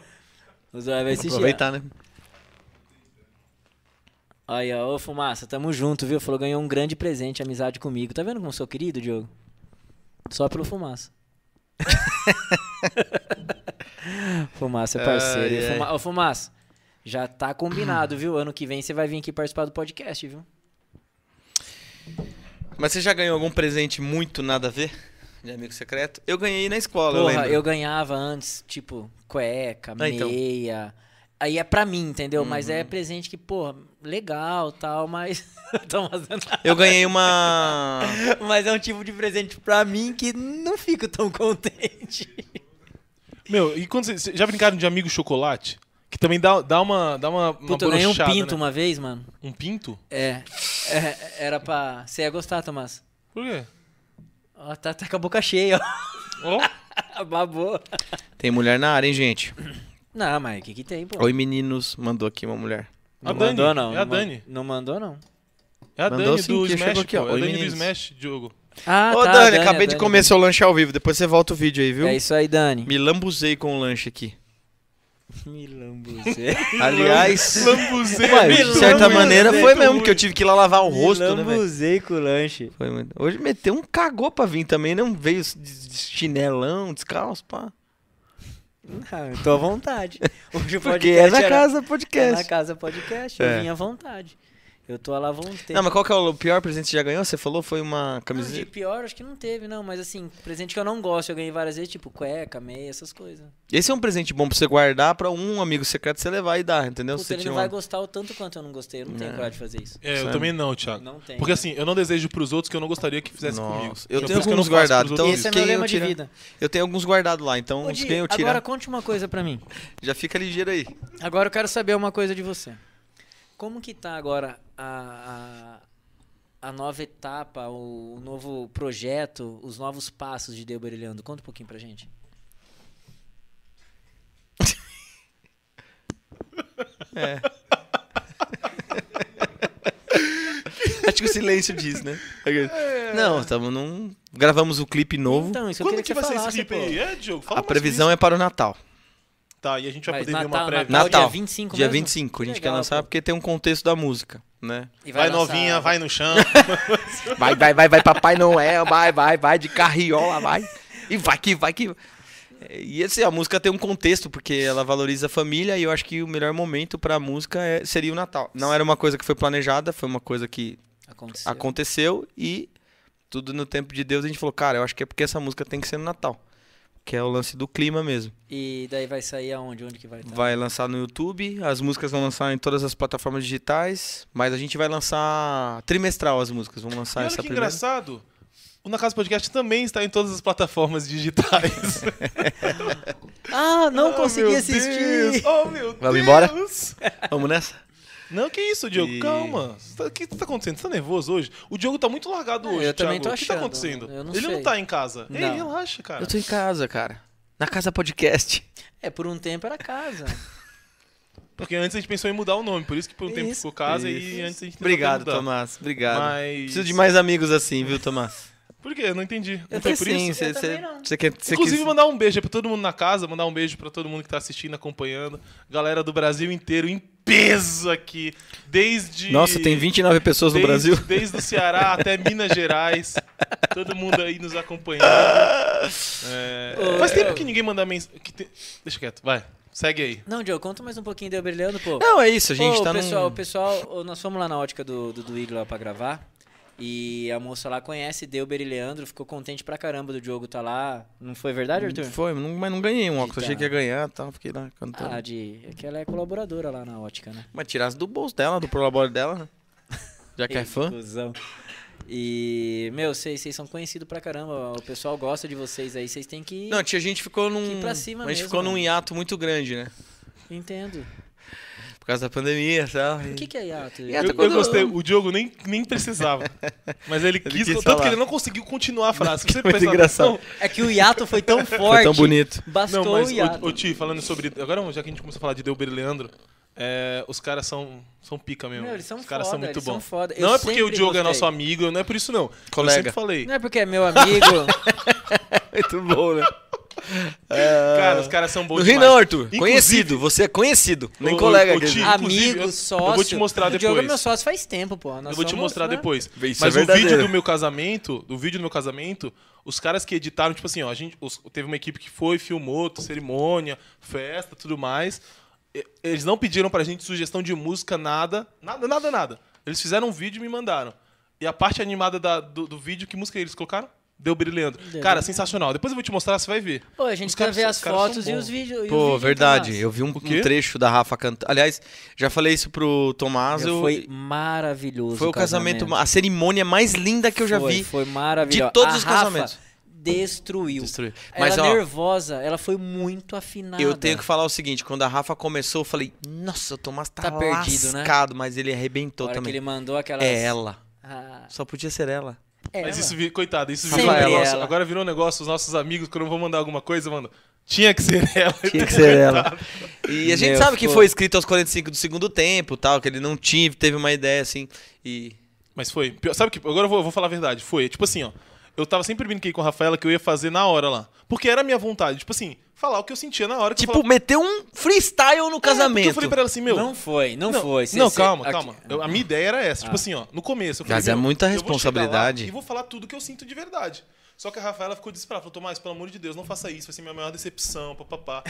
Speaker 4: O Zóio vai assistir.
Speaker 2: Aproveitar, né?
Speaker 4: Aí, ó, ô Fumaça, tamo junto, viu? Falou, ganhou um grande presente, amizade comigo. Tá vendo como eu sou querido, Diogo? Só pelo Fumaça. [LAUGHS] Fumaça é parceiro.
Speaker 2: Ai, ai.
Speaker 4: Fuma... Ô, Fumaça, já tá combinado, viu? Ano que vem você vai vir aqui participar do podcast, viu?
Speaker 2: Mas você já ganhou algum presente muito nada a ver? De amigo secreto? Eu ganhei na escola, eu
Speaker 4: Porra,
Speaker 2: lembro.
Speaker 4: eu, ganhava antes, tipo, cueca,
Speaker 2: Ah, então. Uhum.
Speaker 4: meia. Aí é pra mim, entendeu? Mas é presente que, porra, legal tal, mas. [LAUGHS] Tô fazendo nada.
Speaker 2: eu ganhei uma. [LAUGHS]
Speaker 4: mas é um tipo de presente pra mim que não fico tão contente.
Speaker 3: Meu, e quando vocês. Já brincaram de amigo chocolate? Que também dá, dá uma. Dá uma, uma
Speaker 4: Puta, eu ganhei um
Speaker 3: brochada,
Speaker 4: pinto
Speaker 3: né?
Speaker 4: uma vez, mano.
Speaker 3: Um pinto?
Speaker 4: É. É, Era pra. Você ia gostar, Tomás.
Speaker 3: Por quê?
Speaker 4: Ó, tá, tá com a boca cheia,
Speaker 3: Ó.
Speaker 4: ó. [LAUGHS] Babou.
Speaker 2: Tem mulher na área, hein, gente?
Speaker 4: Não, mas o que, que tem, pô?
Speaker 2: Oi, meninos. Mandou aqui uma mulher.
Speaker 3: A
Speaker 4: Não
Speaker 3: Dani,
Speaker 4: mandou, não.
Speaker 3: é a
Speaker 4: não man-
Speaker 3: Dani.
Speaker 4: Não mandou, não.
Speaker 3: É a
Speaker 2: Mandou
Speaker 3: Dani
Speaker 2: sim,
Speaker 3: do
Speaker 2: que chegou
Speaker 3: Smash,
Speaker 2: aqui,
Speaker 3: aqui,
Speaker 2: ó.
Speaker 3: É a
Speaker 2: Oi,
Speaker 3: Dani do
Speaker 2: meninos.
Speaker 3: Smash, Diogo.
Speaker 4: Ah,
Speaker 2: Ô,
Speaker 4: tá,
Speaker 2: Dani,
Speaker 4: a
Speaker 2: acabei
Speaker 4: a
Speaker 2: de
Speaker 4: Dani,
Speaker 2: comer seu lanche ao vivo. Depois você volta o vídeo aí, viu?
Speaker 4: É isso aí, Dani.
Speaker 2: Me lambuzei com o lanche aqui.
Speaker 4: [LAUGHS] Me lambuzei.
Speaker 2: Aliás,
Speaker 3: Lambuzei.
Speaker 2: ué,
Speaker 4: me
Speaker 2: [LAUGHS] de certa
Speaker 4: lambuzei,
Speaker 2: maneira foi mesmo que eu tive que ir lá lavar o
Speaker 4: Me
Speaker 2: rosto, né, velho?
Speaker 4: lambuzei com o lanche.
Speaker 2: Foi muito- Hoje meteu um cagou pra vir também, não veio de- de chinelão, descalço, pá.
Speaker 4: Ah, eu tô à
Speaker 2: [LAUGHS]
Speaker 4: vontade. Hoje o
Speaker 2: Porque é na
Speaker 4: era-
Speaker 2: casa
Speaker 4: é na
Speaker 2: podcast.
Speaker 4: casa podcast.
Speaker 2: É.
Speaker 4: Eu vim à vontade. Eu tô lá à vontade.
Speaker 2: Não, mas qual que é o pior presente que você já ganhou? Você falou foi uma
Speaker 4: Não, de
Speaker 2: camiseta.
Speaker 4: pior, acho que não teve, não. Mas assim, presente que eu não gosto, eu ganhei várias vezes, tipo cueca, meia, essas coisas.
Speaker 2: Esse é um presente bom pra você guardar pra um amigo secreto você levar e dar, entendeu?
Speaker 4: Puta,
Speaker 2: você um-
Speaker 4: ele
Speaker 2: tinha
Speaker 4: não vai
Speaker 2: uma-
Speaker 4: gostar o tanto quanto eu não gostei. Eu não tenho
Speaker 2: É.
Speaker 4: coragem de fazer isso.
Speaker 3: É, eu
Speaker 2: Sabe?
Speaker 3: também não, Thiago.
Speaker 4: Não tenho.
Speaker 3: Porque assim, eu não desejo pros outros que eu não gostaria que fizesse
Speaker 2: Nossa,
Speaker 3: comigo.
Speaker 2: eu
Speaker 3: Então,
Speaker 2: tenho
Speaker 3: por isso que
Speaker 2: alguns
Speaker 3: não faço
Speaker 2: guardados,
Speaker 3: pros
Speaker 2: então-
Speaker 3: outros.
Speaker 4: Esse é
Speaker 2: quem
Speaker 4: meu
Speaker 2: eu
Speaker 4: lema de
Speaker 2: tirar?
Speaker 4: vida.
Speaker 2: Eu tenho alguns guardados lá,
Speaker 3: um
Speaker 2: então
Speaker 4: Ô,
Speaker 2: os
Speaker 4: Di,
Speaker 2: quem eu tirar.
Speaker 4: agora conte uma coisa pra mim.
Speaker 2: [LAUGHS] Já fica ligeiro aí. [LAUGHS]
Speaker 4: Agora eu quero saber uma coisa de você. Como que tá agora a, a, a nova etapa, o, o novo projeto, os novos passos de Deu Brilhando? Conta um pouquinho pra gente.
Speaker 2: Acho que o silêncio diz, né? Não, estamos num. Gravamos o clipe novo.
Speaker 4: É. Então, isso eu
Speaker 3: Quando
Speaker 4: queria você
Speaker 3: que vai ser esse
Speaker 4: falasse,
Speaker 3: clipe
Speaker 4: pô.
Speaker 3: aí? É, Diogo, fala
Speaker 2: A
Speaker 3: mais
Speaker 2: previsão é para o Natal.
Speaker 3: disso. Tá, e a gente vai
Speaker 4: Mas
Speaker 3: poder ver uma
Speaker 4: Natal,
Speaker 3: prévia.
Speaker 4: Natal,
Speaker 2: Natal.
Speaker 4: dia 25
Speaker 2: Dia
Speaker 4: mesmo?
Speaker 2: 25, a gente
Speaker 4: Legal,
Speaker 2: quer lançar
Speaker 4: pô.
Speaker 2: porque tem um contexto da música, né?
Speaker 4: E
Speaker 3: Vai,
Speaker 4: lançar-
Speaker 3: novinha, vai no chão.
Speaker 2: Vai, vai, vai, vai, Papai Noel, vai, vai, vai, de carriola, vai. E vai que vai que. E assim, a música tem um contexto, porque ela valoriza a família, e eu acho que o melhor momento pra música é- seria o Natal. Não era uma coisa que foi planejada, foi uma coisa que
Speaker 4: Aconteceu.
Speaker 2: aconteceu e tudo no tempo de Deus a gente falou, cara, eu acho que é porque essa música tem que ser no Natal. Que é o lance do clima mesmo.
Speaker 4: E daí vai sair aonde? Onde que vai estar?
Speaker 2: Vai lançar no YouTube, as músicas vão lançar em todas as plataformas digitais, mas a gente vai lançar trimestral as músicas. Vamos
Speaker 3: E
Speaker 2: lançar
Speaker 3: olha
Speaker 2: essa
Speaker 3: que
Speaker 2: primeira.
Speaker 3: engraçado. O Na Casa Podcast também está em todas as plataformas digitais.
Speaker 4: Ah, não
Speaker 3: Ah,
Speaker 4: consegui
Speaker 3: meu
Speaker 4: assistir!
Speaker 3: Deus. Oh, meu Deus.
Speaker 2: Vamos embora? Vamos nessa?
Speaker 3: Não, que isso, Diogo.
Speaker 2: E-
Speaker 3: Calma. Você tá- O que tá acontecendo? Você tá nervoso hoje? O Diogo tá muito largado
Speaker 4: Ah,
Speaker 3: hoje,
Speaker 4: eu também
Speaker 3: Thiago.
Speaker 4: tô
Speaker 3: O que tá
Speaker 4: achando.
Speaker 3: acontecendo?
Speaker 4: Eu não
Speaker 3: Ele não
Speaker 4: sei.
Speaker 3: tá em casa. Ei,
Speaker 4: Não.
Speaker 3: relaxa, cara.
Speaker 2: Eu tô em casa, cara. Na casa podcast.
Speaker 4: É, por um tempo era casa.
Speaker 3: Porque antes a gente pensou em mudar o nome, por isso que por um tempo
Speaker 4: Isso.
Speaker 3: ficou casa e
Speaker 2: Isso.
Speaker 3: antes a gente tentou
Speaker 2: Obrigado,
Speaker 3: mudar.
Speaker 2: Tomás. Obrigado.
Speaker 3: Mas...
Speaker 2: Preciso de mais amigos assim, viu, Tomás? Então,
Speaker 3: Por quê? Eu não entendi. Não
Speaker 4: Eu
Speaker 3: foi
Speaker 4: tô
Speaker 3: É por
Speaker 4: sim.
Speaker 3: isso?
Speaker 2: você
Speaker 4: Eu também não.
Speaker 2: você quer. Você
Speaker 3: Inclusive,
Speaker 2: quis-
Speaker 3: mandar um beijo aí pra todo mundo na casa, mandar um beijo pra todo mundo que tá assistindo, acompanhando. Galera do Brasil inteiro em peso aqui. Desde.
Speaker 2: Nossa, tem 29 pessoas no
Speaker 3: desde,
Speaker 2: Brasil.
Speaker 3: Desde o Ceará até Minas Gerais. Todo mundo aí nos acompanhando. É,
Speaker 4: Ô,
Speaker 3: Faz tempo que ninguém manda mensagem. Deixa quieto, vai. Segue aí.
Speaker 4: Não, Diogo, conta mais um pouquinho Deu Brilhando, pô.
Speaker 2: Não, é isso, a gente
Speaker 4: Ô,
Speaker 2: tá
Speaker 4: pessoal,
Speaker 2: num...
Speaker 4: pessoal, ô, nós fomos lá na ótica do, do, do Igla pra gravar. E a moça lá conhece Deuber e Leandro, ficou contente pra caramba do Diogo tá lá. Não foi verdade, Arthur?
Speaker 2: Foi, mas não- mas não ganhei um óculos.
Speaker 4: Eita.
Speaker 2: Achei que ia ganhar e tal. Fiquei lá cantando.
Speaker 4: Ah, de. É que ela é colaboradora lá na ótica, né?
Speaker 2: Mas tirasse do bolso dela, do prolabore dela, né? Já que é
Speaker 4: Ei,
Speaker 2: fã.
Speaker 4: cuzão. E, meu, vocês vocês são conhecidos pra caramba. O pessoal gosta de vocês aí. Vocês têm que.
Speaker 2: Não, é tia, a gente ficou num.
Speaker 4: Que pra cima
Speaker 2: a gente
Speaker 4: mesmo,
Speaker 2: ficou num
Speaker 4: mano.
Speaker 2: hiato muito grande, né?
Speaker 4: Entendo.
Speaker 2: Por causa da pandemia e tal. e-
Speaker 4: O que, que é hiato?
Speaker 2: Eu-
Speaker 3: Eu, eu
Speaker 2: quando-
Speaker 3: gostei, o Diogo nem, nem precisava. Mas ele quis,
Speaker 2: quis
Speaker 3: tanto
Speaker 2: falar.
Speaker 3: que ele não conseguiu continuar a frase. Você
Speaker 2: muito
Speaker 3: presta
Speaker 2: engraçado.
Speaker 3: atenção?
Speaker 4: É que o hiato foi tão forte.
Speaker 2: Foi
Speaker 4: [LAUGHS]
Speaker 2: tão bonito.
Speaker 4: Bastou
Speaker 3: Não, mas,
Speaker 4: o
Speaker 3: ô,
Speaker 4: hiato.
Speaker 3: ô, Ti, falando sobre. Agora, já que a gente começou a falar de Delber e Leandro, é, os caras são, são pica mesmo.
Speaker 4: Não, eles são
Speaker 3: os caras
Speaker 4: foda,
Speaker 3: são muito
Speaker 4: eles
Speaker 3: bons.
Speaker 4: são foda. Eu
Speaker 3: Não é porque o
Speaker 4: sempre
Speaker 3: Diogo
Speaker 4: gostei.
Speaker 3: é nosso amigo, não é por isso, não.
Speaker 2: Colega.
Speaker 3: Eu sempre falei.
Speaker 4: Não é porque é meu amigo.
Speaker 2: Muito [LAUGHS] bom, né? É.
Speaker 3: Cara, os caras são
Speaker 2: Não
Speaker 3: bons
Speaker 2: ri
Speaker 3: demais.
Speaker 2: não, Arthur.
Speaker 3: Inclusive-
Speaker 2: Conhecido. Você é conhecido. Nem
Speaker 3: Ô,
Speaker 2: colega
Speaker 3: ô,
Speaker 2: aqui.
Speaker 3: Ti, Inclusive, eu-
Speaker 4: Amigo,
Speaker 3: eu
Speaker 4: sócio.
Speaker 3: vou te mostrar
Speaker 4: O Diogo é
Speaker 3: depois.
Speaker 4: meu sócio faz tempo, pô. Nós
Speaker 3: Eu vou te
Speaker 4: somos,
Speaker 3: mostrar
Speaker 4: né?
Speaker 3: depois.
Speaker 2: Isso
Speaker 3: Mas
Speaker 2: é
Speaker 3: o vídeo
Speaker 2: verdadeiro.
Speaker 3: do meu casamento, do vídeo do meu casamento, os caras que editaram, tipo assim, ó, a gente, os- teve uma equipe que foi, filmou, cerimônia, festa, tudo mais. E- Eles não pediram pra gente sugestão de música, nada, nada, nada, nada. Eles fizeram um vídeo e me mandaram. E a parte animada da- do, do vídeo, que música eles colocaram? Deu brilhando.
Speaker 4: Deu
Speaker 3: Cara, sensacional. Depois eu vou te mostrar, você vai ver.
Speaker 4: Pô, a gente
Speaker 3: Os
Speaker 4: quer
Speaker 3: caras
Speaker 4: ver
Speaker 3: são-
Speaker 4: as
Speaker 3: os caras são
Speaker 4: fotos e
Speaker 3: bons.
Speaker 4: os vídeos. e o
Speaker 2: Pô,
Speaker 4: vídeo,
Speaker 2: verdade.
Speaker 4: Tomás.
Speaker 2: Eu vi um, um
Speaker 3: quê?
Speaker 2: trecho da Rafa cantando. Aliás, já falei isso pro Tomás.
Speaker 4: Meu,
Speaker 2: eu-
Speaker 4: Foi maravilhoso.
Speaker 3: Ah,
Speaker 2: foi o casamento, a cerimônia mais linda que eu já
Speaker 4: Foi,
Speaker 2: vi.
Speaker 4: Foi maravilhoso.
Speaker 2: de todos
Speaker 4: A
Speaker 2: os
Speaker 4: Rafa
Speaker 2: casamentos.
Speaker 4: destruiu.
Speaker 2: Destruiu.
Speaker 4: Mas,
Speaker 2: Mas,
Speaker 4: ela é
Speaker 2: ó,
Speaker 4: nervosa, ela foi muito afinada.
Speaker 2: eu tenho que falar o seguinte: quando a Rafa começou, eu falei, nossa, o Tomás tá,
Speaker 4: Tá perdido, né?
Speaker 2: lascado, mas ele
Speaker 4: A
Speaker 2: arrebentou
Speaker 4: hora que
Speaker 2: também.
Speaker 4: ele mandou aquelas...
Speaker 2: É ela.
Speaker 4: Ah,
Speaker 2: Só podia ser ela.
Speaker 4: é
Speaker 3: Mas
Speaker 4: ela.
Speaker 3: isso, vi- coitado, isso
Speaker 4: Sempre
Speaker 3: virou um negócio.
Speaker 4: ela.
Speaker 3: Agora virou um negócio, os nossos amigos, quando eu vou mandar alguma coisa, mano, tinha que ser ela.
Speaker 2: [LAUGHS] Tinha que ser ela. E a gente
Speaker 4: Meu,
Speaker 2: sabe que
Speaker 4: ficou-
Speaker 2: foi escrito aos 45 do segundo tempo, tal, que ele não tinha, teve uma ideia assim. E.
Speaker 3: Mas foi. Pior- Sabe que. Agora eu vou, eu vou falar a verdade. Foi. Tipo assim, ó. Eu tava sempre brinquei com a Rafaela que eu ia fazer na hora lá. Porque era a minha vontade. Tipo assim, falar o que eu sentia na hora. Que eu
Speaker 2: Tipo,
Speaker 3: falava-
Speaker 2: meteu um freestyle no
Speaker 3: Porque
Speaker 2: casamento.
Speaker 3: Eu falei pra ela assim, meu.
Speaker 4: Não foi, não, foi. Cê-
Speaker 3: não,
Speaker 4: cê-
Speaker 3: calma,
Speaker 4: aqui-
Speaker 3: calma. Eu- a minha ideia era essa. Tipo assim, ó. No começo. Eu
Speaker 2: é.
Speaker 3: falei,
Speaker 2: Ah. Mas é
Speaker 3: meu,
Speaker 2: muita
Speaker 3: eu vou chegar lá
Speaker 2: responsabilidade.
Speaker 3: E vou falar tudo que eu sinto de verdade. Só que a Rafaela ficou desesperada. Falou, Tomás, pelo amor de Deus, não faça isso. Vai ser minha maior
Speaker 2: [LAUGHS]
Speaker 3: decepção, papapá.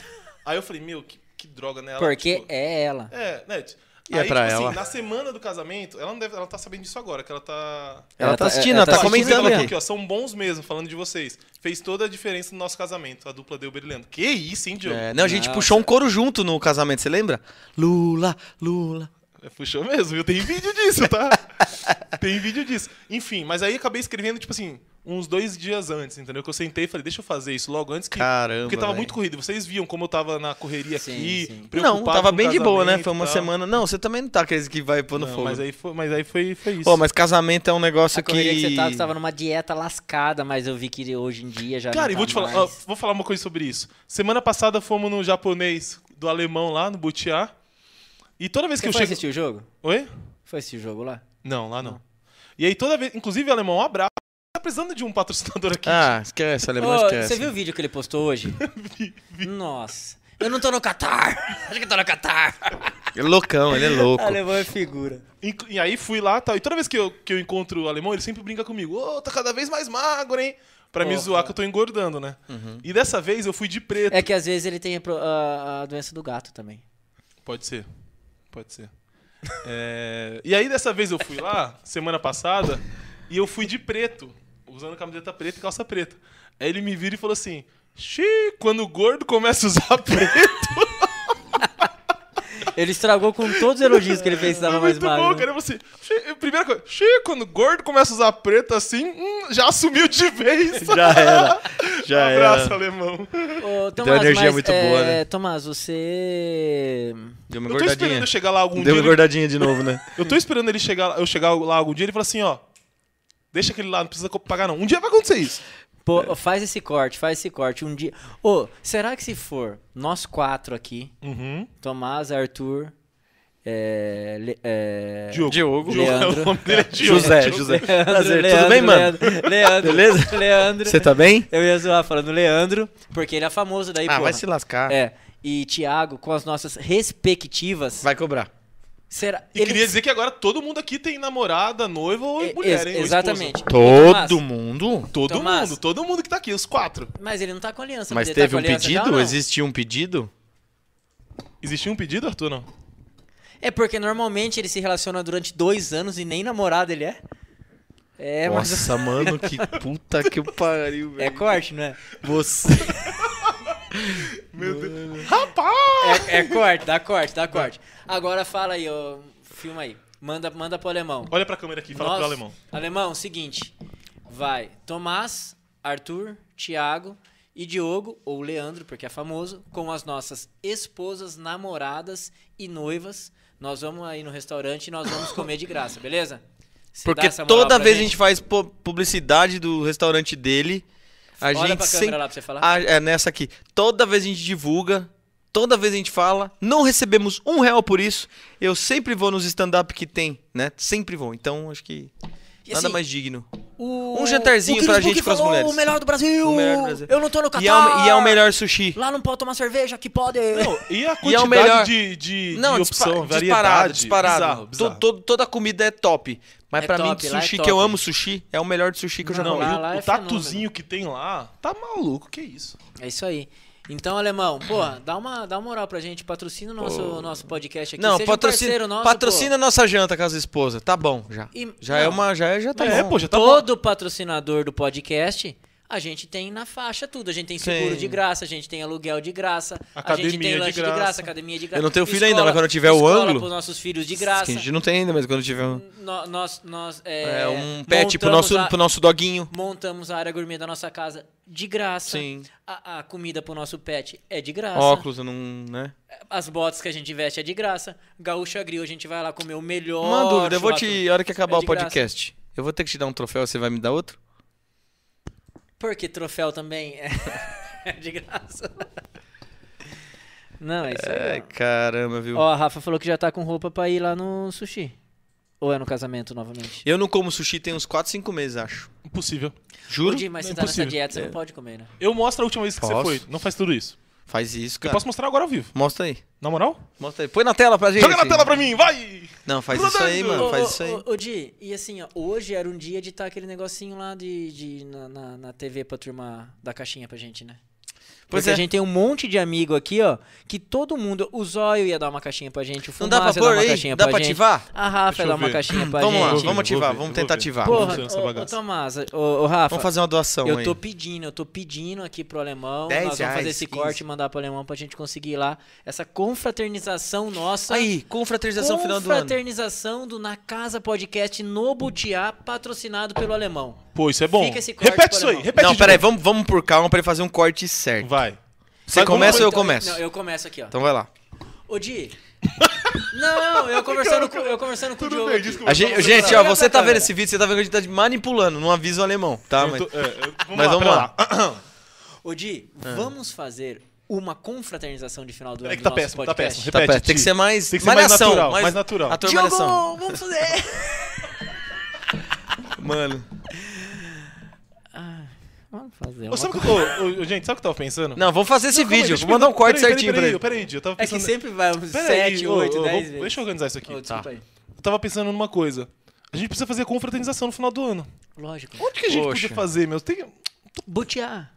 Speaker 3: Aí eu falei, meu, que, que droga nela.
Speaker 4: Porque
Speaker 3: tipo,
Speaker 4: é ela.
Speaker 3: É, né? t-
Speaker 2: E é
Speaker 3: aí,
Speaker 2: pra
Speaker 3: tipo
Speaker 2: ela.
Speaker 3: assim, na semana do casamento, ela não deve. Ela tá sabendo disso agora, que ela tá.
Speaker 2: Ela,
Speaker 4: Ela
Speaker 2: tá
Speaker 4: tá-
Speaker 2: assistindo,
Speaker 4: ela
Speaker 2: ela tá,
Speaker 4: tá assistindo,
Speaker 2: comentando
Speaker 3: Ela
Speaker 2: aqui.
Speaker 3: falou aqui, ó, são bons mesmo, falando de vocês. Fez toda a diferença no nosso casamento, a dupla deu brilhando. Que isso, hein, Diogo?
Speaker 2: É, não, a gente
Speaker 4: Nossa.
Speaker 2: puxou um coro junto no casamento, você lembra? Lula, Lula.
Speaker 3: É, Puxou mesmo, viu? Tem vídeo disso, [LAUGHS] tá? Tem vídeo disso. Enfim, mas aí acabei escrevendo, tipo assim, uns dois dias antes, entendeu? Que eu sentei e falei, deixa eu fazer isso logo antes que.
Speaker 2: Caramba.
Speaker 3: Porque tava
Speaker 2: velho.
Speaker 3: muito corrido. Vocês viam como eu tava na correria
Speaker 4: Sim,
Speaker 3: aqui.
Speaker 4: sim.
Speaker 3: preocupado
Speaker 2: Não, tava
Speaker 3: com o
Speaker 2: bem de boa, né?
Speaker 3: casamento
Speaker 2: Foi uma
Speaker 3: e tal.
Speaker 2: semana. Não, você também não tá aquele que vai pôr no
Speaker 3: Não,
Speaker 2: fogo.
Speaker 3: mas é aí foi, mas aí foi, foi isso.
Speaker 2: Pô, mas casamento é um negócio
Speaker 4: A correria que... você tava,
Speaker 2: que
Speaker 4: você tava numa dieta lascada, mas eu vi que hoje em dia já
Speaker 3: Cara,
Speaker 4: não
Speaker 3: e vou
Speaker 4: tá
Speaker 3: te falar, ó,
Speaker 4: mais.
Speaker 3: vou falar uma coisa sobre isso. Semana passada fomos no japonês do alemão lá, no Butiá. E toda vez que
Speaker 4: Você
Speaker 3: eu
Speaker 4: foi
Speaker 3: chego.
Speaker 4: assistir o jogo?
Speaker 3: Oi?
Speaker 4: Foi assistir o jogo lá?
Speaker 3: Não, lá não. E aí toda vez. Inclusive, alemão, um abraço. Tá precisando de um patrocinador aqui.
Speaker 2: Ah, esquece, alemão
Speaker 4: Ô,
Speaker 2: esquece.
Speaker 4: você viu o vídeo que ele postou
Speaker 2: [LAUGHS]
Speaker 4: hoje? Nossa. Eu não tô no Catar. Acho que eu tô no Catar.
Speaker 2: Ele é loucão, ele é louco.
Speaker 4: Alemão é figura.
Speaker 3: Inc- E aí fui lá tá, e tal. E toda vez que eu, que eu encontro o alemão, ele sempre brinca comigo. Ô, tá cada vez mais magro, hein? Pra me
Speaker 4: Porra. Uhum.
Speaker 3: zoar que eu tô engordando, né? E dessa vez eu fui de preto.
Speaker 4: É que às vezes ele tem a, pro- a- a doença do gato também.
Speaker 3: Pode ser. Pode ser. É, E aí dessa vez eu fui lá, semana passada, e eu fui de preto, usando camiseta preta e calça preta. Aí ele me vira e falou assim: Xiii, quando o gordo começa a usar [LAUGHS] preto,
Speaker 4: Ele estragou com todos os elogios que ele fez,
Speaker 3: é
Speaker 4: tava mais
Speaker 3: muito bom,
Speaker 4: magro.
Speaker 3: cara. Você, "Xiii", primeira coisa, Xiii, quando o gordo começa a usar preto assim, hum, já assumiu de
Speaker 2: [LAUGHS]
Speaker 3: vez. Um
Speaker 2: Já era.
Speaker 3: [LAUGHS]
Speaker 2: Já
Speaker 3: Abraço,
Speaker 2: era.
Speaker 3: alemão.
Speaker 4: Ô,
Speaker 2: Deu
Speaker 4: Tomás,
Speaker 2: energia
Speaker 4: mas, é,
Speaker 2: muito boa, né?
Speaker 4: Tomás, você.
Speaker 2: Deu uma
Speaker 3: Eu tô esperando
Speaker 1: um
Speaker 2: engordadinha.
Speaker 3: eu chegar lá algum
Speaker 2: Deu
Speaker 3: dia.
Speaker 2: uma
Speaker 3: ele-
Speaker 2: engordadinha de novo,
Speaker 1: [LAUGHS]
Speaker 2: né?
Speaker 3: Eu tô esperando ele chegar, eu chegar lá algum dia ele fala assim, ó. Deixa aquele lá, não precisa co- pagar não. Um dia vai acontecer isso.
Speaker 4: Pô,
Speaker 2: É.
Speaker 4: ô, faz esse corte, faz esse corte. Um dia. Ô, será que se for nós quatro aqui,
Speaker 3: Uhum.
Speaker 4: Tomás, Arthur, é, Le- é,
Speaker 3: Diogo.
Speaker 2: Diogo.
Speaker 4: Leandro.
Speaker 3: O nome dele é Diogo.
Speaker 2: José, José.
Speaker 4: Leandro,
Speaker 2: Prazer, tudo
Speaker 4: Leandro,
Speaker 2: bem, mano?
Speaker 4: Leandro, Leandro,
Speaker 2: Beleza?
Speaker 4: Leandro.
Speaker 2: Você tá bem?
Speaker 4: Eu ia zoar falando Leandro, porque ele é famoso daí,
Speaker 2: Ah,
Speaker 4: porra.
Speaker 2: vai se lascar.
Speaker 4: É. E Thiago, com as nossas respectivas.
Speaker 2: Vai cobrar.
Speaker 4: Será?
Speaker 3: E queria dizer que agora todo mundo aqui tem namorada, noiva ou
Speaker 4: É,
Speaker 3: mulher,
Speaker 4: ex-
Speaker 3: hein? Ou
Speaker 4: Exatamente. é Então,
Speaker 3: esposa.
Speaker 4: Tomás,
Speaker 2: Todo mundo?
Speaker 3: Todo
Speaker 4: Tomás.
Speaker 3: mundo, todo mundo que tá aqui, os quatro.
Speaker 4: Mas ele não tá com aliança.
Speaker 2: Mas
Speaker 4: ele tá
Speaker 2: teve
Speaker 4: com
Speaker 2: um
Speaker 4: aliança já ou
Speaker 2: pedido?
Speaker 4: não?
Speaker 2: Existiu um pedido?
Speaker 3: Existia um pedido, Arthur, não?
Speaker 4: É porque normalmente ele se relaciona durante dois anos e nem namorado ele é. É, mas.
Speaker 1: [LAUGHS]
Speaker 2: Nossa, mano, que puta que pariu,
Speaker 4: É
Speaker 2: velho.
Speaker 4: corte, não é?
Speaker 2: Você.
Speaker 3: Meu Deus. Rapaz!
Speaker 4: É, é corte, dá corte, dá corte. Agora fala aí, ó, filma aí. Manda, manda pro alemão.
Speaker 3: Olha pra câmera aqui, fala
Speaker 4: Nós-
Speaker 3: pro alemão.
Speaker 4: Alemão, seguinte. Vai Tomás, Arthur, Tiago e Diogo, ou Leandro, porque é famoso, com as nossas esposas, namoradas e noivas. Nós vamos aí no restaurante e nós vamos comer de graça, beleza? Você dá
Speaker 2: Porque
Speaker 4: essa moral
Speaker 2: toda
Speaker 4: pra
Speaker 2: vez a gente faz pu- publicidade do restaurante dele. A
Speaker 4: Olha
Speaker 2: gente
Speaker 4: pra câmera
Speaker 2: sempre-
Speaker 4: lá pra você falar.
Speaker 2: Ah, é nessa aqui. Toda vez a gente divulga, toda vez a gente fala. Não recebemos um real por isso. Eu sempre vou nos stand-up que tem, né? Sempre vou. Então acho que
Speaker 4: E
Speaker 2: nada
Speaker 4: assim,
Speaker 2: mais digno.
Speaker 4: o-
Speaker 2: um jantarzinho
Speaker 4: o Chris
Speaker 2: pra gente
Speaker 4: Book
Speaker 2: com as
Speaker 4: falou,
Speaker 2: mulheres.
Speaker 4: O melhor do Brasil!
Speaker 2: O melhor do Brasil.
Speaker 4: Eu não tô no Catar!
Speaker 2: E é, o, e é o melhor sushi.
Speaker 4: Lá não pode tomar cerveja, que pode!
Speaker 3: Não, e a quantidade
Speaker 2: é o melhor-
Speaker 3: de, de,
Speaker 2: Não,
Speaker 3: de
Speaker 2: dispa- disparado,
Speaker 3: opção, variedade?
Speaker 2: disparado.
Speaker 3: Bizarro, bizarro.
Speaker 2: To- todo- toda comida é top. Mas
Speaker 4: É
Speaker 2: pra mim,
Speaker 4: top, lá é
Speaker 2: sushi, que
Speaker 4: top.
Speaker 2: eu amo sushi, é o melhor de sushi que eu já
Speaker 3: Não,
Speaker 2: comi.
Speaker 4: Lá-
Speaker 3: e o,
Speaker 4: lá
Speaker 3: o
Speaker 4: é fenômeno.
Speaker 3: tatuzinho que tem lá, tá maluco, que isso?
Speaker 4: É isso aí. Então, alemão, pô, dá uma, dá uma moral pra gente. Patrocina o nosso, nosso podcast aqui.
Speaker 2: Não,
Speaker 4: Seja um
Speaker 2: patrocina,
Speaker 4: parceiro nosso,
Speaker 2: patrocina a nossa janta com as esposas. Tá bom, já.
Speaker 4: E-
Speaker 2: já é
Speaker 4: não.
Speaker 2: uma. Já, é- já tá
Speaker 3: é,
Speaker 2: bom.
Speaker 3: pô, já
Speaker 4: pô.
Speaker 3: tá bom.
Speaker 4: Todo patrocinador do podcast. A a gente tem na faixa tudo. A gente tem seguro
Speaker 2: Sim.
Speaker 4: de graça, a gente tem aluguel de graça, a gente
Speaker 3: Academia
Speaker 4: tem
Speaker 3: de
Speaker 4: lanche de graça.
Speaker 3: graça,
Speaker 4: academia de graça.
Speaker 2: não tenho filho ainda, mas quando eu tiver o
Speaker 4: escola
Speaker 2: ângulo-
Speaker 4: pros nossos filhos de
Speaker 2: Que
Speaker 4: graça.
Speaker 2: a gente não tem ainda, mas quando tiver um,
Speaker 4: No- nós, nós, é,
Speaker 2: é, um pet pro
Speaker 4: montamos
Speaker 2: nosso,
Speaker 4: a-
Speaker 2: pro nosso doguinho.
Speaker 4: Montamos a área gourmet da nossa casa de graça.
Speaker 2: Sim.
Speaker 4: A, a comida pro nosso pet é de graça.
Speaker 2: Óculos, eu não. Né?
Speaker 4: As botas que a gente veste é de graça. Gaúcha Grill, a gente vai lá comer o melhor.
Speaker 2: Uma dúvida, eu vou
Speaker 4: churrasco.
Speaker 2: te. A hora que acabar
Speaker 4: É
Speaker 2: o
Speaker 4: de graça.
Speaker 2: podcast, eu vou ter que te dar um troféu, você vai me dar outro?
Speaker 4: Porque troféu também [LAUGHS] é é de graça. Não, é isso
Speaker 2: Ai,
Speaker 4: aí.
Speaker 2: caramba,
Speaker 4: ó.
Speaker 2: viu?
Speaker 4: Ó, a Rafa falou que já tá com roupa pra ir lá no sushi. Ou é no casamento novamente?
Speaker 2: Eu não como sushi tem uns 4, 5 meses, acho.
Speaker 3: Impossível.
Speaker 2: Juro?
Speaker 4: Ô, Di, mas
Speaker 3: É
Speaker 4: você tá nessa
Speaker 3: impossível.
Speaker 4: dieta, você não pode comer, né?
Speaker 3: Eu mostro a última vez que
Speaker 2: Posso? Tá.
Speaker 3: você foi. Não faz tudo isso.
Speaker 2: Faz isso,
Speaker 3: Eu
Speaker 2: cara.
Speaker 3: posso mostrar agora ao vivo.
Speaker 2: Mostra aí.
Speaker 3: Na moral?
Speaker 2: Mostra aí. Põe na tela pra gente.
Speaker 3: Joga na tela pra mim, vai!
Speaker 2: Não, faz isso aí,
Speaker 3: Rodando!
Speaker 2: mano.
Speaker 4: Ô,
Speaker 2: Faz
Speaker 4: ô,
Speaker 2: isso aí.
Speaker 4: ô, Ô, Di, e assim, ó, hoje era um dia de estar aquele negocinho lá de, de- na, na, na TV pra turma da caixinha pra gente, né?
Speaker 2: Pois
Speaker 4: Porque
Speaker 2: é.
Speaker 4: a gente tem um monte de amigo aqui, ó, que todo mundo. O Zóio ia dar uma caixinha pra gente, o
Speaker 2: Não dá pra
Speaker 4: Fumaça ia dar
Speaker 2: pôr
Speaker 4: uma
Speaker 2: aí?
Speaker 4: caixinha
Speaker 2: Dá
Speaker 4: pra
Speaker 2: pra
Speaker 4: gente.
Speaker 2: ativar?
Speaker 4: A Rafa
Speaker 3: Deixa
Speaker 4: ia dar
Speaker 3: eu
Speaker 4: uma
Speaker 2: [CLEARS THROAT]
Speaker 3: ver.
Speaker 4: caixinha pra
Speaker 2: Vamos
Speaker 4: gente.
Speaker 2: lá,
Speaker 3: Eu vou
Speaker 2: vamos
Speaker 3: ver, eu
Speaker 2: ativar,
Speaker 3: vou
Speaker 2: vamos
Speaker 3: ver.
Speaker 2: tentar ativar.
Speaker 3: Vamos
Speaker 4: Porra,
Speaker 3: fazer essa
Speaker 4: ô, ô,
Speaker 3: é bagaça.
Speaker 4: Tomás, ô, ô, Rafa,
Speaker 2: Vamos fazer uma doação
Speaker 1: um,
Speaker 4: eu
Speaker 2: aí.
Speaker 4: tô pedindo, eu tô pedindo aqui pro Alemão,
Speaker 2: 10
Speaker 4: nós vamos
Speaker 2: reais,
Speaker 4: fazer esse
Speaker 2: 15.
Speaker 4: corte e mandar pro Alemão pra gente conseguir lá essa confraternização nossa.
Speaker 2: Aí, com fraternização final do ano.
Speaker 4: Ah. Confraternização do Na Casa Podcast no Butiá, patrocinado pelo Alemão.
Speaker 3: Pô, isso é bom.
Speaker 4: Fica esse corte
Speaker 3: repete
Speaker 4: pro
Speaker 3: isso aí,
Speaker 4: alemão.
Speaker 3: repete
Speaker 2: não,
Speaker 3: de
Speaker 2: peraí,
Speaker 3: novo.
Speaker 2: vamos, vamos por calma pra ele fazer um corte certo.
Speaker 3: Vai. um
Speaker 2: Você
Speaker 3: Mas vamos-
Speaker 2: começa ou eu
Speaker 4: Então,
Speaker 2: começo?
Speaker 4: Não, eu começo aqui, ó.
Speaker 2: Então vai lá.
Speaker 4: Ô, Di. Não, eu conversando com, eu conversando com o
Speaker 3: Tudo
Speaker 4: Diogo.
Speaker 3: bem,
Speaker 4: aqui.
Speaker 3: desculpa.
Speaker 2: A gente,
Speaker 3: Vamos
Speaker 2: gente,
Speaker 4: pra
Speaker 2: ó,
Speaker 4: lá.
Speaker 2: você tá vendo
Speaker 4: Câmera.
Speaker 2: esse vídeo, você tá vendo que a gente tá manipulando, não avisa o alemão, tá? Mas...
Speaker 3: Eu tô- é, eu- vamos
Speaker 2: Mas
Speaker 3: lá, Ah,
Speaker 2: vamos
Speaker 3: pera
Speaker 2: lá.
Speaker 4: Ô, Di, Ah. vamos fazer uma confraternização de final do ano
Speaker 3: É que
Speaker 4: do
Speaker 3: tá
Speaker 4: nosso
Speaker 3: péssimo, tá
Speaker 4: podcast.
Speaker 3: péssimo.
Speaker 2: Tá,
Speaker 3: Repete,
Speaker 2: pera, tem
Speaker 3: Ti.
Speaker 2: que ser mais.
Speaker 3: Tem que ser mais
Speaker 2: malhação,
Speaker 3: natural, mais natural.
Speaker 2: Ator
Speaker 4: Diogo,
Speaker 2: malhação.
Speaker 4: vamos fazer.
Speaker 2: Mano.
Speaker 4: vamos fazer.
Speaker 3: Ô,
Speaker 4: uma
Speaker 3: sabe o que eu tô- ô, ô, gente, sabe o que eu tava pensando?
Speaker 2: Não, vamos fazer esse
Speaker 3: Calma aí,
Speaker 2: vídeo.
Speaker 3: deixa
Speaker 2: Vou
Speaker 3: eu
Speaker 2: mandar um
Speaker 3: perguntar-
Speaker 2: corte
Speaker 3: peraí,
Speaker 2: certinho pra
Speaker 3: peraí,
Speaker 2: ele.
Speaker 3: Peraí, Di, eu tava
Speaker 4: É que
Speaker 3: pensando...
Speaker 4: sempre vai uns
Speaker 3: Peraí,
Speaker 4: 7,
Speaker 3: ô,
Speaker 4: 8,
Speaker 3: ô,
Speaker 4: 10
Speaker 3: vou-
Speaker 4: vezes.
Speaker 3: Deixa eu organizar isso aqui. tá.
Speaker 4: Ô, desculpa aí.
Speaker 3: Eu tava pensando numa coisa. A gente precisa fazer confraternização no final do ano.
Speaker 4: Lógico.
Speaker 3: Onde que a gente
Speaker 2: Poxa.
Speaker 3: podia fazer, meu? Tem-
Speaker 4: Butiá.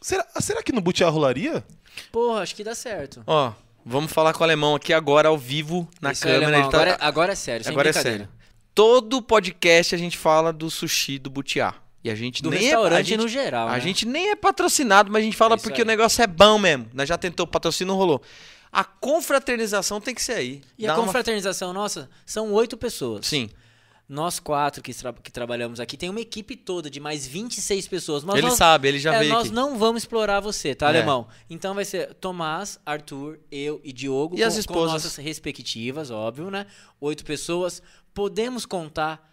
Speaker 3: Será, será que no Butiá rolaria?
Speaker 4: Porra, acho que dá certo.
Speaker 2: Ó, vamos falar com o alemão aqui agora, ao vivo, na
Speaker 4: Isso aí,
Speaker 2: câmera.
Speaker 4: alemão,
Speaker 2: ele tá-
Speaker 4: agora, agora é sério, sem
Speaker 2: Agora é
Speaker 4: brincadeira.
Speaker 2: sério. Todo podcast a gente fala do sushi do Butiá. E a gente
Speaker 4: Do
Speaker 2: nem é, a
Speaker 4: restaurante
Speaker 2: gente,
Speaker 4: no geral,
Speaker 2: A
Speaker 4: né?
Speaker 2: gente nem é patrocinado, mas a gente fala
Speaker 4: É isso
Speaker 2: porque
Speaker 4: aí.
Speaker 2: o negócio é bom mesmo. Nós já tentou patrocínio, não rolou. A confraternização tem que ser aí.
Speaker 4: E
Speaker 2: Dá
Speaker 4: a
Speaker 2: uma-
Speaker 4: confraternização nossa são oito pessoas.
Speaker 2: Sim.
Speaker 4: Nós quatro que, tra- que trabalhamos aqui, tem uma equipe toda de mais 26 pessoas. Mas
Speaker 2: ele
Speaker 4: nós,
Speaker 2: sabe, ele já
Speaker 4: é,
Speaker 2: veio
Speaker 4: nós
Speaker 2: aqui.
Speaker 4: não vamos explorar você, tá,
Speaker 2: É.
Speaker 4: alemão? Então vai ser Tomás, Arthur, eu e Diogo.
Speaker 2: E
Speaker 4: com,
Speaker 2: as
Speaker 4: Com
Speaker 2: esposas?
Speaker 4: nossas respectivas, óbvio, né? Oito pessoas. Podemos contar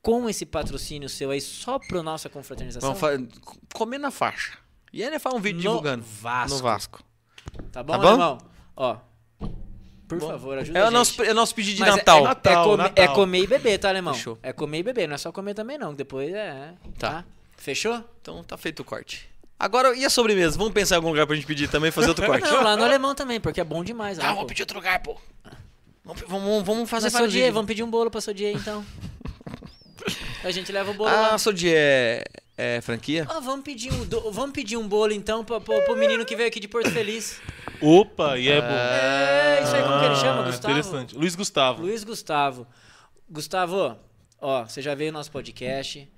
Speaker 4: com esse patrocínio seu aí só pro nossa confraternização?
Speaker 2: Vamos fa- comer na faixa. E aí ele faz um vídeo
Speaker 4: No
Speaker 2: divulgando.
Speaker 4: Vasco.
Speaker 2: No Vasco.
Speaker 4: Tá bom,
Speaker 2: Tá bom?
Speaker 4: alemão? Ó. Por favor, ajuda
Speaker 2: É
Speaker 4: a
Speaker 2: o,
Speaker 4: gente.
Speaker 2: nosso, é o nosso pedido de
Speaker 4: Mas é-
Speaker 2: Natal.
Speaker 4: É,
Speaker 3: Natal,
Speaker 4: é come-
Speaker 3: Natal.
Speaker 4: é comer e beber, tá, alemão?
Speaker 2: Fechou.
Speaker 4: É comer e beber, não é só comer também, não. que Depois é.
Speaker 2: Tá.
Speaker 4: Fechou?
Speaker 2: Então tá feito o corte. Agora, e a sobremesa? Vamos pensar em algum lugar pra gente pedir também e fazer
Speaker 4: [LAUGHS]
Speaker 2: outro corte.
Speaker 4: Ah, Não, lá no alemão também, porque é bom demais.
Speaker 2: Ah,
Speaker 4: lá,
Speaker 2: vou
Speaker 4: pô.
Speaker 2: pedir outro lugar, pô. Vamos, vamos, vamos fazer
Speaker 4: Mas
Speaker 2: vários
Speaker 4: Sodier,
Speaker 2: vídeos.
Speaker 4: vamos pedir um bolo pra Sodier, então. a gente leva o bolo lá.
Speaker 2: Ah, Sodier é, é franquia?
Speaker 4: Ah, vamos, pedir um do- vamos pedir um bolo, então, pra, pra- pro menino que veio aqui de Porto Feliz.
Speaker 3: Opa, e é bom.
Speaker 4: É, isso aí, como que ele chama,
Speaker 3: Ah,
Speaker 4: Gustavo?
Speaker 3: Interessante. Luiz Gustavo.
Speaker 4: Luiz Gustavo. Gustavo, ó, você já veio no nosso podcast.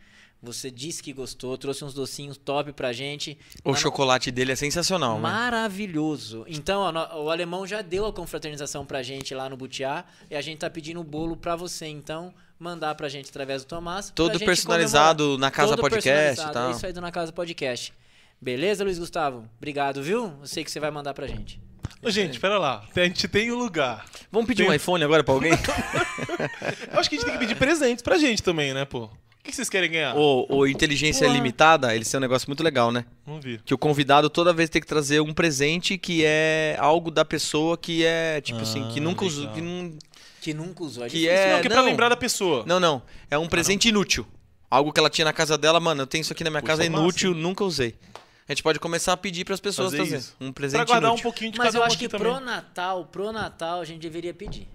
Speaker 4: Você disse que gostou, trouxe uns docinhos top pra gente.
Speaker 2: O
Speaker 4: Mas-
Speaker 2: chocolate dele é sensacional, né?
Speaker 4: Maravilhoso. Então, ó, no- o alemão já deu a confraternização pra gente lá no Butiá e a gente tá pedindo o bolo pra você, então mandar pra gente através do Tomás. pra
Speaker 2: Todo
Speaker 4: gente
Speaker 2: personalizado na Casa
Speaker 4: Todo
Speaker 2: Podcast e
Speaker 4: personalizado, é
Speaker 2: tal.
Speaker 4: Isso aí do na casa podcast. Beleza, Luiz Gustavo? Obrigado, viu? Eu sei que você vai mandar pra gente.
Speaker 3: Ô,
Speaker 4: É.
Speaker 3: gente, pera lá. A gente tem um lugar.
Speaker 2: Vamos pedir um
Speaker 3: Tem-
Speaker 2: iPhone agora pra alguém?
Speaker 3: Eu acho que a gente tem que pedir presentes pra gente também, né, pô? O que vocês querem ganhar?
Speaker 2: [LAUGHS] ou, ou Inteligência
Speaker 4: Porra.
Speaker 2: Limitada, eles têm um negócio muito legal, né?
Speaker 3: Vamos ver.
Speaker 2: Que o convidado toda vez tem que trazer um presente que é algo da pessoa que é, tipo assim, que
Speaker 3: Ah,
Speaker 2: nunca usou.
Speaker 3: legal.
Speaker 2: Que não,
Speaker 4: Que nunca usou. É
Speaker 2: Que
Speaker 4: difícil,
Speaker 2: é-
Speaker 3: não, que é pra
Speaker 2: não.
Speaker 3: lembrar da pessoa.
Speaker 2: não, não.
Speaker 3: Ah,
Speaker 2: É um presente inútil. Algo que ela tinha na casa dela, mano, eu tenho isso aqui na minha
Speaker 3: Puxa,
Speaker 2: casa, é
Speaker 3: massa,
Speaker 2: inútil, nunca usei. A gente pode começar a pedir pras pessoas
Speaker 3: Fazer
Speaker 2: trazerem
Speaker 3: isso.
Speaker 2: um
Speaker 3: Pra
Speaker 2: presente
Speaker 3: guardar um
Speaker 2: inútil.
Speaker 3: pouquinho de
Speaker 4: Mas
Speaker 3: cada
Speaker 4: eu
Speaker 3: um
Speaker 4: acho
Speaker 3: aqui
Speaker 4: que
Speaker 3: também.
Speaker 4: pro Natal, pro Natal a gente deveria pedir.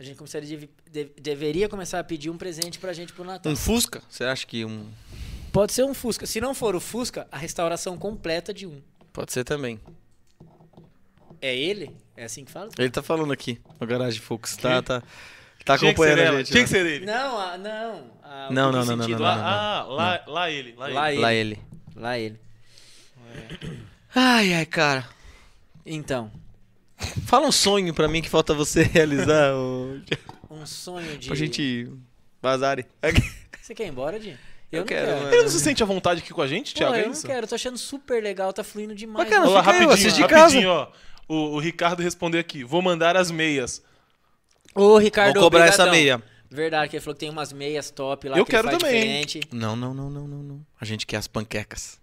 Speaker 4: A gente começaria de- de- deveria começar a pedir um presente pra gente pro Natal.
Speaker 2: Um Fusca? Você acha que um
Speaker 4: Pode ser um Fusca. Se não for o Fusca, a restauração completa de um.
Speaker 2: Pode ser também.
Speaker 4: É ele? É assim que fala?
Speaker 2: Ele tá falando aqui no Garage Fux, tá,
Speaker 3: Que?
Speaker 2: tá, tá
Speaker 3: Tinha que ser
Speaker 2: acompanhando a
Speaker 3: ela,
Speaker 2: gente.
Speaker 3: Tinha
Speaker 2: né?
Speaker 3: que ser ele.
Speaker 4: Não, ah, não. Ah, o duplo
Speaker 2: Não, não, não, não,
Speaker 4: sentido
Speaker 2: não,
Speaker 4: lá.
Speaker 2: não,
Speaker 3: Ah, lá, lá ele. Lá,
Speaker 4: Lá
Speaker 3: ele.
Speaker 2: Lá ele.
Speaker 4: Lá ele.
Speaker 2: Ai, ai, cara.
Speaker 4: Então,
Speaker 2: Fala um sonho pra mim que falta você [LAUGHS] realizar. ô,
Speaker 4: um sonho de.
Speaker 2: Pra Tipo, gente vazar.
Speaker 4: Você quer ir embora, Di?
Speaker 2: Eu quero, mano.
Speaker 3: Ele não é se sente à vontade aqui com a gente,
Speaker 4: Pô,
Speaker 3: Thiago?
Speaker 4: eu
Speaker 3: é
Speaker 4: não
Speaker 3: isso?
Speaker 4: quero, eu tô achando super legal, tá fluindo demais.
Speaker 2: Mas, cara,
Speaker 4: mano.
Speaker 3: Olha lá,
Speaker 2: Fica aí,
Speaker 3: rapidinho,
Speaker 2: assiste de
Speaker 3: rapidinho, ó. O, o Ricardo respondeu aqui: vou mandar as meias.
Speaker 4: Ô, Ricardo,
Speaker 2: Vou cobrar essa
Speaker 4: obrigadão.
Speaker 2: meia.
Speaker 4: Verdade, que ele falou que tem umas meias top lá.
Speaker 3: Eu
Speaker 4: que ele
Speaker 3: quero
Speaker 4: faz
Speaker 3: também, hein?
Speaker 4: Diferente.
Speaker 2: Não, não, não, não, não, não. A gente quer as panquecas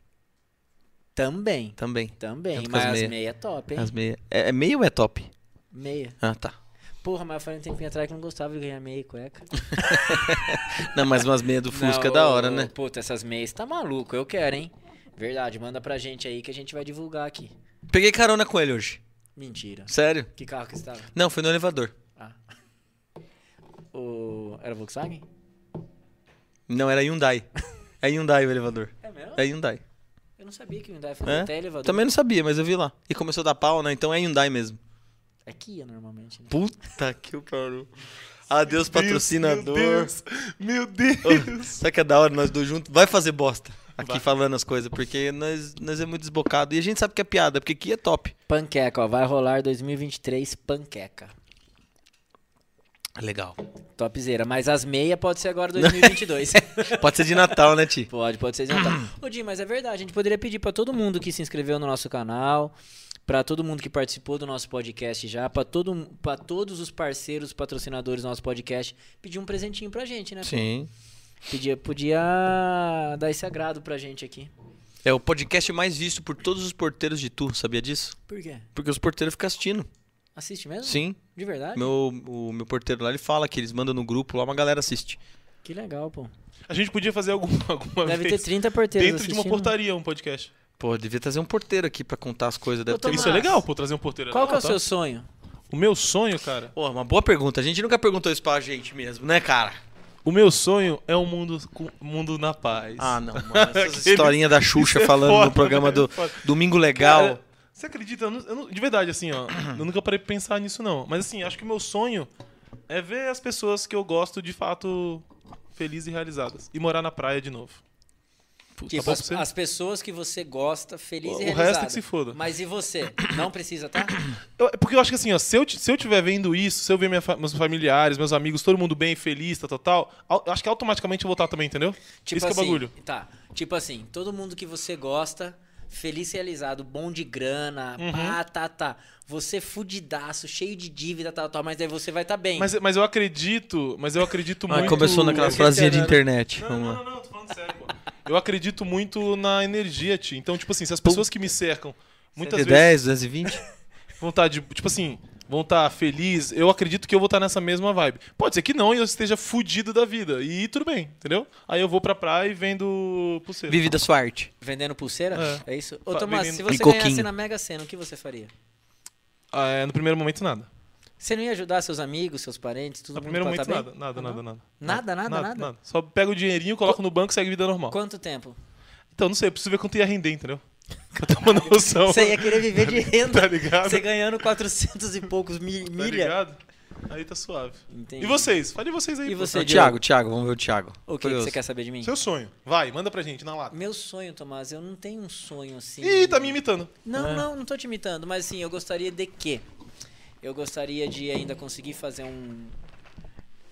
Speaker 4: Também.
Speaker 2: também.
Speaker 4: Também.
Speaker 2: Junto com
Speaker 4: Mas
Speaker 2: as
Speaker 4: as
Speaker 2: meia.
Speaker 4: meias é top, hein?
Speaker 2: [LAUGHS] As meia. É, é meia ou é top?
Speaker 4: Meia.
Speaker 2: Ah, tá.
Speaker 4: Porra, mas eu falei um tempinho atrás que eu não gostava de ganhar meia e cueca.
Speaker 2: Não, mas umas meias do [LAUGHS] Fusca é
Speaker 4: Não,
Speaker 2: da
Speaker 4: ô,
Speaker 2: hora,
Speaker 4: ô,
Speaker 2: né?
Speaker 4: Puta, essas meias tá maluco, eu quero, hein? Verdade, manda pra gente aí que a gente vai divulgar aqui.
Speaker 2: Peguei carona com ele hoje.
Speaker 4: Mentira.
Speaker 2: Sério?
Speaker 4: Que carro que estava?
Speaker 2: Não, foi no elevador.
Speaker 4: Ah. O... Era Volkswagen?
Speaker 2: Não, era [LAUGHS] Hyundai. É Hyundai o elevador.
Speaker 4: É mesmo?
Speaker 2: É Hyundai.
Speaker 4: Eu não sabia que o Hyundai fazia
Speaker 2: É?
Speaker 4: até elevador.
Speaker 2: Também não sabia, mas eu vi lá. E começou a dar pau, né? Então é Hyundai mesmo.
Speaker 4: É Kia normalmente, né?
Speaker 3: [LAUGHS]
Speaker 2: Puta que o pariu. Adeus, patrocinador.
Speaker 3: Meu Deus. Meu Deus.
Speaker 4: [LAUGHS]
Speaker 2: Ô, Sabe que é da hora nós dois juntos? Vai fazer bosta aqui falando as coisas, porque nós, nós é muito desbocado. E a gente sabe que é piada, porque aqui é top.
Speaker 4: Panqueca, ó. Vai rolar 2023 panqueca.
Speaker 2: Legal.
Speaker 4: Topzera. Mas as meias pode ser agora 2022.
Speaker 2: Pode ser de Natal, né, Ti?
Speaker 4: Pode, pode ser adiantado. Ô, Di, mas é verdade, a gente poderia pedir pra todo mundo que se inscreveu no nosso canal, pra todo mundo que participou do nosso podcast já, pra todo, para todos os parceiros, patrocinadores do nosso podcast, pedir um presentinho pra gente, né?
Speaker 2: Sim.
Speaker 4: Podia, podia dar esse agrado pra gente aqui.
Speaker 2: É o podcast mais visto por todos os porteiros de tu, sabia disso?
Speaker 4: Por quê?
Speaker 2: Porque os porteiros ficam assistindo.
Speaker 4: Assiste mesmo?
Speaker 2: Sim.
Speaker 4: De verdade?
Speaker 2: Meu, o meu porteiro lá, ele fala que eles mandam no grupo, lá uma galera assiste.
Speaker 4: Que legal, pô.
Speaker 3: A gente podia fazer algum, alguma
Speaker 4: Deve ter
Speaker 3: vez
Speaker 4: 30 porteiros
Speaker 3: dentro de uma
Speaker 4: assistindo.
Speaker 3: portaria um podcast.
Speaker 2: Pô, devia trazer um porteiro aqui pra contar as coisas. Deve
Speaker 4: Ô, Tomás.
Speaker 2: ter...
Speaker 3: Isso é legal, pô, trazer um porteiro.
Speaker 4: Qual que é o
Speaker 3: Tá.
Speaker 4: seu sonho?
Speaker 3: O meu sonho, cara.
Speaker 2: Pô, uma boa pergunta. A gente nunca perguntou isso pra gente mesmo, né, cara?
Speaker 3: O meu sonho é um mundo, com- mundo na paz.
Speaker 2: Ah, não, [LAUGHS] mano. Essas
Speaker 3: Aquele-
Speaker 2: historinhas da Xuxa falando
Speaker 3: é foda, né?
Speaker 2: no programa do
Speaker 3: foda.
Speaker 2: Domingo Legal.
Speaker 3: Cara, É, você acredita? Eu não- eu não- de verdade, assim, ó. eu nunca parei pra pensar nisso, não. Mas, assim, acho que o meu sonho é ver as pessoas que eu gosto de fato felizes e realizadas. E morar na praia de novo. Tá
Speaker 4: Tipo,
Speaker 3: bom
Speaker 4: as,
Speaker 3: pra você?
Speaker 4: as pessoas que você gosta, feliz
Speaker 3: O-
Speaker 4: e
Speaker 3: o resto é
Speaker 4: realizada.
Speaker 3: que se foda.
Speaker 4: Mas e você? Não precisa,
Speaker 3: [COUGHS]
Speaker 4: tá?
Speaker 3: Eu- é porque eu acho que, assim, ó, se eu, ti- se eu tiver vendo isso, se eu ver minha fa- meus familiares, meus amigos, todo mundo bem, feliz, tal, tal, tal, au- eu acho que automaticamente eu vou estar também, entendeu?
Speaker 4: Tipo
Speaker 3: isso
Speaker 4: assim,
Speaker 3: que é o bagulho.
Speaker 4: Tá. Tipo assim, todo mundo que você gosta, feliz realizado, bom de grana,
Speaker 3: Uhum.
Speaker 4: pá, tá, tá. Você fudidaço, cheio de dívida, tal, tal, mas daí você vai estar tá bem.
Speaker 3: Mas, mas eu acredito, mas eu acredito
Speaker 2: Ah,
Speaker 3: muito...
Speaker 2: começou naquelas
Speaker 3: Eu-
Speaker 2: frases de internet.
Speaker 3: Não,
Speaker 2: Vamos
Speaker 3: não,
Speaker 2: lá.
Speaker 3: não, não, tô falando sério, pô. Eu acredito muito na energia, Ti. Então, tipo assim, se as pessoas que me cercam, muitas vezes
Speaker 2: 110, 220.
Speaker 3: vão estar, de, tipo assim, vão estar felizes, eu acredito que eu vou estar nessa mesma vibe. Pode ser que não e eu esteja fudido da vida. E tudo bem, entendeu? Aí eu vou pra praia e vendo pulseira.
Speaker 2: Vive da sua arte.
Speaker 4: Vendendo pulseira? É, isso? Ô,
Speaker 3: Fa-
Speaker 4: Tomás, se
Speaker 3: vendendo-
Speaker 4: você
Speaker 2: E coquinho.
Speaker 4: ganhasse na Mega Sena, o que você faria?
Speaker 3: Ah, é, no primeiro momento, nada.
Speaker 4: Você não ia ajudar seus amigos, seus parentes, todo
Speaker 3: No
Speaker 4: mundo
Speaker 3: primeiro
Speaker 4: pra
Speaker 3: momento,
Speaker 4: tá bem?
Speaker 3: nada, nada, nada, nada.
Speaker 4: Nada, nada, nada?
Speaker 3: Só pego o dinheirinho, coloco no banco e segue vida normal.
Speaker 4: Quanto tempo?
Speaker 3: Então, não sei, eu preciso ver quanto ia render, entendeu? [LAUGHS] Pra ter uma noção.
Speaker 4: Você ia querer viver de renda.
Speaker 3: [LAUGHS] Tá ligado?
Speaker 4: Você ganhando 400 e poucos mi-
Speaker 3: Tá
Speaker 4: milha.
Speaker 3: ligado? Aí tá suave.
Speaker 4: Entendi.
Speaker 3: E vocês? Fale vocês aí.
Speaker 4: E
Speaker 3: pô.
Speaker 4: você,
Speaker 2: Ô,
Speaker 4: Diego?
Speaker 2: Thiago, Thiago, vamos ver o Thiago.
Speaker 4: O que, que você quer saber de mim?
Speaker 3: Seu sonho. Vai, manda pra gente na lata.
Speaker 4: Meu sonho, Tomás, eu não tenho um sonho assim.
Speaker 3: Ih, tá me imitando.
Speaker 4: Não, não, não tô te imitando, mas assim, eu gostaria de quê? Eu gostaria de ainda conseguir fazer um.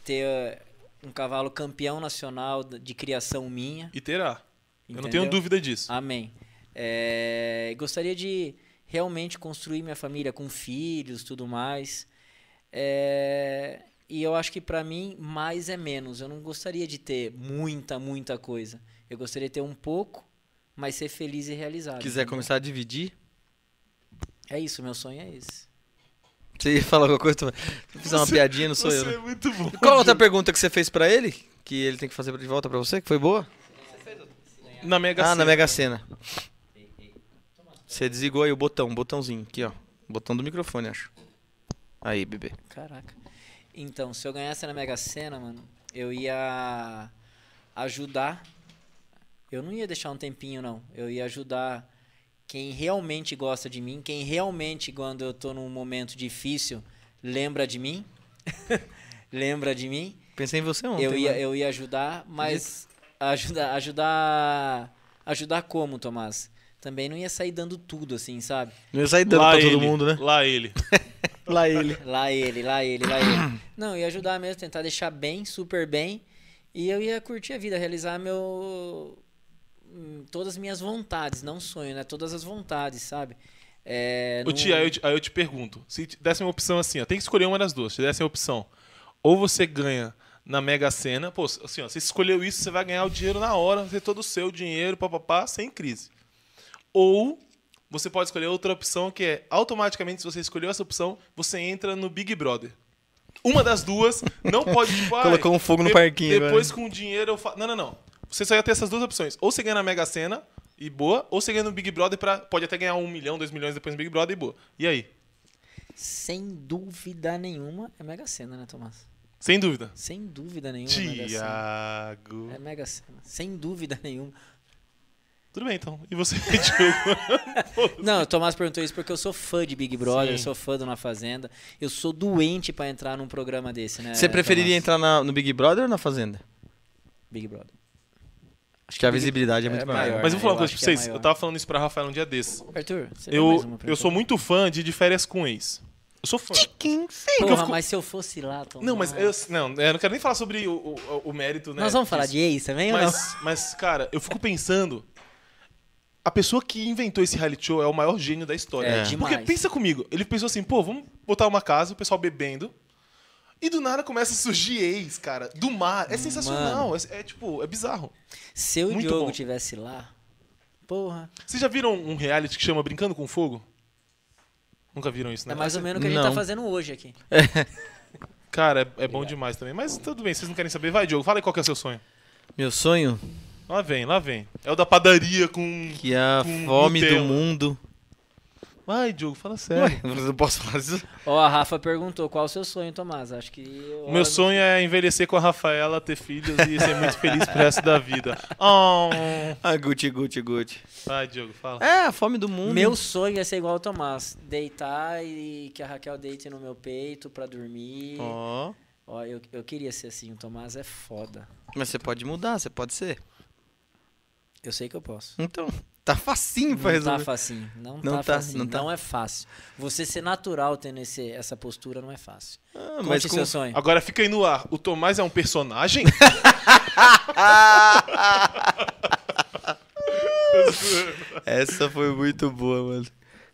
Speaker 4: ter eh, um cavalo campeão nacional d- de criação minha.
Speaker 3: E terá. Eu não
Speaker 4: Entendeu?
Speaker 3: tenho dúvida disso.
Speaker 4: Amém. Eh, gostaria de realmente construir minha família com filhos, tudo mais. Eh, e eu acho que pra mim mais é menos. Eu não gostaria de ter muita, muita coisa. Eu gostaria de ter um pouco, mas ser feliz e realizado.
Speaker 2: quiser
Speaker 4: entendeu?
Speaker 2: começar a dividir,
Speaker 4: É isso, meu sonho é esse.
Speaker 2: você ia falar alguma coisa também. Se eu fizer uma piadinha, não sou
Speaker 3: você
Speaker 2: eu. né?
Speaker 3: é muito bom.
Speaker 2: Qual outra pergunta que você fez pra ele? Que ele tem que fazer de volta pra você? Que foi boa?
Speaker 3: [LAUGHS] Na Mega
Speaker 2: ah, na
Speaker 3: Sena.
Speaker 2: Mega Sena. Você desligou aí o botão, o botãozinho aqui, ó. O botão do microfone, acho. Aí, bebê.
Speaker 4: Caraca. Então, se eu ganhasse na Mega Sena, mano, eu ia ajudar. Eu não ia deixar um tempinho, não. Eu ia ajudar quem realmente gosta de mim, quem realmente, quando eu tô num momento difícil, lembra de mim. [LAUGHS] lembra de mim.
Speaker 2: Pensei em você ontem.
Speaker 4: eu, ia,
Speaker 2: mano.
Speaker 4: eu ia ajudar, mas ajudar, ajudar Ajudar como, Tomás? Também não ia sair dando tudo, assim, sabe?
Speaker 1: Não ia sair dando pra
Speaker 3: ele,
Speaker 1: todo mundo, né?
Speaker 3: Lá ele.
Speaker 1: Lá ele.
Speaker 4: Lá ele, lá ele, lá ele. [COUGHS] Não, ia ajudar mesmo, tentar deixar bem, super bem. E eu ia curtir a vida, realizar meu. hum, Todas as minhas vontades, não sonho, né? Todas as vontades, sabe? É,
Speaker 3: Ô,
Speaker 4: não-
Speaker 3: tia, aí eu, te- aí eu te pergunto: se te dessem uma opção assim, ó, tem que escolher uma das duas. Se dessem a opção, ou você ganha na Mega Sena, pô, assim, ó, você escolheu isso, você vai ganhar o dinheiro na hora, vai ter todo o seu dinheiro, papapá, sem crise. Ou você pode escolher outra opção que é automaticamente, se você escolheu essa opção, você entra no Big Brother. Uma das duas, não pode.
Speaker 1: [LAUGHS]
Speaker 3: Tipo, ai,
Speaker 1: Colocou um fogo no parquinho
Speaker 3: Depois
Speaker 1: agora.
Speaker 3: com o dinheiro eu fa... Não, não, não. Você só ia ter essas duas opções. Ou você ganha na Mega Sena e boa, ou você ganha no Big Brother pra. Pode até ganhar um milhão, dois milhões depois no Big Brother e boa. E aí?
Speaker 4: Sem dúvida nenhuma, é Mega Sena, né, Tomás?
Speaker 3: Sem dúvida.
Speaker 4: Sem dúvida nenhuma, é Mega Sena.
Speaker 3: Tiago.
Speaker 4: É Mega Sena. Sem dúvida nenhuma.
Speaker 3: Tudo bem, então. E você, [LAUGHS] Diogo?
Speaker 4: Não, o Tomás perguntou isso porque eu sou fã de Big Brother,
Speaker 3: Sim.
Speaker 4: eu sou fã do Na Fazenda. Eu sou doente pra entrar num programa desse,
Speaker 2: É,
Speaker 4: né?
Speaker 1: Você
Speaker 2: tá
Speaker 1: preferiria
Speaker 4: Tomás?
Speaker 1: entrar na- no Big Brother ou na Fazenda?
Speaker 4: Big Brother.
Speaker 1: Acho que a visibilidade é muito
Speaker 4: é
Speaker 1: maior.
Speaker 4: maior.
Speaker 3: Mas eu vou falar uma
Speaker 4: eu
Speaker 3: coisa
Speaker 4: acho
Speaker 3: pra
Speaker 4: que é
Speaker 3: vocês.
Speaker 4: maior.
Speaker 3: eu tava falando isso pra Rafael um dia desses.
Speaker 4: Arthur, você dá mais uma
Speaker 3: Eu,
Speaker 4: pra
Speaker 3: eu
Speaker 4: mim?
Speaker 3: sou muito fã de de férias com ex. Eu sou fã.
Speaker 4: Porra,
Speaker 3: fico-
Speaker 4: mas se É eu fosse lá, Tomás.
Speaker 3: Não, mas eu não, eu não quero nem falar sobre o, o- o mérito, né?
Speaker 4: Nós vamos falar
Speaker 3: disso.
Speaker 4: de ex também ou não?
Speaker 3: Mas, mas, cara, eu fico pensando. A pessoa que inventou esse reality show é o maior gênio da história.
Speaker 4: É,
Speaker 3: Porque
Speaker 4: demais.
Speaker 3: pensa comigo, ele pensou assim, pô, vamos botar uma casa, o pessoal bebendo. E do nada começa a surgir ex, cara. Do mar. É sensacional. É, é, tipo, é bizarro.
Speaker 4: Se o
Speaker 3: Muito
Speaker 4: Diogo
Speaker 3: bom.
Speaker 4: tivesse lá, porra.
Speaker 3: Vocês já viram um reality que chama Brincando com Fogo? Nunca viram isso, né?
Speaker 4: É mais ou menos o que a gente
Speaker 1: Não.
Speaker 4: tá fazendo hoje aqui.
Speaker 3: Cara, é, é bom demais também. Mas tudo bem, vocês não querem saber. Vai, Diogo, fala aí qual que é o seu sonho.
Speaker 1: Meu sonho
Speaker 3: Lá vem, lá vem. É o da padaria com.
Speaker 1: que é a
Speaker 3: Com
Speaker 1: fome do
Speaker 3: Nutella.
Speaker 1: mundo. [LAUGHS]
Speaker 3: Vai, Diogo, fala sério.
Speaker 1: Ué, não posso falar isso?
Speaker 4: Ó, a Rafa perguntou qual o seu sonho, Tomás. Acho que. eu-
Speaker 3: O meu sonho é envelhecer com a Rafaela, ter filhos e ser muito feliz pro resto da vida. Oh.
Speaker 1: Ah, Gucci, Gucci, Gucci.
Speaker 3: Vai, Diogo, fala.
Speaker 1: É, a fome do mundo.
Speaker 4: Meu sonho é ser igual ao Tomás. Deitar e que a Raquel deite no meu peito pra dormir. Ó,
Speaker 1: Ó,
Speaker 4: eu, eu queria ser assim. O Tomás é foda.
Speaker 1: mas você pode mudar, você pode ser.
Speaker 4: Eu sei que eu posso.
Speaker 1: Então, tá facinho pra
Speaker 4: Não tá
Speaker 1: resolver.
Speaker 4: facinho. Não,
Speaker 1: um- Não
Speaker 4: tá,
Speaker 1: tá,
Speaker 4: facinho.
Speaker 1: não
Speaker 4: Não,
Speaker 1: tá.
Speaker 4: é fácil. Você ser natural tendo esse, essa postura não é fácil.
Speaker 1: Ah,
Speaker 4: Conte
Speaker 1: mas com...
Speaker 4: seu sonho.
Speaker 3: Agora fica aí no ar. O Tomás é um personagem?
Speaker 1: Essa foi muito boa, mano.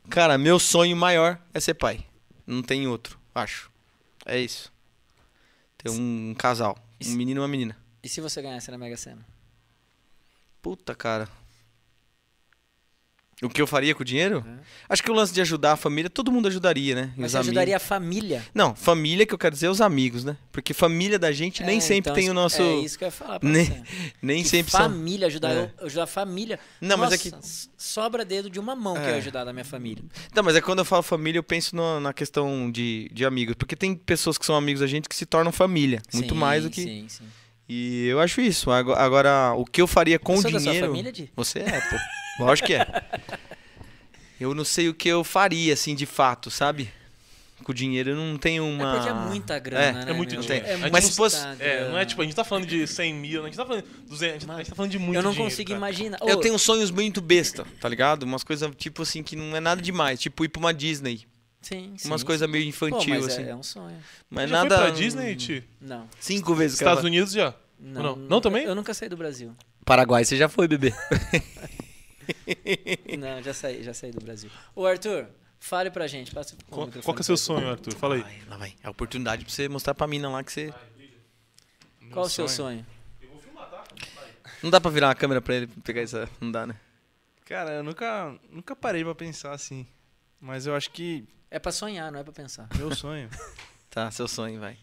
Speaker 1: Cara, meu sonho maior é ser pai. Não tem outro, acho. É isso. Ter um casal. Um
Speaker 4: Isso.
Speaker 1: menino e uma menina.
Speaker 4: E se você ganhasse na Mega Sena?
Speaker 1: Puta, cara. O que eu faria com o dinheiro?
Speaker 4: É.
Speaker 1: Acho que o lance de ajudar a família, todo mundo ajudaria, né? E
Speaker 4: Mas
Speaker 1: os
Speaker 4: você
Speaker 1: amigos.
Speaker 4: ajudaria a família.
Speaker 1: Não, família que eu quero dizer é os amigos, né? Porque família da gente nem
Speaker 4: É,
Speaker 1: sempre
Speaker 4: então,
Speaker 1: tem o nosso.
Speaker 4: É isso que eu ia falar pra
Speaker 1: [LAUGHS] Nem-
Speaker 4: você.
Speaker 1: Nem
Speaker 4: Que
Speaker 1: sempre são.
Speaker 4: família, ajudar,
Speaker 1: É.
Speaker 4: eu- ajudar a família.
Speaker 1: Não, mas
Speaker 4: Nossa,
Speaker 1: é que-
Speaker 4: s- Sobra dedo de uma mão que
Speaker 1: É.
Speaker 4: eu ia ajudar da minha família.
Speaker 1: Não, mas é quando eu falo família, eu penso no- na questão de, de amigos. Porque tem pessoas que são amigos da gente que se tornam família. Muito
Speaker 4: Sim,
Speaker 1: mais do que.
Speaker 4: Sim, sim.
Speaker 1: E eu acho isso. Ago- Agora, o que eu faria com
Speaker 4: Eu
Speaker 1: o
Speaker 4: sou da
Speaker 1: dinheiro.
Speaker 4: sua família, Di?
Speaker 1: Você é, pô. Lógico que
Speaker 4: [LAUGHS]
Speaker 1: é. Eu não sei o que eu faria, assim, de fato, sabe? Com o dinheiro eu não tenho uma.
Speaker 4: É porque é muita grana, né?
Speaker 3: é muito
Speaker 4: meu?
Speaker 3: dinheiro.
Speaker 4: É
Speaker 3: Mas
Speaker 4: muita
Speaker 1: se fosse-
Speaker 3: é, não é
Speaker 4: grana.
Speaker 3: tipo, a gente tá falando de 100 mil, né? a gente tá falando de 200, a gente tá- a gente tá falando de muito
Speaker 4: Eu não
Speaker 3: dinheiro,
Speaker 4: consigo
Speaker 3: cara.
Speaker 4: imaginar.
Speaker 1: Eu
Speaker 4: Ô,
Speaker 1: tenho sonhos muito besta, tá ligado? Umas coisas, tipo assim, que não é nada demais. Tipo ir pra uma Disney.
Speaker 4: sim, sim,
Speaker 1: umas
Speaker 4: sim.
Speaker 1: coisas meio
Speaker 4: Pô,
Speaker 1: infantil,
Speaker 4: mas
Speaker 1: assim.
Speaker 4: É, é um sonho.
Speaker 1: Mas
Speaker 3: já
Speaker 1: nada.
Speaker 3: foi pra Disney, Ti?
Speaker 4: Não.
Speaker 1: Cinco vezes, cara.
Speaker 3: Estados Unidos já?
Speaker 4: Não,
Speaker 3: Não. Não também?
Speaker 4: Eu nunca saí do Brasil.
Speaker 1: Paraguai, você já foi, bebê.
Speaker 4: Não, já saí, já saí do Brasil. Ô, Arthur, fale pra gente. Passa o
Speaker 3: Qual,
Speaker 4: microfone
Speaker 3: qual
Speaker 4: pra
Speaker 3: que é o seu
Speaker 4: você.
Speaker 3: sonho, Arthur? Fala aí.
Speaker 1: Ai, lá vai. É a oportunidade pra você mostrar pra mina lá que você.
Speaker 5: Meu
Speaker 4: Qual o seu sonho?
Speaker 1: Não dá pra virar uma câmera pra ele pegar essa. Não dá, né?
Speaker 5: Cara, eu nunca, nunca parei pra pensar assim. Mas eu acho que
Speaker 4: É pra sonhar, não é pra pensar.
Speaker 5: meu
Speaker 4: [LAUGHS]
Speaker 5: sonho.
Speaker 1: Tá, seu sonho, vai.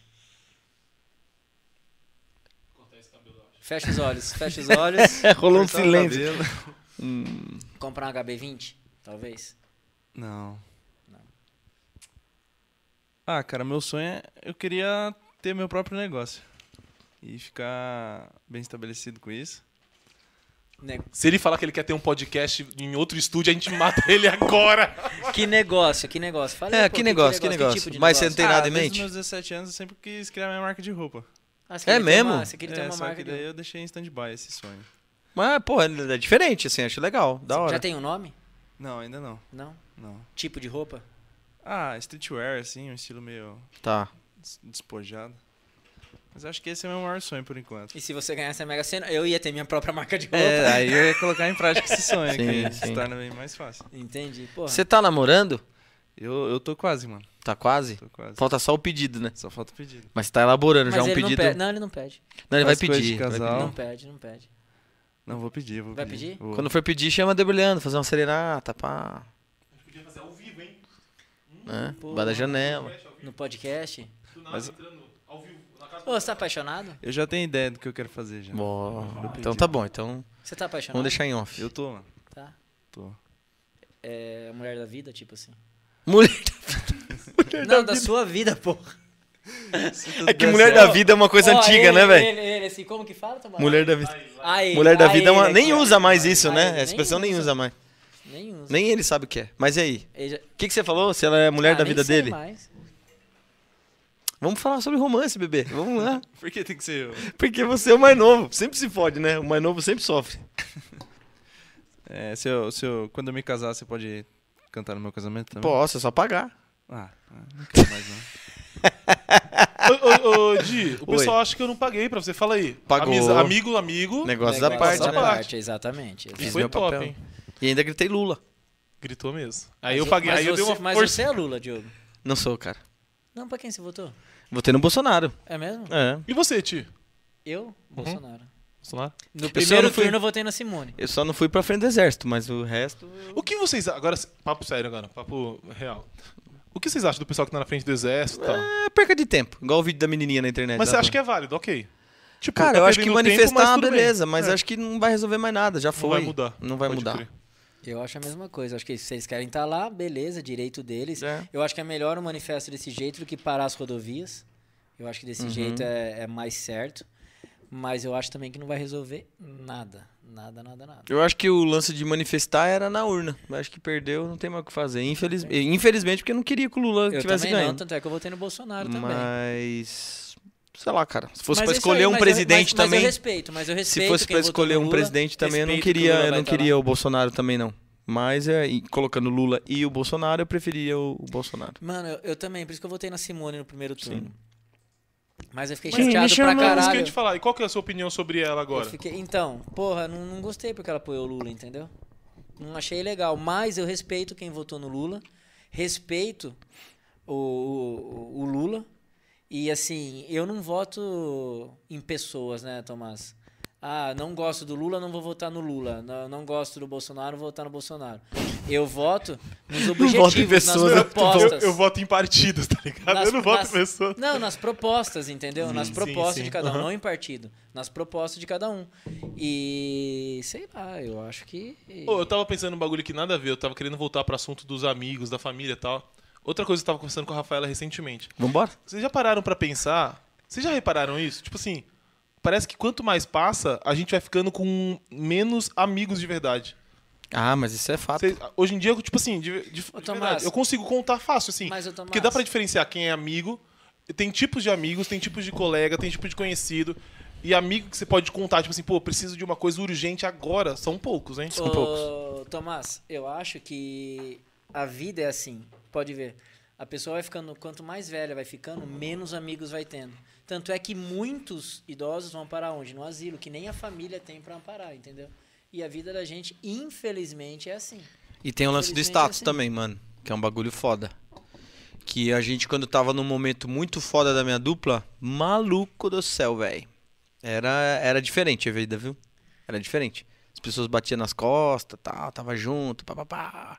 Speaker 4: Fecha os olhos, fecha os olhos.
Speaker 1: Rolou
Speaker 5: Cortar o cabelo.
Speaker 4: [LAUGHS] Comprar um HB20, talvez.
Speaker 5: Não. Ah, cara, meu sonho é. Eu queria ter meu próprio negócio. E ficar bem estabelecido com isso.
Speaker 4: Ne-
Speaker 3: Se ele falar que ele quer ter um podcast em outro estúdio, a gente mata ele agora.
Speaker 4: Que negócio, que tipo negócio. Fala aí,
Speaker 1: É,
Speaker 4: pô,
Speaker 1: que negócio, que negócio. Mas você não tem-
Speaker 5: ah,
Speaker 1: nada em
Speaker 5: desde
Speaker 1: mente?
Speaker 5: meus 17 anos eu sempre quis criar minha marca de roupa.
Speaker 4: Ah, você
Speaker 1: É
Speaker 4: queria ter
Speaker 1: mesmo?
Speaker 4: uma- Você queria ter
Speaker 5: é,
Speaker 4: uma
Speaker 5: só
Speaker 4: marca
Speaker 5: que
Speaker 4: de-
Speaker 5: daí eu deixei em stand-by esse sonho.
Speaker 1: Mas, pô, é diferente, assim, acho legal. Da hora.
Speaker 4: Já tem um nome?
Speaker 5: Não, ainda não.
Speaker 4: Não?
Speaker 5: Não.
Speaker 4: Tipo de roupa?
Speaker 5: Ah, streetwear, assim, um estilo meio
Speaker 1: Tá.
Speaker 5: des- despojado. Mas acho que esse é meu maior sonho por enquanto.
Speaker 4: E se você ganhasse a Mega Sena, eu ia ter minha própria [LAUGHS] marca de roupa.
Speaker 5: É, aí eu ia colocar em prática esse
Speaker 4: [LAUGHS]
Speaker 5: sonho,
Speaker 1: Sim,
Speaker 5: que
Speaker 1: sim.
Speaker 5: se torna bem mais fácil.
Speaker 4: Entendi. Porra.
Speaker 1: Você tá namorando?
Speaker 5: Eu, eu tô quase, mano.
Speaker 1: Tá quase?
Speaker 5: Tô quase.
Speaker 1: Falta só o pedido, né?
Speaker 5: Só falta o pedido.
Speaker 1: Mas tá elaborando
Speaker 4: Mas
Speaker 1: já um
Speaker 4: ele não
Speaker 1: pedido.
Speaker 4: pede. Não, ele não pede.
Speaker 1: Não, ele vai
Speaker 5: Faz coisa de
Speaker 1: pedir. vai
Speaker 5: casal.
Speaker 1: pedir.
Speaker 4: Ele
Speaker 5: Não.
Speaker 4: não pede, não pede.
Speaker 5: Não, vou pedir, vou
Speaker 4: Vai
Speaker 5: pedir.
Speaker 4: pedir?
Speaker 5: Vou.
Speaker 1: Quando for pedir, chama debulhando, fazer uma serenata, pá.
Speaker 3: Podia fazer ao vivo, hein?
Speaker 1: Né?
Speaker 4: Pô.
Speaker 1: Vai da janela.
Speaker 4: No podcast.
Speaker 3: Do nada,
Speaker 5: Mas-
Speaker 3: entrando ao vivo. Na casa
Speaker 4: Ô, você tá apaixonado?
Speaker 5: Eu já tenho ideia do que eu quero fazer já.
Speaker 1: Bom,
Speaker 5: pedir.
Speaker 1: então tá bom, então
Speaker 4: Você tá apaixonado?
Speaker 1: vamos deixar em off.
Speaker 5: Eu tô, mano.
Speaker 4: Tá.
Speaker 5: Tô.
Speaker 4: É a mulher da vida, tipo assim.
Speaker 1: Mulher...
Speaker 4: não, da sua vida, porra.
Speaker 1: É que mulher da vida é uma coisa
Speaker 4: Ó,
Speaker 1: antiga,
Speaker 4: ele,
Speaker 1: né, velho?
Speaker 4: Ele, ele, assim, como que fala, Tomara?
Speaker 1: Mulher da vida.
Speaker 4: Aí,
Speaker 1: Mulher da
Speaker 4: aí
Speaker 1: vida é uma...
Speaker 4: ele
Speaker 1: nem
Speaker 4: aqui, ó.
Speaker 1: usa mais isso,
Speaker 4: Aí,
Speaker 1: né?
Speaker 4: nem
Speaker 1: A expressão nem usa mais.
Speaker 4: Nem usa.
Speaker 1: Nem ele sabe o que é. Mas e aí?
Speaker 4: Ele já-
Speaker 1: O que, que você falou? Se ela é a mulher
Speaker 4: Ah,
Speaker 1: da
Speaker 4: nem
Speaker 1: vida
Speaker 4: sei
Speaker 1: dele?
Speaker 4: mais.
Speaker 1: Vamos falar sobre romance, bebê. Vamos lá.
Speaker 5: [LAUGHS] Por que tem que ser eu?
Speaker 1: Porque você é o mais novo. Sempre se fode, né? O mais novo sempre sofre.
Speaker 5: [LAUGHS] É, se eu, se eu, quando eu me casar, você pode cantar no meu casamento também?
Speaker 1: Posso, é só pagar.
Speaker 5: Ah, não quero mais não.
Speaker 3: ô, ô, ô, Di, o
Speaker 1: Oi.
Speaker 3: pessoal acha que eu não paguei pra você. Fala aí.
Speaker 1: Pagou.
Speaker 3: Amiza- amigo, amigo.
Speaker 4: Negócio
Speaker 1: Negócio da parte,
Speaker 4: da
Speaker 1: né?
Speaker 3: parte.
Speaker 4: exatamente. exatamente.
Speaker 1: Fiz
Speaker 3: Foi
Speaker 1: meu
Speaker 3: top,
Speaker 1: papel.
Speaker 3: hein?
Speaker 1: E ainda gritei Lula.
Speaker 3: Gritou mesmo. Aí eu
Speaker 4: Mas-
Speaker 3: paguei.
Speaker 4: mas
Speaker 3: Aí eu dei
Speaker 4: você-
Speaker 3: uma
Speaker 4: Mas
Speaker 3: força.
Speaker 4: você é Lula, Diogo.
Speaker 1: Não sou, cara.
Speaker 4: Não, pra quem você votou?
Speaker 1: Votei no Bolsonaro.
Speaker 4: É mesmo?
Speaker 1: É.
Speaker 3: E você, Ti?
Speaker 4: Eu? Bolsonaro.
Speaker 3: Bolsonaro?
Speaker 4: No
Speaker 1: só
Speaker 4: primeiro
Speaker 1: não fui-
Speaker 4: turno eu votei na Simone.
Speaker 1: Eu só não fui pra frente do exército, mas o resto.
Speaker 3: O que vocês. a- Agora, papo sério agora, papo real. O que vocês acham do pessoal que tá na frente do exército e tal?
Speaker 1: É perca de tempo. Igual o vídeo da menininha na internet.
Speaker 3: Mas
Speaker 1: lá
Speaker 3: você
Speaker 1: do-
Speaker 3: acha que é válido, ok. Tipo,
Speaker 1: Cara,
Speaker 3: tá
Speaker 1: eu acho que
Speaker 3: perdendo tempo,
Speaker 1: manifestar
Speaker 3: mas
Speaker 1: é uma
Speaker 3: tudo bem.
Speaker 1: beleza, mas
Speaker 3: É,
Speaker 1: acho que não vai resolver mais nada. Já foi.
Speaker 3: Não vai mudar.
Speaker 1: Não vai
Speaker 3: Pode
Speaker 1: mudar.
Speaker 3: crer.
Speaker 4: Eu acho a mesma coisa. Acho que se eles querem estar lá, beleza, direito deles.
Speaker 1: É.
Speaker 4: Eu acho que é melhor um manifesto desse jeito do que parar as rodovias. Eu acho que desse jeito é, é mais certo. Mas eu acho também que não vai resolver nada. Nada, nada, nada.
Speaker 1: Eu acho que o lance de manifestar era na urna. Eu acho que perdeu, não tem mais o que fazer. Infeliz... Infelizmente, porque eu não queria que o Lula
Speaker 4: É. Eu
Speaker 1: tivesse
Speaker 4: também
Speaker 1: ganho.
Speaker 4: não, tanto é que eu votei no Bolsonaro também.
Speaker 1: Mas. Sei lá, cara. Se fosse
Speaker 4: Mas
Speaker 1: pra
Speaker 4: é isso
Speaker 1: escolher
Speaker 4: aí,
Speaker 1: um
Speaker 4: mas eu-
Speaker 1: presidente
Speaker 4: mas- mas eu
Speaker 1: também.
Speaker 4: respeito, mas eu
Speaker 1: Se
Speaker 4: respeito
Speaker 1: fosse
Speaker 4: quem
Speaker 1: pra
Speaker 4: votou
Speaker 1: escolher
Speaker 4: no
Speaker 1: um
Speaker 4: Lula,
Speaker 1: presidente também, eu não
Speaker 4: respeito que o
Speaker 1: queria,
Speaker 4: Lula
Speaker 1: eu
Speaker 4: vai
Speaker 1: não
Speaker 4: tá lá.
Speaker 1: queria o Bolsonaro também não. Mas é, e colocando Lula e o Bolsonaro, eu preferia o, o Bolsonaro.
Speaker 4: Mano, eu, eu também, por isso que eu votei na Simone no primeiro turno. Mas eu fiquei
Speaker 1: Mas me
Speaker 4: chateado pra
Speaker 3: Mas
Speaker 1: chama-
Speaker 3: isso que eu
Speaker 4: caralho.
Speaker 3: ia te falar. E qual que é a sua opinião sobre ela agora?
Speaker 4: Eu fiquei- então, porra, não, não gostei porque ela apoiou o Lula, entendeu? Não achei legal, mas eu respeito quem votou no Lula, respeito o, o, o Lula, e assim, eu não voto em pessoas, né, Tomás? Ah, não gosto do Lula, não vou votar no Lula. Não, não gosto do Bolsonaro, vou votar no Bolsonaro. Eu voto
Speaker 1: [LAUGHS]
Speaker 4: nos objetivos,
Speaker 1: voto em pessoas,
Speaker 4: nas
Speaker 1: né? Eu-
Speaker 3: Eu,
Speaker 4: propostas.
Speaker 3: eu voto em partidos, tá ligado?
Speaker 4: Nas-
Speaker 3: eu não voto
Speaker 4: nas-
Speaker 3: em pessoa.
Speaker 4: Não, nas propostas, entendeu? nas
Speaker 3: sim,
Speaker 4: propostas
Speaker 3: sim.
Speaker 4: de cada um,
Speaker 3: Aham.
Speaker 4: não em partido. Nas propostas de cada um. E sei lá, eu acho que.
Speaker 3: Ô, eu tava pensando num bagulho que nada a ver. Eu tava querendo voltar pro assunto dos amigos, da família e tal. Outra coisa que eu tava conversando com a Rafaela recentemente.
Speaker 1: Vambora?
Speaker 3: Vocês já pararam pra pensar? Vocês já repararam isso? Tipo assim, parece que quanto mais passa, a gente vai ficando com menos amigos de verdade.
Speaker 1: Ah, mas isso é fato.
Speaker 3: Vocês- hoje em dia, tipo assim, de, de- de
Speaker 4: Ô,
Speaker 3: verdade,
Speaker 4: Tomás.
Speaker 3: eu consigo contar fácil, assim.
Speaker 4: Mas, ô, Tomás.
Speaker 3: porque dá pra diferenciar quem é amigo. Tem tipos de amigos, tem tipos de colega, tem tipo de conhecido. E amigo que você pode contar, tipo assim, pô, preciso de uma coisa urgente agora. São poucos, hein?
Speaker 4: Ô, Tomás, eu acho que a vida é assim. Pode ver. A pessoa vai ficando, quanto mais velha vai ficando, menos amigos vai tendo. Tanto é que muitos idosos vão parar onde? No asilo, que nem a família tem pra amparar, entendeu? E a vida da gente, infelizmente, é assim.
Speaker 1: E tem o lance do
Speaker 4: Infelizmente,
Speaker 1: status
Speaker 4: assim.
Speaker 1: também, mano. Que é um bagulho foda. Que a gente, quando tava num momento muito foda da minha dupla, maluco do céu, velho. Era, era diferente a vida, viu? Era diferente. As pessoas batiam nas costas, tal, tava junto, papapá.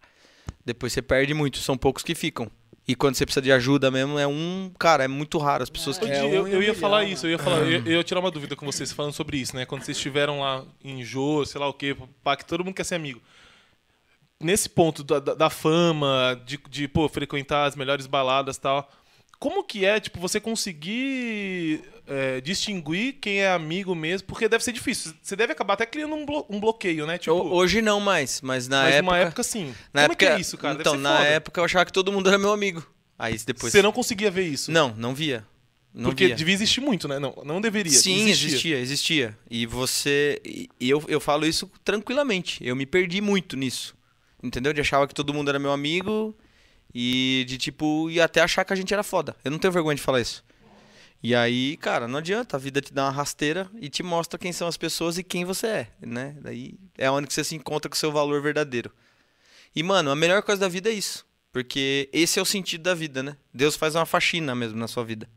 Speaker 1: Depois você perde muito, são poucos que ficam. E quando você precisa de ajuda mesmo, é um. Cara, é muito raro as pessoas
Speaker 3: Ô,
Speaker 1: que.
Speaker 3: Di,
Speaker 4: É, um
Speaker 3: eu,
Speaker 4: em
Speaker 3: eu
Speaker 4: um
Speaker 3: ia falar
Speaker 4: milhão,
Speaker 3: isso, eu ia falar, eu,
Speaker 1: Ah.
Speaker 3: eu ia tirar uma dúvida com vocês falando sobre isso, né? Quando vocês estiveram lá em Jô, sei lá o quê, pá, que todo mundo quer ser amigo. Nesse ponto da, da- da fama, de, de, pô, frequentar as melhores baladas e tal, como que é, tipo, você conseguir é, distinguir quem é amigo mesmo? Porque deve ser difícil. Você deve acabar até criando um, blo- um bloqueio, né? Tipo,
Speaker 1: Ho- Hoje não mais, mas na
Speaker 3: mas
Speaker 1: época.
Speaker 3: numa época sim.
Speaker 1: na
Speaker 3: como
Speaker 1: época
Speaker 3: é que é isso, cara? Deve
Speaker 1: Então,
Speaker 3: ser
Speaker 1: na
Speaker 3: foda.
Speaker 1: época eu achava que todo mundo era meu amigo. Aí depois.
Speaker 3: Você não conseguia ver isso.
Speaker 1: Não, não via. Não
Speaker 3: Porque
Speaker 1: via.
Speaker 3: devia existir muito, né? Não, não deveria.
Speaker 1: Sim,
Speaker 3: existia.
Speaker 1: existia. existia, E você. E e eu, eu falo isso tranquilamente. Eu me perdi muito nisso. Entendeu? De achava que todo mundo era meu amigo e de tipo. E até achar que a gente era foda. Eu não tenho vergonha de falar isso. E aí, cara, não adianta. A vida te dá uma rasteira e te mostra quem são as pessoas e quem você é, né? Daí é onde que você se encontra com o seu valor verdadeiro. E, mano, a melhor coisa da vida é isso. Porque esse é o sentido da vida, né? Deus faz uma faxina mesmo na sua vida.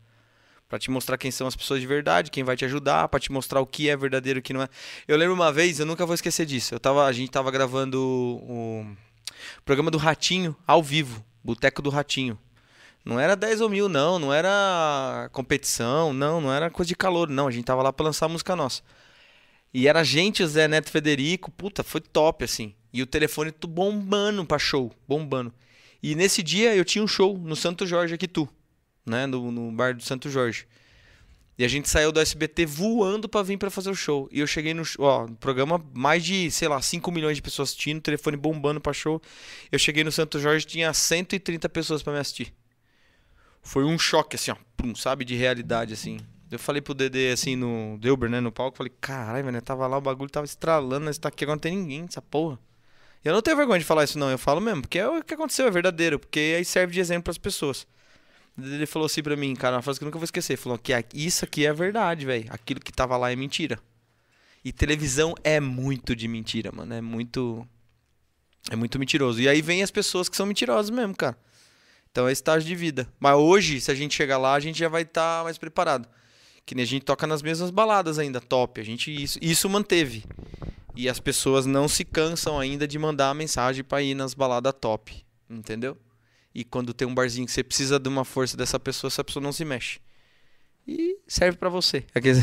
Speaker 1: Pra te mostrar quem são as pessoas de verdade, quem vai te ajudar, pra te mostrar o que é verdadeiro e o que não é. Eu lembro uma vez, eu nunca vou esquecer disso. Eu tava, a gente tava gravando o o programa do Ratinho ao vivo, Boteco do Ratinho. Não era 10 ou mil, não, não era competição, não, não era coisa de calor, não. A gente tava lá pra lançar a música nossa. E era a gente, o Zé Neto Federico, puta, foi top, assim. E o telefone tu bombando pra show, bombando. E nesse dia eu tinha um show no Santo Jorge aqui tu, né? No, no bar do Santo Jorge. E a gente saiu do SBT voando pra vir pra fazer o show. E eu cheguei no show, ó, no programa, mais de, sei lá, 5 milhões de pessoas assistindo, telefone bombando pra show. Eu cheguei no Santo Jorge, tinha 130 pessoas pra me assistir. Foi um choque, assim, ó, pum, sabe, de realidade, assim. Eu falei pro Dedê, assim, no Delber, né, no palco, falei, caralho, velho, eu tava lá, o bagulho tava estralando, nós tá aqui, agora não tem ninguém, essa porra. Eu não tenho vergonha de falar isso, não, eu falo mesmo, porque é o que aconteceu, é verdadeiro, porque aí serve de exemplo pras pessoas. Ele falou assim pra mim, cara, uma frase que eu nunca vou esquecer. Ele falou que a- isso aqui é verdade, velho. Aquilo que tava lá é mentira. E televisão é muito de mentira, mano. É muito. É muito mentiroso. E aí vem as pessoas que são mentirosas mesmo, cara. Então é estágio de vida. Mas hoje, se a gente chegar lá, a gente já vai estar mais preparado. Que nem a gente toca nas mesmas baladas ainda, top. A gente isso, isso manteve. E as pessoas não se cansam ainda de mandar a mensagem pra ir nas baladas top, entendeu? E quando tem um barzinho que você precisa de uma força dessa pessoa, essa pessoa não se mexe. E serve pra você. Aqueles-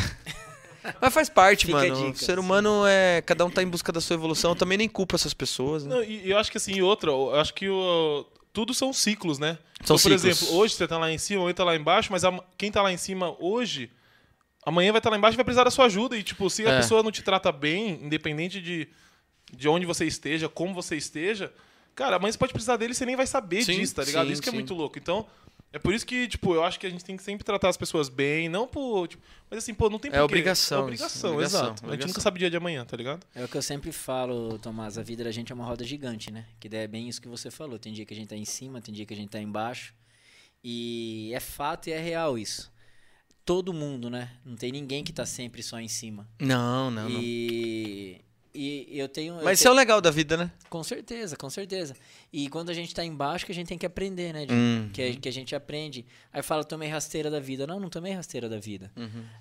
Speaker 1: Mas faz parte,
Speaker 4: Fica a
Speaker 1: mano. o
Speaker 4: dica,
Speaker 1: ser
Speaker 4: sim.
Speaker 1: humano é. Cada um tá em busca da sua evolução. Eu também nem culpo essas pessoas. Né?
Speaker 3: Não, e e eu acho que assim, e outra, eu acho que o- tudo são ciclos, né? então,
Speaker 1: São
Speaker 3: por
Speaker 1: ciclos.
Speaker 3: exemplo, hoje você tá lá em cima, hoje tá lá embaixo, mas a- quem tá lá em cima hoje, amanhã vai estar lá embaixo e vai precisar da sua ajuda. E, tipo, se
Speaker 1: É.
Speaker 3: a pessoa não te trata bem, independente de, de onde você esteja, como você esteja, cara, amanhã você pode precisar dele e você nem vai saber
Speaker 1: Sim,
Speaker 3: disso, tá ligado?
Speaker 1: sim,
Speaker 3: isso que
Speaker 1: sim.
Speaker 3: é muito louco. Então. É por isso que, tipo, eu acho que a gente tem que sempre tratar as pessoas bem, não por. tipo, mas assim, pô, não tem
Speaker 1: É
Speaker 3: porquê.
Speaker 1: obrigação
Speaker 3: É
Speaker 1: isso,
Speaker 3: obrigação,
Speaker 1: obrigação,
Speaker 3: exato. A gente
Speaker 1: obrigação.
Speaker 3: nunca sabe o dia de amanhã, tá ligado?
Speaker 4: É o que eu sempre falo, Tomás, a vida da gente é uma roda gigante, né? Que daí é bem isso que você falou. Tem dia que a gente tá em cima, tem dia que a gente tá embaixo. E é fato e é real isso. Todo mundo, né? Não tem ninguém que tá sempre só em cima.
Speaker 1: Não, não, não.
Speaker 4: e, e eu tenho. eu
Speaker 1: Mas isso é
Speaker 4: tenho-
Speaker 1: o legal da vida, né?
Speaker 4: Com certeza, com certeza. E quando a gente tá embaixo, que a gente tem que aprender, né? de-
Speaker 1: Hum.
Speaker 4: Que, a- que a gente aprende. Aí fala, tomei rasteira da vida. Não, não tomei rasteira da vida.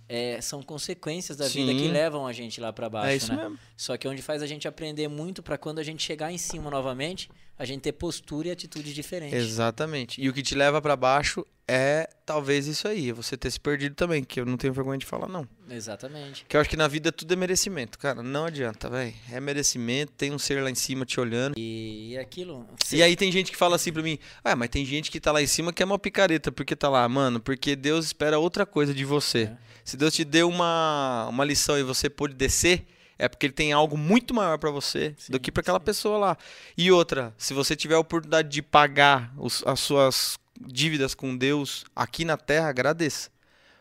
Speaker 4: É, são consequências da vida que
Speaker 1: Uhum. Sim.
Speaker 4: levam a gente lá pra baixo,
Speaker 1: é isso
Speaker 4: né?
Speaker 1: mesmo.
Speaker 4: Só que onde faz a gente aprender muito pra quando a gente chegar em cima novamente, a gente ter postura e atitude diferente.
Speaker 1: Exatamente. E o que te leva pra baixo é talvez isso aí, você ter se perdido também, que eu não tenho vergonha de falar, não.
Speaker 4: Exatamente.
Speaker 1: Que eu acho que na vida tudo é merecimento, cara. Não adianta, velho. É merecimento, tem um ser lá em cima te olhando.
Speaker 4: E, e aquilo.
Speaker 1: E aí tem gente que fala assim pra mim, ah, mas tem gente que tá lá em cima que é uma picareta, porque tá lá, mano, porque Deus espera outra coisa de você.
Speaker 4: É.
Speaker 1: Se Deus te deu uma, uma lição e você pôde descer, é porque ele tem algo muito maior pra você do
Speaker 4: Sim,
Speaker 1: que pra aquela pessoa lá. E outra, se você tiver a oportunidade de pagar os- as suas dívidas com Deus aqui na terra, agradeça.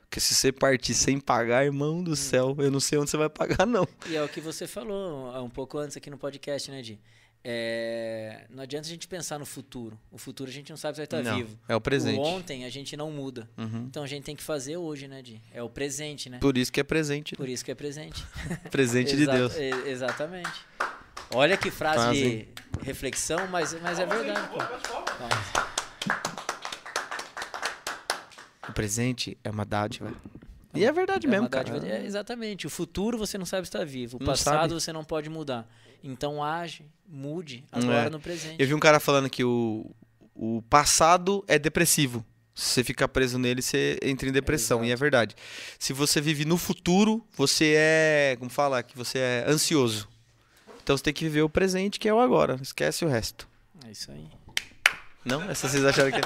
Speaker 1: Porque se você partir sem pagar, irmão
Speaker 4: Hum.
Speaker 1: do céu, eu não sei onde você vai pagar, não.
Speaker 4: E é o que você falou há um pouco antes aqui no podcast, né, Di? É, não adianta a gente pensar no futuro. O futuro a gente não sabe se vai estar
Speaker 1: não,
Speaker 4: vivo.
Speaker 1: é o
Speaker 4: O
Speaker 1: presente.
Speaker 4: ontem a gente não muda.
Speaker 1: Uhum.
Speaker 4: Então a gente tem que fazer hoje, né, Di? É o presente, né?
Speaker 1: Por isso que é presente, né?
Speaker 4: Por isso que é presente. [LAUGHS]
Speaker 1: presente de
Speaker 4: Exa-
Speaker 1: Deus.
Speaker 4: e- Exatamente. Olha que frase
Speaker 1: Frase,
Speaker 4: de
Speaker 1: hein?
Speaker 4: reflexão, mas, mas é verdade. Pô. Palmas.
Speaker 1: O presente é uma dádiva. E é verdade
Speaker 4: É
Speaker 1: mesmo,
Speaker 4: uma dádiva-
Speaker 1: cara.
Speaker 4: é, exatamente. O futuro você não sabe estar vivo. O
Speaker 1: Não
Speaker 4: passado
Speaker 1: sabe.
Speaker 4: você não pode mudar. Então age, mude agora
Speaker 1: É.
Speaker 4: no presente.
Speaker 1: Eu vi um cara falando que o, o passado é depressivo. Se você ficar preso nele, você entra em depressão. e é verdade. Se você vive no futuro, você é. Como fala? Que você é ansioso. Então você tem que viver o presente, que é o agora. Esquece o resto.
Speaker 4: É isso aí.
Speaker 1: Não? Essa vocês acharam que.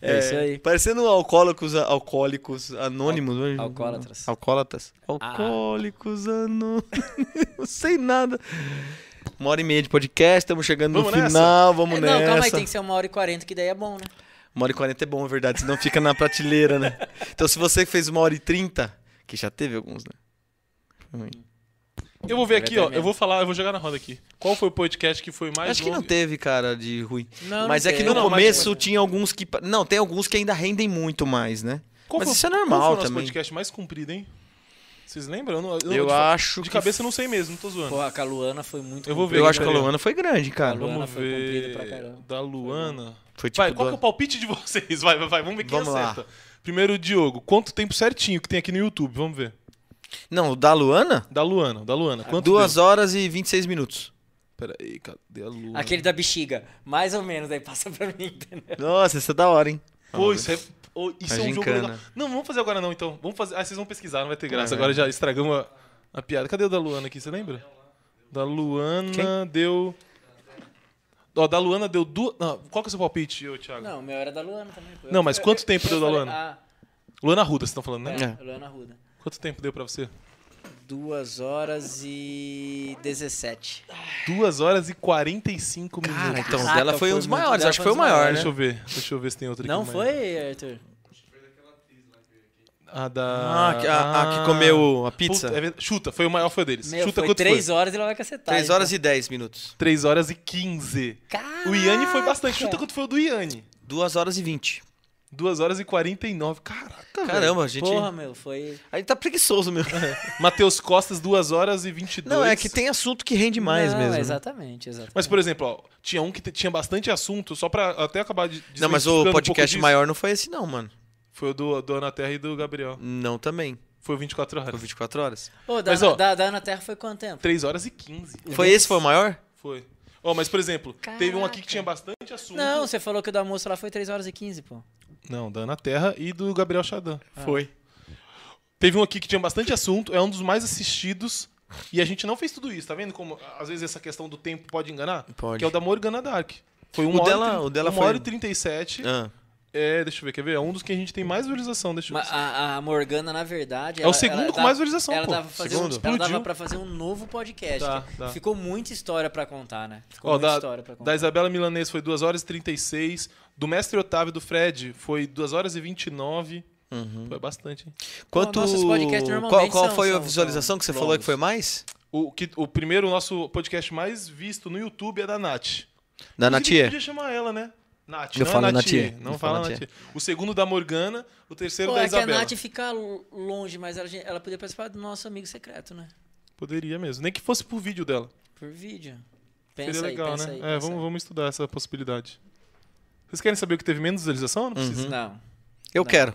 Speaker 4: É isso aí.
Speaker 1: Parecendo alcoólicos, alcoólicos anônimos. né?
Speaker 4: alcoólatras.
Speaker 1: Alcoólatas. Alcoólicos anônimos. [LAUGHS] Não sei nada. Uma hora e meia de podcast, estamos chegando
Speaker 3: Vamos
Speaker 1: no
Speaker 3: nessa?
Speaker 1: final. Vamos
Speaker 4: É, não,
Speaker 1: nessa.
Speaker 4: calma aí, tem que ser uma hora e quarenta, que daí é bom, né?
Speaker 2: Uma hora e quarenta é bom, é verdade, senão fica na prateleira, né? Então se você fez uma hora e trinta, que já teve alguns, né? Foi ruim.
Speaker 3: Eu vou ver
Speaker 4: Vai
Speaker 3: aqui,
Speaker 4: ter
Speaker 3: ó.
Speaker 4: mesmo.
Speaker 3: Eu vou falar, eu vou jogar na roda aqui. Qual foi o podcast que foi mais
Speaker 2: Acho que não
Speaker 3: longo?
Speaker 2: teve, cara, de ruim.
Speaker 4: Não,
Speaker 2: mas
Speaker 4: não
Speaker 2: é que
Speaker 4: teve.
Speaker 2: no
Speaker 3: Não, mas-
Speaker 2: começo tinha alguns que. pa- Não, tem alguns que ainda rendem muito mais, né?
Speaker 3: Qual
Speaker 2: mas
Speaker 3: foi-
Speaker 2: isso é
Speaker 3: Qual foi
Speaker 2: normal
Speaker 3: o nosso
Speaker 2: também.
Speaker 3: podcast mais comprido, hein? Vocês lembram? Eu, não- eu,
Speaker 2: Eu
Speaker 3: de, fa-
Speaker 2: acho
Speaker 3: Tipo, de
Speaker 2: que
Speaker 3: cabeça eu não sei mesmo, não tô zoando.
Speaker 4: Porra, a Caluana foi muito
Speaker 3: Eu vou ver.
Speaker 2: Eu acho que a
Speaker 3: Peraí.
Speaker 2: Luana foi grande, cara.
Speaker 4: Luana
Speaker 3: Vamos
Speaker 4: foi
Speaker 3: ver.
Speaker 4: comprida pra caramba.
Speaker 3: da Luana.
Speaker 2: Foi tipo.
Speaker 3: vai, qual que é
Speaker 2: do-
Speaker 3: o palpite de vocês? Vai, vai, vai. Vamos ver quem
Speaker 2: Vamos lá.
Speaker 3: acerta. Primeiro, o Diogo. Quanto tempo certinho que tem aqui no YouTube? Vamos ver.
Speaker 2: Não, o da Luana?
Speaker 3: Da Luana, da Luana. Quanto
Speaker 2: Duas horas e 26 minutos.
Speaker 3: Pera aí, cadê a Luana?
Speaker 4: Aquele da bexiga. Mais ou menos, aí passa pra mim, entendeu?
Speaker 2: Nossa, essa é da hora, hein?
Speaker 3: Pô, isso é, oh, isso
Speaker 2: A
Speaker 3: é um jogo
Speaker 2: gincana.
Speaker 3: legal. Não, vamos fazer agora não, então. Vamos fazer. Ah, vocês vão pesquisar, não vai ter graça.
Speaker 2: É.
Speaker 3: Agora já estragamos a, a piada. Cadê o da Luana aqui, você lembra? Da Luana
Speaker 2: Quem?
Speaker 3: deu... Ó, da Luana deu duas... não, qual que é o seu palpite, ô, Thiago?
Speaker 4: Não, o meu era da Luana também. pô.
Speaker 3: Não,
Speaker 4: Eu-
Speaker 3: mas
Speaker 4: eu-
Speaker 3: quanto
Speaker 4: eu-
Speaker 3: tempo
Speaker 4: eu
Speaker 3: deu da
Speaker 4: falei-
Speaker 3: Luana?
Speaker 4: Ah,
Speaker 3: Luana Ruda, vocês estão falando, né?
Speaker 4: é, Luana Ruda.
Speaker 3: Quanto tempo deu pra você?
Speaker 4: 2 horas e 17.
Speaker 3: Duas horas e 45 minutos.
Speaker 2: Cara, então o
Speaker 4: Caraca,
Speaker 2: dela foi um
Speaker 4: foi
Speaker 2: dos
Speaker 4: muito-
Speaker 2: maiores.
Speaker 4: dela
Speaker 2: Acho que
Speaker 4: foi
Speaker 2: foi
Speaker 4: um
Speaker 2: o
Speaker 4: dos
Speaker 2: maior,
Speaker 4: maiores,
Speaker 2: né?
Speaker 3: Deixa eu ver. Deixa eu ver se tem outra aqui.
Speaker 4: Não
Speaker 3: mais.
Speaker 4: foi, Arthur?
Speaker 3: A da...
Speaker 2: Ah, que- a, a que comeu a pizza.
Speaker 3: Puta, é verdade. Chuta, foi o maior, foi o deles.
Speaker 4: Meu,
Speaker 3: Chuta
Speaker 4: foi
Speaker 3: quanto foi?
Speaker 4: 3 horas e ela vai cacetar.
Speaker 2: 3 horas e 10 minutos.
Speaker 3: 3 horas e 15.
Speaker 4: então. Caraca!
Speaker 3: O Iane foi bastante. Chuta quanto foi o do Iane.
Speaker 2: 2 horas e 20.
Speaker 3: 2 horas e 49. Caraca, velho.
Speaker 2: Caramba, a gente.
Speaker 4: Porra, meu, foi...
Speaker 2: A gente tá preguiçoso mesmo.
Speaker 3: Matheus Costas, 2 horas e 22.
Speaker 2: Não, é que tem assunto que rende mais
Speaker 4: Não,
Speaker 2: mesmo. né?
Speaker 4: Exatamente, exatamente.
Speaker 3: Mas, por exemplo, ó, tinha um que te- tinha bastante assunto, só pra até acabar de.
Speaker 2: Não, mas
Speaker 3: desmistificando
Speaker 2: o
Speaker 3: um pouco
Speaker 2: podcast
Speaker 3: disso.
Speaker 2: maior não foi esse, não, mano.
Speaker 3: Foi o do, do Ana Terra e do Gabriel.
Speaker 2: Não também.
Speaker 3: Foi o 24
Speaker 2: Foi
Speaker 3: horas.
Speaker 2: 24 horas.
Speaker 4: Ô, da,
Speaker 3: Mas,
Speaker 4: Ana-
Speaker 3: ó-
Speaker 4: da, da Ana Terra foi quanto tempo?
Speaker 3: 3 horas e 15.
Speaker 2: Foi esse foi o maior?
Speaker 3: Foi. Ó, mas, por exemplo, teve um aqui
Speaker 4: Caraca.
Speaker 3: que tinha bastante assunto.
Speaker 4: Não, você falou que o da moça lá foi 3 horas e 15, pô.
Speaker 3: Não, da Ana Terra e do Gabriel Chadan.
Speaker 2: Ah. Foi.
Speaker 3: Teve um aqui que tinha bastante assunto, é um dos mais assistidos. E a gente não fez tudo isso, tá vendo como às vezes essa questão do tempo pode enganar?
Speaker 2: Pode.
Speaker 3: Que é o da Morgana Dark. Foi
Speaker 2: O
Speaker 3: uma hora
Speaker 2: dela-
Speaker 3: e trinta-
Speaker 2: o dela
Speaker 3: uma
Speaker 2: foi-
Speaker 3: hora e 37.
Speaker 2: Ah,
Speaker 3: É, deixa eu ver, quer ver? É um dos que a gente tem mais visualização, deixa eu
Speaker 4: Ma-
Speaker 3: ver.
Speaker 4: A, a Morgana, na verdade.
Speaker 3: É o segundo com
Speaker 4: dava-
Speaker 3: mais visualização,
Speaker 4: ela
Speaker 3: pô.
Speaker 4: Dava pra fazer
Speaker 3: Segundo.
Speaker 4: um, ela dava
Speaker 3: Explodiu.
Speaker 4: pra fazer um novo podcast.
Speaker 3: Tá,
Speaker 4: que
Speaker 3: tá.
Speaker 4: Ficou muita história pra contar, né? Ficou
Speaker 3: Ó,
Speaker 4: muita
Speaker 3: da,
Speaker 4: história pra
Speaker 3: da
Speaker 4: contar.
Speaker 3: Isabela Milanês foi 2 horas e 36. Do Mestre Otávio do Fred foi 2 horas e 29.
Speaker 2: Uhum.
Speaker 3: Foi bastante, hein?
Speaker 2: Quanto.
Speaker 4: nossos podcasts
Speaker 2: qual
Speaker 4: normalmente
Speaker 2: qual
Speaker 4: são-
Speaker 2: foi a
Speaker 4: são-
Speaker 2: visualização
Speaker 4: são
Speaker 2: que você falou que
Speaker 4: longos.
Speaker 2: foi mais?
Speaker 3: O, que, o primeiro nosso podcast mais visto no YouTube é da Nath.
Speaker 2: Da
Speaker 3: Inclusive,
Speaker 2: Natia?
Speaker 3: podia chamar ela, né? Nath,
Speaker 2: Eu
Speaker 3: não
Speaker 2: falo
Speaker 3: é Natie.
Speaker 2: Natie.
Speaker 3: Não
Speaker 2: Eu
Speaker 3: fala
Speaker 2: falo
Speaker 3: Natie. O segundo da Morgana, o terceiro
Speaker 4: Pô,
Speaker 3: da
Speaker 4: é que a
Speaker 3: Isabela.
Speaker 4: Nath fica lo- longe, mas ela, ela podia participar do nosso amigo secreto, né?
Speaker 3: Poderia mesmo. Nem que fosse por vídeo dela.
Speaker 4: Por vídeo. Pensa
Speaker 3: Seria
Speaker 4: aí,
Speaker 3: legal,
Speaker 4: pensa
Speaker 3: né?
Speaker 4: aí.
Speaker 3: é,
Speaker 4: pensa
Speaker 3: vamos,
Speaker 4: aí.
Speaker 3: vamos estudar essa possibilidade. Vocês querem saber o que teve menos visualização? Não precisa.
Speaker 4: Não.
Speaker 2: Eu quero.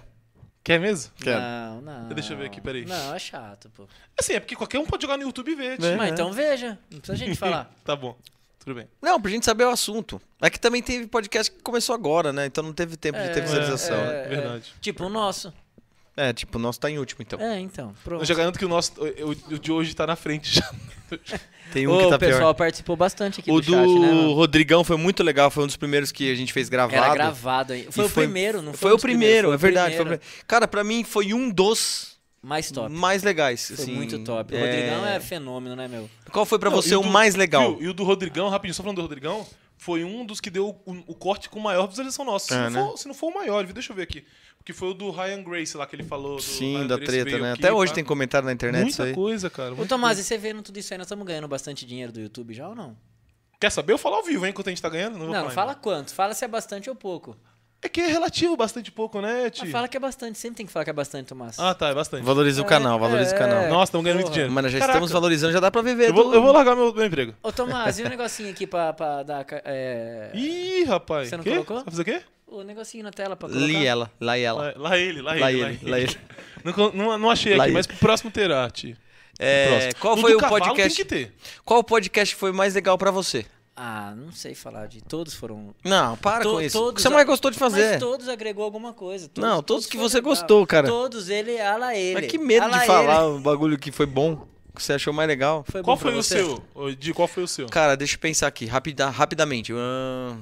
Speaker 3: Quer mesmo?
Speaker 2: Uhum. Quero.
Speaker 4: Não, não.
Speaker 3: Deixa eu ver aqui, peraí.
Speaker 4: Não, é chato, pô.
Speaker 3: Assim, é porque qualquer um pode jogar no YouTube e ver. tipo.
Speaker 4: [LAUGHS]
Speaker 2: é, né?
Speaker 3: tio.
Speaker 4: Mas então veja. Não precisa a
Speaker 2: [LAUGHS]
Speaker 4: gente falar.
Speaker 3: [LAUGHS] Tá bom. Tudo bem.
Speaker 2: Não, pra gente saber o assunto. É que também teve podcast que começou agora, né? Então não teve tempo de ter
Speaker 4: É,
Speaker 2: visualização.
Speaker 4: é.
Speaker 2: né?
Speaker 3: Verdade.
Speaker 4: Tipo o nosso.
Speaker 2: É, tipo, o nosso tá em último, então.
Speaker 4: É, então. Pronto.
Speaker 3: Eu já garanto que o nosso. O, o de hoje tá na frente já.
Speaker 2: Tem
Speaker 4: Ô,
Speaker 2: um que tá
Speaker 4: o pessoal
Speaker 2: pior.
Speaker 4: participou bastante aqui
Speaker 2: O
Speaker 4: do
Speaker 2: do
Speaker 4: chat, né? mano?
Speaker 2: Rodrigão foi muito legal, foi um dos primeiros que a gente fez gravado.
Speaker 4: Era gravado aí.
Speaker 2: E
Speaker 4: Foi o primeiro, não foi?
Speaker 2: Foi
Speaker 4: um
Speaker 2: o
Speaker 4: dos
Speaker 2: primeiro,
Speaker 4: primeiros,
Speaker 2: é verdade.
Speaker 4: Foi o
Speaker 2: foi o
Speaker 4: primeiro.
Speaker 2: primeiro. Cara, pra mim foi um dos
Speaker 4: Mais top.
Speaker 2: mais legais.
Speaker 4: Foi
Speaker 2: assim.
Speaker 4: muito top. O Rodrigão é fenômeno, né, meu?
Speaker 2: Qual foi pra
Speaker 3: Não,
Speaker 2: você
Speaker 3: e
Speaker 2: o
Speaker 3: do-
Speaker 2: mais legal?
Speaker 3: Viu? E o do Rodrigão, rapidinho, só falando do Rodrigão, foi um dos que deu o, o corte com maior visualização nossa. Se,
Speaker 2: É,
Speaker 3: não for, se não for o maior, viu? deixa eu ver aqui. Porque foi o do Ryan Grace lá que ele falou. Do
Speaker 2: Sim,
Speaker 3: Ryan
Speaker 2: da
Speaker 3: Grace
Speaker 2: treta,
Speaker 3: veio
Speaker 2: né?
Speaker 3: aqui,
Speaker 2: Até hoje
Speaker 3: pá.
Speaker 2: tem comentário na internet isso
Speaker 3: Muita
Speaker 2: aí.
Speaker 3: coisa, cara.
Speaker 4: Ô,
Speaker 3: muita
Speaker 4: Tomás,
Speaker 3: coisa.
Speaker 4: e você vendo tudo isso aí, nós estamos ganhando bastante dinheiro do YouTube já ou não?
Speaker 3: Quer saber? Eu falo ao vivo, hein? Quanto a gente tá ganhando? Não, vou
Speaker 4: Não, não
Speaker 3: falar
Speaker 4: fala
Speaker 3: ainda.
Speaker 4: quanto. Fala se é bastante ou pouco.
Speaker 3: É que é relativo, bastante pouco, né,
Speaker 4: Mas
Speaker 3: Ti?
Speaker 4: fala que é bastante. Sempre tem que falar que é bastante, Tomás.
Speaker 3: Ah, tá, é bastante.
Speaker 2: Valoriza o canal, valoriza o canal.
Speaker 4: é.
Speaker 3: Nossa, estamos ganhando muito
Speaker 4: Porra.
Speaker 3: dinheiro.
Speaker 2: Mas nós já
Speaker 3: Caraca,
Speaker 2: estamos valorizando, já dá pra viver.
Speaker 3: Eu vou,
Speaker 2: do-
Speaker 3: eu vou largar meu, meu emprego.
Speaker 4: Ô, Tomás, e o negocinho aqui pra, pra dar... ca- é,
Speaker 3: Ih, rapaz.
Speaker 4: Você não
Speaker 3: Quê?
Speaker 4: colocou?
Speaker 3: Vai fazer o quê?
Speaker 4: O negocinho na tela pra colocar.
Speaker 2: Li ela, lá e ela.
Speaker 3: Lá, lá ele, lá,
Speaker 2: Lá
Speaker 3: ele,
Speaker 2: ele, lá ele.
Speaker 3: Não, con- não, não achei
Speaker 2: Lá
Speaker 3: aqui,
Speaker 2: ele.
Speaker 3: mas pro próximo terá, Ti.
Speaker 2: É,
Speaker 3: Próximo.
Speaker 2: qual
Speaker 3: do
Speaker 2: foi o
Speaker 3: cavalo
Speaker 2: podcast?
Speaker 3: Tem que ter.
Speaker 2: Qual podcast foi mais legal pra você?
Speaker 4: Ah, não sei falar de... Todos foram...
Speaker 2: Não, para
Speaker 4: To-
Speaker 2: com isso. O que
Speaker 4: todos
Speaker 2: você mais
Speaker 4: a-
Speaker 2: gostou de fazer?
Speaker 4: Mas todos agregou alguma coisa.
Speaker 2: Não, todos que
Speaker 4: foi
Speaker 2: você gostou, cara.
Speaker 4: Todos ele, ala ele.
Speaker 2: Mas que medo
Speaker 4: ala
Speaker 2: de
Speaker 4: ele.
Speaker 2: falar o bagulho que foi bom, que você achou mais legal.
Speaker 4: Foi bom
Speaker 3: Qual
Speaker 4: pra
Speaker 3: foi o
Speaker 4: você?
Speaker 3: seu? Ô, Di, qual foi o seu?
Speaker 2: Cara, deixa eu pensar aqui, rapida, rapidamente. Ahn.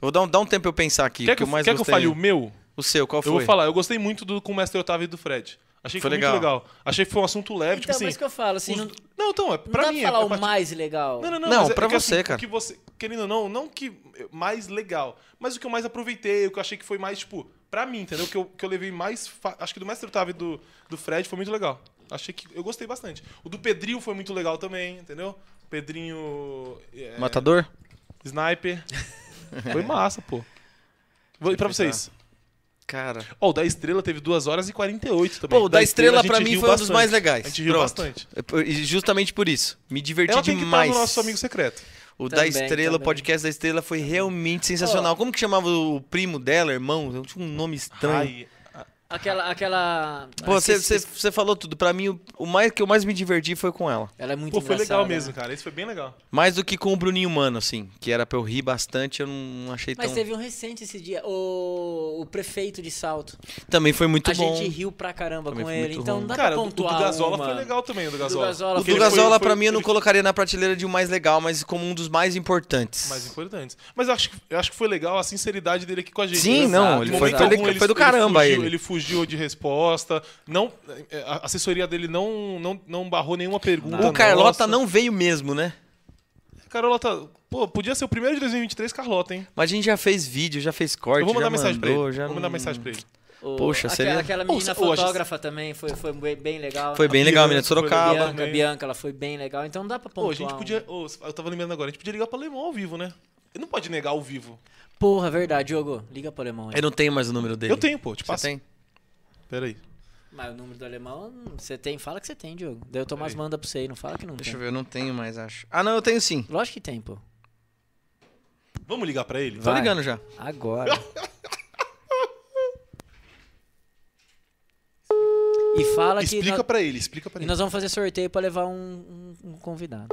Speaker 2: Vou dar um, dar um tempo pra eu pensar aqui.
Speaker 3: Quer
Speaker 2: o
Speaker 3: que,
Speaker 2: eu mais
Speaker 3: quer que eu
Speaker 2: gostei.
Speaker 3: fale o meu?
Speaker 2: O seu, qual
Speaker 3: Eu
Speaker 2: foi?
Speaker 3: vou falar, eu gostei muito do com o Mestre Otávio e do Fred. Achei que
Speaker 2: Foi
Speaker 3: foi
Speaker 2: legal.
Speaker 3: muito legal. Achei que foi um assunto
Speaker 4: Então,
Speaker 3: leve, tipo
Speaker 4: mas
Speaker 3: assim.
Speaker 4: que eu falo, assim,
Speaker 3: os-
Speaker 4: não,
Speaker 3: Não, então, é
Speaker 4: não
Speaker 3: pra
Speaker 4: dá
Speaker 3: mim.
Speaker 4: pra falar
Speaker 3: é,
Speaker 4: o
Speaker 3: parti-
Speaker 4: mais legal.
Speaker 3: Não, não, não.
Speaker 2: Não,
Speaker 3: mas é- é
Speaker 2: pra
Speaker 3: que, assim,
Speaker 2: você,
Speaker 3: o
Speaker 2: cara.
Speaker 3: que você- querendo ou não, não que é mais legal, mas o que eu mais aproveitei, o que eu achei que foi mais, tipo, pra mim, entendeu? O que eu, que eu levei mais. fa- Acho que do mais tratável do, do Fred foi muito legal. Achei que. Eu gostei bastante. O do Pedrinho foi muito legal também, entendeu? Pedrinho. é,
Speaker 2: Matador?
Speaker 3: Sniper. Foi massa, pô. Vou, e pra vocês?
Speaker 2: Cara.
Speaker 3: Ó, o da Estrela teve 2 horas e 48 também.
Speaker 2: Pô, o da Estrela,
Speaker 3: a gente
Speaker 2: pra mim
Speaker 3: riu
Speaker 2: foi um dos
Speaker 3: bastante.
Speaker 2: mais
Speaker 3: A
Speaker 2: legais.
Speaker 3: gente riu
Speaker 2: Pronto.
Speaker 3: bastante.
Speaker 2: É por- E justamente por isso. Me diverti
Speaker 3: Ela tem que estar
Speaker 2: demais.
Speaker 3: no nosso amigo secreto.
Speaker 2: O
Speaker 4: Também,
Speaker 2: da Estrela, o
Speaker 4: também.
Speaker 2: podcast da Estrela foi realmente sensacional. Como que chamava o primo dela, irmão? Tinha um nome estranho.
Speaker 3: Ai,
Speaker 4: Aquela. aquela
Speaker 2: Pô,
Speaker 4: Ah,
Speaker 2: você,
Speaker 4: esqueci-
Speaker 2: você, você falou tudo. Pra mim, o- o mais que eu mais me diverti foi com ela.
Speaker 4: Ela é muito
Speaker 3: pô, foi
Speaker 4: engraçada,
Speaker 3: legal
Speaker 4: né?
Speaker 3: mesmo, cara. Esse foi bem legal.
Speaker 2: Mais do que com o Bruninho Mano, assim. Que era pra eu rir bastante, eu não achei
Speaker 4: Mas
Speaker 3: Então.
Speaker 2: tão...
Speaker 4: teve um recente esse dia, o, o prefeito de Salto.
Speaker 2: Também foi muito
Speaker 4: a
Speaker 2: bom.
Speaker 4: gente riu pra caramba
Speaker 2: Também
Speaker 4: com
Speaker 2: foi
Speaker 4: ele,
Speaker 2: muito
Speaker 4: então
Speaker 2: bom.
Speaker 4: não dá
Speaker 3: Cara,
Speaker 4: pra
Speaker 3: o do
Speaker 4: pontuar
Speaker 3: Gazola
Speaker 4: uma.
Speaker 3: foi legal também, o do Gazola. é
Speaker 4: Gazola foi-
Speaker 2: O do
Speaker 3: Ele
Speaker 2: Gazola,
Speaker 3: foi-
Speaker 2: pra
Speaker 3: foi-
Speaker 2: mim, eu não
Speaker 3: ele-
Speaker 2: colocaria na prateleira de um mais legal, mas como um dos mais importantes.
Speaker 3: Mais importantes. Mas eu acho, que- eu acho que foi legal a sinceridade dele aqui com a gente.
Speaker 2: Sim,
Speaker 3: Exato.
Speaker 2: não, ele
Speaker 3: Em
Speaker 2: foi-
Speaker 3: momento
Speaker 2: foi
Speaker 3: algum
Speaker 2: legal- foi do caramba
Speaker 3: fugiu,
Speaker 2: ele.
Speaker 3: fugiu de resposta. Não, a assessoria dele não, não, não barrou nenhuma pergunta.
Speaker 2: O Carlota
Speaker 3: nossa.
Speaker 2: não veio mesmo, né?
Speaker 3: Carlota, pô, podia ser o primeiro de 2023 Carlota, hein?
Speaker 2: Mas a gente já fez vídeo, já fez corte,
Speaker 3: Eu vou mandar
Speaker 2: já
Speaker 3: mensagem pra
Speaker 2: mandou,
Speaker 3: ele.
Speaker 2: já
Speaker 3: Vou mandar
Speaker 2: não-
Speaker 3: mensagem pra ele.
Speaker 4: O-
Speaker 2: Poxa,
Speaker 4: aquela,
Speaker 2: seria-
Speaker 4: aquela
Speaker 3: Ou
Speaker 4: menina
Speaker 3: se- ou a gente-
Speaker 4: fotógrafa também foi, foi bem- bem legal.
Speaker 2: Foi bem
Speaker 3: A
Speaker 2: legal, né? a
Speaker 3: Bia
Speaker 2: menina de
Speaker 3: foi
Speaker 4: a
Speaker 3: legal.
Speaker 2: Sorocaba.
Speaker 4: Bianca,
Speaker 3: também.
Speaker 4: Bianca, ela foi bem legal, então não dá pra
Speaker 3: Pô,
Speaker 4: pontuar.
Speaker 3: a gente
Speaker 4: um.
Speaker 3: podia. ô, eu tava lembrando agora, a gente podia ligar pra Lemon ao vivo, né? Ele não pode negar ao vivo.
Speaker 4: um. Porra, verdade, Diogo, liga pro alemão aí.
Speaker 2: Eu não tenho mais o número dele.
Speaker 3: Eu tenho, pô, te
Speaker 2: Você
Speaker 3: passo.
Speaker 2: tem?
Speaker 3: Pera aí.
Speaker 4: Mas o número do alemão, hum, você tem, fala que você tem, Diogo. Daí o Tomás
Speaker 3: Peraí.
Speaker 4: manda pra você aí, não fala que não
Speaker 2: Deixa eu
Speaker 4: tem.
Speaker 2: ver, eu não tenho mais, acho. Ah, não, eu tenho sim.
Speaker 4: Lógico que tem, pô.
Speaker 3: Vamos ligar pra ele?
Speaker 2: Tô
Speaker 4: Vai.
Speaker 2: ligando já.
Speaker 4: Agora. [LAUGHS] e fala que.
Speaker 3: Explica
Speaker 4: nó-
Speaker 3: pra ele, explica pra
Speaker 4: E
Speaker 3: ele.
Speaker 4: nós vamos fazer sorteio pra levar um, um- um convidado.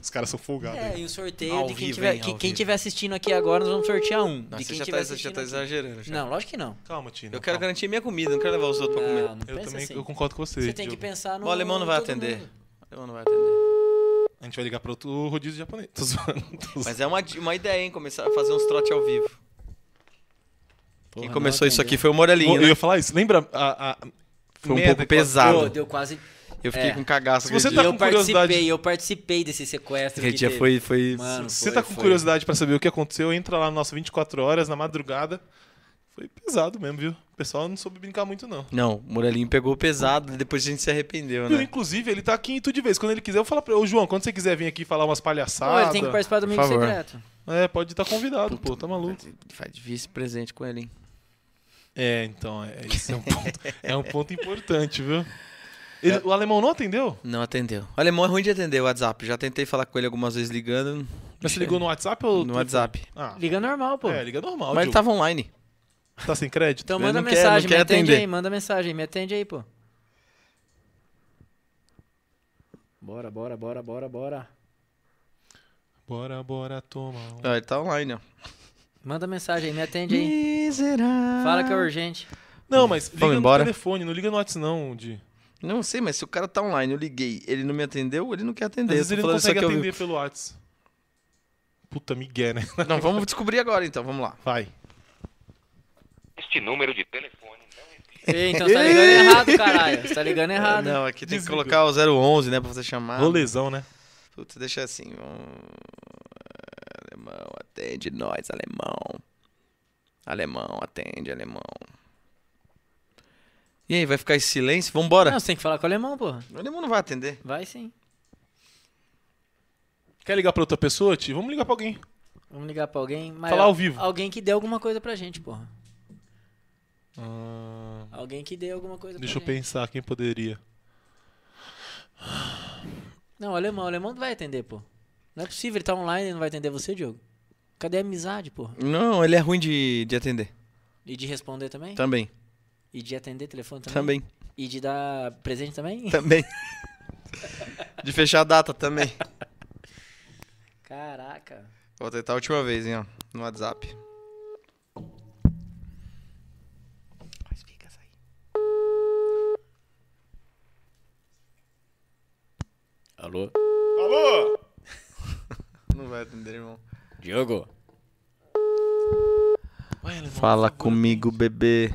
Speaker 3: Os caras são folgados. hein?
Speaker 4: É, e o sorteio
Speaker 2: Ao
Speaker 4: de quem,
Speaker 2: vivo,
Speaker 4: tiver,
Speaker 2: hein,
Speaker 4: que-
Speaker 2: ao
Speaker 4: quem
Speaker 2: vivo.
Speaker 4: tiver assistindo aqui agora, nós vamos sortear um. de quem
Speaker 2: tá-
Speaker 4: tiver assistindo aqui.
Speaker 2: exagerando
Speaker 4: Não, lógico que não.
Speaker 3: Calma, Tina.
Speaker 2: Eu quero
Speaker 3: calma.
Speaker 2: garantir minha comida, não quero levar os outros pra comer.
Speaker 4: Não, não
Speaker 3: Eu
Speaker 4: pensa
Speaker 3: também
Speaker 4: assim.
Speaker 3: eu concordo com você.
Speaker 4: Você tem que
Speaker 3: Diogo.
Speaker 4: pensar no.
Speaker 2: O alemão não
Speaker 4: em
Speaker 2: vai
Speaker 4: todo
Speaker 2: atender.
Speaker 4: mundo.
Speaker 2: O alemão não vai atender.
Speaker 3: A gente vai ligar pra outro rodízio japonês. Tô zoando. Tô zoando.
Speaker 2: Mas é uma, uma ideia, hein? Começar a fazer uns trote ao vivo.
Speaker 4: Porra,
Speaker 2: Quem
Speaker 4: não
Speaker 2: começou isso
Speaker 4: atendeu.
Speaker 2: aqui foi o Morelinho.
Speaker 3: eu
Speaker 2: né?
Speaker 3: ia falar isso. Lembra a. a-
Speaker 2: Foi um
Speaker 3: merda
Speaker 2: pouco
Speaker 3: que-
Speaker 2: pesado.
Speaker 4: Pô, deu quase.
Speaker 2: Eu fiquei
Speaker 4: É.
Speaker 2: Tá com cagaço.
Speaker 3: Se você
Speaker 2: aquele
Speaker 3: tá
Speaker 4: e
Speaker 2: dia.
Speaker 4: eu
Speaker 3: com curiosidade-
Speaker 4: participei, eu participei desse sequestro.
Speaker 2: Aquele
Speaker 4: que
Speaker 2: dia
Speaker 4: teve.
Speaker 2: foi. foi...
Speaker 4: Mano,
Speaker 3: Se você
Speaker 4: foi,
Speaker 3: tá com
Speaker 4: foi.
Speaker 3: curiosidade pra saber o que aconteceu, entra lá no nosso 24 horas na madrugada. Foi pesado mesmo, viu? O pessoal não soube brincar muito, não.
Speaker 2: Não, o Morelinho pegou pesado, depois a gente se arrependeu,
Speaker 3: Viu?
Speaker 2: né?
Speaker 3: Inclusive, ele tá aqui em tudo de vez. Quando ele quiser, eu falo pra ele, ô João, quando você quiser vir aqui falar umas
Speaker 4: Pô,
Speaker 3: palhaçadas.
Speaker 4: ele tem que participar do
Speaker 2: Por
Speaker 4: Amigo
Speaker 2: favor.
Speaker 4: Secreto.
Speaker 3: É, pode estar convidado, pô, tá maluco.
Speaker 2: Faz difícil presente com ele, hein?
Speaker 3: É, então, é, esse é
Speaker 4: [LAUGHS]
Speaker 3: um ponto, é um ponto importante, viu?
Speaker 4: É.
Speaker 3: Ele- O alemão não atendeu?
Speaker 2: Não atendeu. O alemão é ruim de atender o WhatsApp. Já tentei falar com ele algumas vezes ligando
Speaker 3: Mas você ligou no WhatsApp ou.
Speaker 2: no WhatsApp.
Speaker 3: Ah,
Speaker 4: Liga normal, pô.
Speaker 3: é, liga normal.
Speaker 2: Mas ele
Speaker 3: Diogo.
Speaker 2: tava online.
Speaker 3: Tá sem crédito?
Speaker 4: Então
Speaker 2: Ele
Speaker 4: manda
Speaker 2: não quer-
Speaker 4: mensagem,
Speaker 2: não quer
Speaker 4: me atende
Speaker 2: atender.
Speaker 4: aí, manda mensagem, me atende aí, pô. Bora, bora, bora, bora, bora.
Speaker 3: Bora, bora, toma. um.
Speaker 2: Ah, ele tá online, ó.
Speaker 4: Manda mensagem aí, me atende aí.
Speaker 2: Miserável.
Speaker 4: Fala que é urgente.
Speaker 3: Não, mas liga
Speaker 2: Vamos
Speaker 3: no
Speaker 2: embora?
Speaker 3: telefone, não liga no WhatsApp, não, Di.
Speaker 2: Não sei, mas se o cara tá online, eu liguei, ele não me atendeu, ele não quer
Speaker 3: Às
Speaker 2: atender.
Speaker 3: vezes
Speaker 2: Eu
Speaker 3: ele
Speaker 2: tô falando
Speaker 3: não
Speaker 2: isso
Speaker 3: consegue
Speaker 2: aqui ao vivo.
Speaker 3: atender pelo WhatsApp. Puta migué, né? [LAUGHS]
Speaker 2: Não, vamos descobrir agora então, vamos lá.
Speaker 3: Vai.
Speaker 6: Este número de telefone não existe.
Speaker 4: Ei, então você tá ligando errado, caralho. Você tá ligando errado.
Speaker 2: Não, aqui tem que
Speaker 3: Desligou.
Speaker 2: colocar o 011, né, pra você chamar.
Speaker 3: Rolezão, né?
Speaker 2: Putz, deixa assim.
Speaker 1: um,
Speaker 2: hum, Alemão, atende nós, alemão. Alemão, atende, alemão. E aí, vai ficar esse silêncio? Vambora.
Speaker 4: Não, você tem que falar com o alemão, porra.
Speaker 2: O alemão não vai atender.
Speaker 4: Vai sim.
Speaker 3: Quer ligar pra outra pessoa, Ti? Vamos ligar pra alguém.
Speaker 4: Vamos ligar pra alguém. Mas
Speaker 3: Falar ao
Speaker 4: al-
Speaker 3: vivo.
Speaker 4: Alguém que dê alguma coisa pra gente, porra.
Speaker 3: Ah,
Speaker 4: Alguém que dê alguma coisa
Speaker 3: deixa
Speaker 4: pra
Speaker 3: eu
Speaker 4: gente.
Speaker 3: pensar quem poderia.
Speaker 4: Não, o alemão, o alemão não vai atender, pô. Não é possível, ele tá online e não vai atender você, Diogo. Cadê a amizade, porra?
Speaker 2: Não, ele é ruim de, de atender.
Speaker 4: E de responder também?
Speaker 2: Também,
Speaker 4: E de atender telefone Tá. também?
Speaker 2: também,
Speaker 4: E de dar presente também?
Speaker 2: também. de fechar a data também.
Speaker 4: Caraca.
Speaker 2: Vou tentar a última vez, hein, ó. No WhatsApp.
Speaker 4: Alô?
Speaker 3: Alô?
Speaker 2: [LAUGHS] Não vai atender, irmão.
Speaker 4: Diogo?
Speaker 3: Vai, alemão,
Speaker 2: Fala
Speaker 3: por favor,
Speaker 2: comigo, bebê.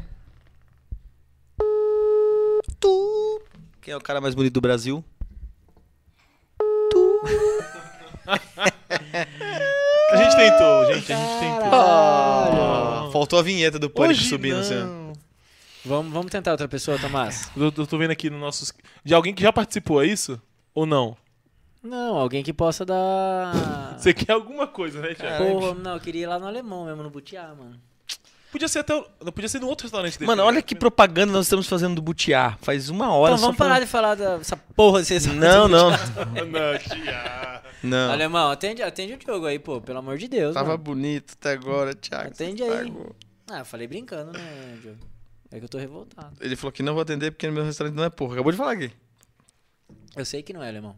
Speaker 1: Quem é o cara mais bonito do Brasil?
Speaker 3: A gente tentou, gente, a gente tentou.
Speaker 1: Ah, faltou a vinheta do pânico subindo. assim, ó.
Speaker 4: Vamos, vamos tentar outra pessoa, Tomás?
Speaker 3: Eu, eu tô vendo aqui no nossos. De alguém que já participou, é isso? Ou não?
Speaker 4: [LAUGHS] Não, alguém que possa dar. [LAUGHS]
Speaker 3: Você quer alguma coisa, né, Thiago?
Speaker 4: Porra, não, eu queria ir lá no alemão mesmo, no Butiá, mano.
Speaker 3: Podia ser até. o- Podia ser no outro restaurante dele.
Speaker 1: Mano, olha que propaganda nós estamos fazendo do Butiá. Faz uma hora
Speaker 4: então
Speaker 1: só
Speaker 4: vamos parar de falar dessa porra desse
Speaker 1: falando- [LAUGHS] Não,
Speaker 3: [LAUGHS]
Speaker 1: não.
Speaker 3: Não, Thiago.
Speaker 1: Não.
Speaker 4: Alemão, atende, atende o jogo aí, pô, pelo amor de Deus.
Speaker 1: Tava
Speaker 4: mano.
Speaker 1: bonito até agora, Thiago. você
Speaker 4: né? Atende aí.
Speaker 1: pagou.
Speaker 4: Ah, eu falei brincando, né, Diogo? É que eu tô revoltado.
Speaker 1: Ele falou que não vou atender porque no meu restaurante não é porra. Acabou de falar aqui.
Speaker 4: Eu sei que não é alemão.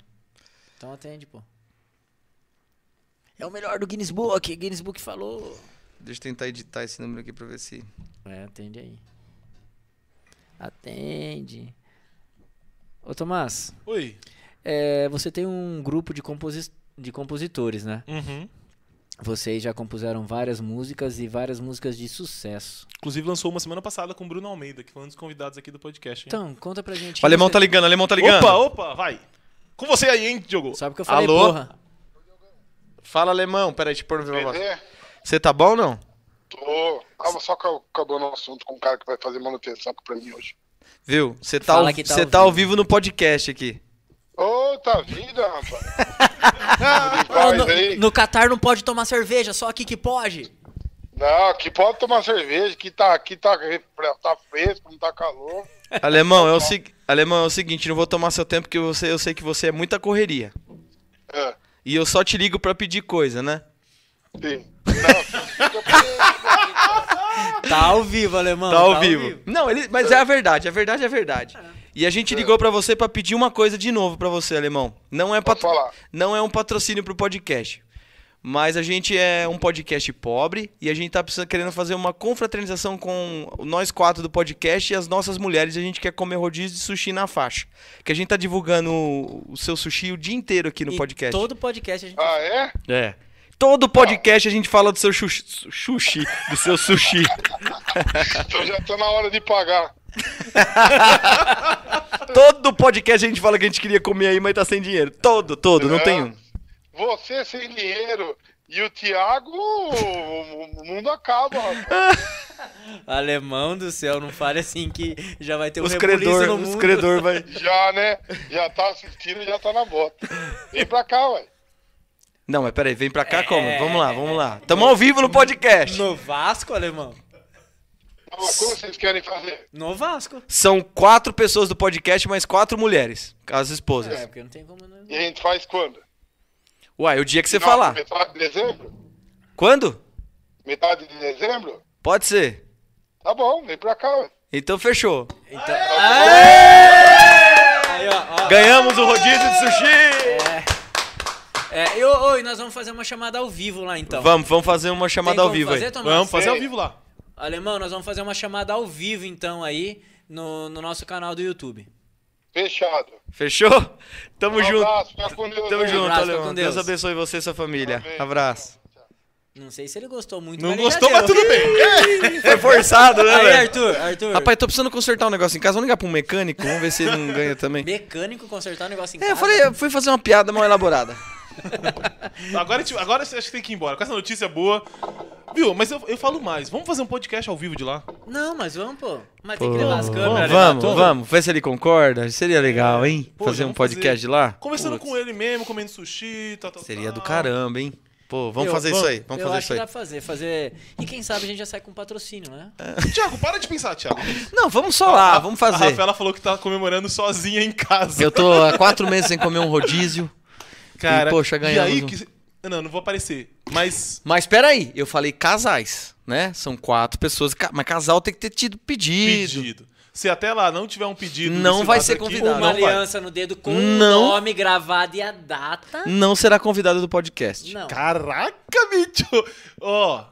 Speaker 4: Então atende, pô. É o melhor do Guinness Book, Guinness Book falou.
Speaker 1: Deixa eu tentar editar esse número aqui pra ver se.
Speaker 4: É, atende aí. Atende. Ô, Tomás,
Speaker 3: Oi.
Speaker 4: é, você tem um grupo de, composi de compositores, né?
Speaker 3: Uhum.
Speaker 4: Vocês já compuseram várias músicas e várias músicas de sucesso.
Speaker 3: Inclusive lançou uma semana passada com o Bruno Almeida, que foi um dos convidados aqui do podcast. Hein?
Speaker 4: Então, conta pra gente.
Speaker 1: O alemão tá
Speaker 4: quem
Speaker 1: ligando, o alemão tá ligando.
Speaker 3: Opa, opa, vai. Com você aí, hein, Diogo?
Speaker 4: você- Sabe que eu falei,
Speaker 1: Alô?
Speaker 4: porra.
Speaker 1: Fala alemão. Peraí, deixa eu pôr no vivo voz.
Speaker 5: Beleza?
Speaker 1: Você tá bom ou não?
Speaker 5: Tô. Tava só ca- acabando o assunto com o cara que vai fazer manutenção aqui pra mim hoje.
Speaker 1: Viu? Você tá,
Speaker 4: Fala
Speaker 1: ao...
Speaker 4: que tá
Speaker 1: você
Speaker 4: ao
Speaker 1: tá ao vivo no podcast aqui.
Speaker 5: Ô, tá vida, rapaz. Tudo em
Speaker 4: Ô,
Speaker 5: paz aí?
Speaker 4: no, no Catar não pode tomar cerveja, só aqui que pode.
Speaker 5: Não, aqui pode tomar cerveja, que tá aqui, tá, refre- tá fresco, não tá calor.
Speaker 1: Alemão, é o, segu- alemão, é o seguinte, não vou tomar seu tempo porque você, eu sei que você é muita correria.
Speaker 5: É,
Speaker 1: E eu só te ligo pra pedir coisa, né?
Speaker 5: sim. Não, fica pra-
Speaker 4: Tá ao vivo, alemão.
Speaker 1: Tá ao vivo. Não, ele, mas é a verdade, a verdade é a verdade. E a gente ligou pra você pra pedir uma coisa de novo pra você, alemão. Não é
Speaker 5: Pode
Speaker 1: patro-
Speaker 5: falar.
Speaker 1: não é um patrocínio pro podcast. Mas a gente é um podcast pobre e a gente tá precisando, querendo fazer uma confraternização com nós quatro do podcast e as nossas mulheres. A gente quer comer rodízio de sushi na faixa. Que a gente tá divulgando o o seu sushi o dia inteiro aqui no
Speaker 4: E
Speaker 1: podcast.
Speaker 4: Todo podcast a gente.
Speaker 5: ah, é?
Speaker 1: É. Todo podcast a gente fala do seu xuxi, sushi, do seu
Speaker 5: [LAUGHS]
Speaker 1: sushi.
Speaker 5: Então já tá na hora de pagar.
Speaker 1: Todo podcast a gente fala que a gente queria comer aí, mas tá sem dinheiro. Todo, todo, não
Speaker 5: É.
Speaker 1: tem um.
Speaker 5: Você sem dinheiro e o Thiago, o o mundo acaba, rapaz.
Speaker 4: Alemão do céu, não fale assim que já vai ter um
Speaker 1: Os
Speaker 4: rebuliço
Speaker 1: credor,
Speaker 4: no
Speaker 1: os
Speaker 4: mundo.
Speaker 1: credor vai.
Speaker 5: Já, né? Já tá assistindo, já tá na bota. Vem pra cá, ué.
Speaker 1: Não, mas peraí, vem pra cá como? Vamos lá, vamos lá. Tamo ao vivo no podcast.
Speaker 4: No Vasco, alemão.
Speaker 5: Então, Como vocês querem fazer?
Speaker 4: No Vasco.
Speaker 1: São quatro pessoas do podcast, mais quatro mulheres, as
Speaker 4: É,
Speaker 1: esposas.
Speaker 4: porque não tem como. né? Não...
Speaker 5: E a gente faz quando?
Speaker 1: Uai, o dia que você
Speaker 5: Final-
Speaker 1: falar.
Speaker 5: Metade de dezembro?
Speaker 1: Quando?
Speaker 5: Metade de dezembro?
Speaker 1: Pode ser.
Speaker 5: Tá bom, vem pra cá, ué.
Speaker 1: Então fechou.
Speaker 4: Então... Aí, ó, ó.
Speaker 1: Ganhamos o rodízio de sushi.
Speaker 4: É, e, ô, ô, e nós vamos fazer uma chamada ao vivo lá então.
Speaker 1: Vamos, vamos fazer uma
Speaker 4: Tem
Speaker 1: chamada ao
Speaker 4: como
Speaker 1: vivo
Speaker 4: fazer,
Speaker 1: aí.
Speaker 4: Tomás?
Speaker 3: Vamos fazer ao
Speaker 5: Ei.
Speaker 3: vivo lá.
Speaker 4: Alemão, nós vamos fazer uma chamada ao vivo então aí no, no nosso canal do YouTube.
Speaker 5: Fechado.
Speaker 1: Fechou? Tamo
Speaker 5: Um
Speaker 1: junto.
Speaker 5: abraço, fica com Deus.
Speaker 1: Tamo
Speaker 5: aí.
Speaker 1: junto,
Speaker 4: abraço,
Speaker 1: alemão.
Speaker 4: fica com
Speaker 1: Deus.
Speaker 4: Deus.
Speaker 1: abençoe você e sua família.
Speaker 5: Amém.
Speaker 1: Abraço.
Speaker 4: Não sei se ele gostou muito,
Speaker 3: Não
Speaker 4: mas ele já
Speaker 3: gostou, mas
Speaker 4: deu.
Speaker 3: tudo bem.
Speaker 1: Foi forçado,
Speaker 4: [LAUGHS]
Speaker 1: né,
Speaker 4: Aí,
Speaker 1: velho?
Speaker 4: Arthur, Arthur.
Speaker 1: Rapaz, tô precisando consertar um negócio em casa. Vamos ligar pra um mecânico, vamos ver se ele não ganha também.
Speaker 4: Mecânico consertar o negócio em
Speaker 1: É,
Speaker 4: casa.
Speaker 1: eu falei, eu fui fazer uma piada mal elaborada.
Speaker 3: Agora, a gente- agora acho que tem que ir embora. Com essa notícia boa. Viu, mas eu, eu falo mais. Vamos fazer um podcast ao vivo de lá?
Speaker 4: Não, mas vamos, pô. Mas tem que levar as câmeras.
Speaker 1: vamos,
Speaker 4: levar
Speaker 1: vamos,
Speaker 4: tudo.
Speaker 1: vamos. Vê se ele concorda. Seria legal, hein?
Speaker 3: Pô,
Speaker 1: fazer
Speaker 3: já
Speaker 1: um
Speaker 3: vamos
Speaker 1: podcast lá.
Speaker 3: Conversando
Speaker 1: Putz,
Speaker 3: com ele mesmo, comendo sushi, tá, tal, tal,
Speaker 1: Seria
Speaker 3: tal.
Speaker 1: do caramba, hein? Pô, vamos
Speaker 4: Eu-
Speaker 1: fazer isso aí. Vamos
Speaker 4: eu
Speaker 1: fazer
Speaker 4: acho
Speaker 1: isso
Speaker 4: que
Speaker 1: aí.
Speaker 4: dá pra fazer, fazer. E quem sabe a gente já sai com patrocínio, né?
Speaker 1: É,
Speaker 3: Thiago, para de pensar, Thiago.
Speaker 1: Não, vamos só lá, vamos
Speaker 3: A
Speaker 1: fazer.
Speaker 3: Rafaela falou que tá comemorando sozinha em casa.
Speaker 1: Eu tô há quatro meses sem comer um rodízio.
Speaker 3: Cara,
Speaker 1: E, poxa,
Speaker 3: e aí
Speaker 1: ganhamos
Speaker 3: que... Não, não vou aparecer. Mas...
Speaker 1: Mas peraí, eu falei casais, né? São quatro pessoas. ca- Mas casal tem que ter tido pedido.
Speaker 3: Pedido. Se até lá não tiver um pedido...
Speaker 1: Não
Speaker 3: desse
Speaker 1: vai
Speaker 3: lado
Speaker 1: ser
Speaker 3: aqui,
Speaker 1: convidado.
Speaker 4: Uma
Speaker 3: não vai.
Speaker 4: aliança no dedo com o
Speaker 1: Não.
Speaker 4: nome gravado e a data.
Speaker 1: Não será convidado do podcast.
Speaker 4: Não.
Speaker 3: Caraca, bicho! Ó,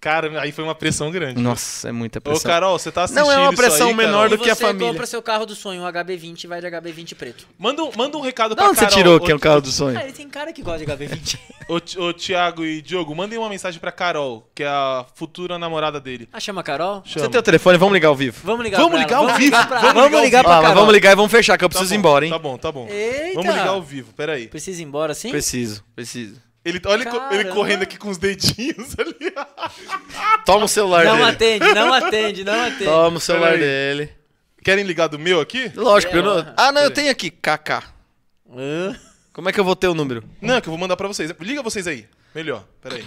Speaker 3: Cara, aí foi uma pressão grande.
Speaker 1: Nossa, é muita
Speaker 3: Ô,
Speaker 1: pressão.
Speaker 3: Carol, você tá assistindo
Speaker 1: Não, é uma
Speaker 3: isso
Speaker 1: pressão
Speaker 3: aí,
Speaker 1: menor
Speaker 3: Carol?
Speaker 1: do que a
Speaker 4: você
Speaker 1: família.
Speaker 4: compra seu carro do sonho, um HB20, e vai de HB20 preto.
Speaker 3: Manda um, manda um recado
Speaker 1: Da onde
Speaker 3: pra
Speaker 1: você
Speaker 3: Carol.
Speaker 1: tirou que é
Speaker 3: Ô,
Speaker 1: o carro do sonho?
Speaker 4: Ah, ele tem cara que gosta de HB20.
Speaker 3: Ô, Ti- ô, Thiago e Diogo, mandem uma mensagem pra Carol, que é a futura namorada dele.
Speaker 4: [LAUGHS] ah, chama a Carol?
Speaker 3: Chama.
Speaker 1: Você tem o telefone? Vamos ligar ao vivo.
Speaker 4: Vamos ligar
Speaker 3: Vamos
Speaker 4: pra
Speaker 3: ligar
Speaker 4: ela.
Speaker 3: ao
Speaker 4: vamos
Speaker 3: vivo?
Speaker 4: Ligar pra,
Speaker 3: Vamos
Speaker 4: vamos
Speaker 3: ligar
Speaker 4: ligar
Speaker 3: ao
Speaker 4: pra
Speaker 1: Ah, mas
Speaker 4: Carol.
Speaker 1: vamos ligar e vamos fechar, que eu
Speaker 3: Tá
Speaker 1: preciso ir
Speaker 3: bom,
Speaker 1: embora, hein?
Speaker 3: Tá bom, tá bom.
Speaker 4: Eita!
Speaker 3: Vamos ligar ao vivo, peraí.
Speaker 4: Precisa ir embora, sim?
Speaker 1: Preciso, preciso.
Speaker 3: Ele, olha ele co- ele
Speaker 4: Caramba.
Speaker 3: correndo aqui com os dedinhos [LAUGHS] ali.
Speaker 1: Toma o celular
Speaker 4: Não
Speaker 1: dele.
Speaker 4: atende, não atende,
Speaker 1: [LAUGHS]
Speaker 4: não atende.
Speaker 1: Toma o celular
Speaker 3: Peraí.
Speaker 1: dele.
Speaker 3: Querem ligar do meu aqui?
Speaker 1: Lógico, eu não...
Speaker 4: Pera.
Speaker 1: Ah, não, eu tenho aqui. KK.
Speaker 4: Hã?
Speaker 1: Como é que eu vou ter o número?
Speaker 3: Não, que eu vou mandar pra vocês. Liga vocês aí. Melhor, peraí.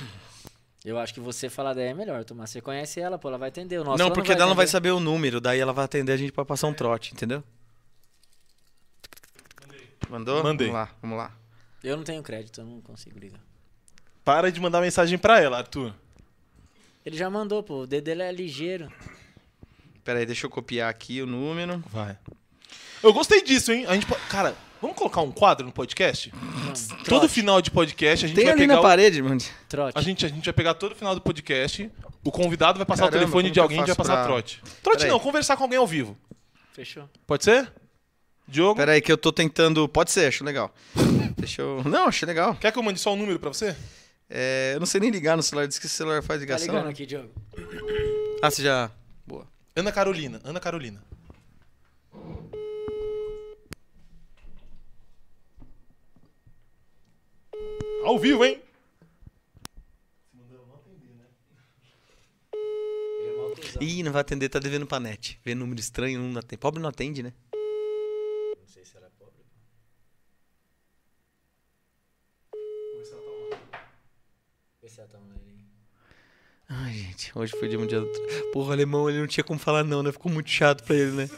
Speaker 4: Eu acho que você falar dela é melhor, Tomás. Você conhece ela, pô, ela vai atender. O nosso
Speaker 1: não,
Speaker 4: ela
Speaker 1: porque ela não vai
Speaker 4: atender.
Speaker 1: saber o número, daí ela vai atender a gente pra passar um trote, entendeu? Mandou?
Speaker 3: Mandei.
Speaker 1: Vamos lá, vamos lá.
Speaker 4: Eu não tenho crédito, eu não consigo ligar.
Speaker 3: Para de mandar mensagem pra ela, Arthur.
Speaker 4: Ele já mandou, pô, o dedo dele é ligeiro.
Speaker 1: Pera aí, deixa eu copiar aqui o número.
Speaker 3: Vai. Eu gostei disso, hein? A gente po- Cara, vamos colocar um quadro no podcast? Todo final de podcast a gente
Speaker 1: Tem
Speaker 3: vai
Speaker 1: ali
Speaker 3: pegar.
Speaker 1: na
Speaker 3: o-
Speaker 1: parede, mano.
Speaker 4: Trote.
Speaker 3: A gente, a gente vai pegar todo final do podcast. O convidado vai passar
Speaker 1: Caramba,
Speaker 3: o telefone
Speaker 1: como
Speaker 3: de
Speaker 1: que
Speaker 3: alguém e
Speaker 1: eu
Speaker 3: vai
Speaker 1: faço
Speaker 3: passar
Speaker 1: pra-
Speaker 3: trote. Trote
Speaker 1: Peraí.
Speaker 3: não, conversar com alguém ao vivo.
Speaker 4: Fechou. Tá
Speaker 3: Pode ser? Diogo?
Speaker 1: Pera aí que eu tô tentando... Pode ser, acho legal. [LAUGHS] Deixa eu... Não, achei legal.
Speaker 3: Quer que eu mande só o número pra você?
Speaker 1: É, eu não sei nem ligar no celular, diz que o celular faz
Speaker 4: Tá
Speaker 1: ligação.
Speaker 4: ligando aqui, Diogo.
Speaker 1: Ah, você já... Boa.
Speaker 3: Ana Carolina. Ana Carolina. Ao vivo, hein?
Speaker 1: Ih, não vai atender, tá devendo pra net. Vê número estranho, não atende. Pobre não atende, né? Ai, gente, hoje foi dia mundial do... tra- Porra, o alemão, ele não tinha como falar não, né? Ficou muito chato pra ele, né?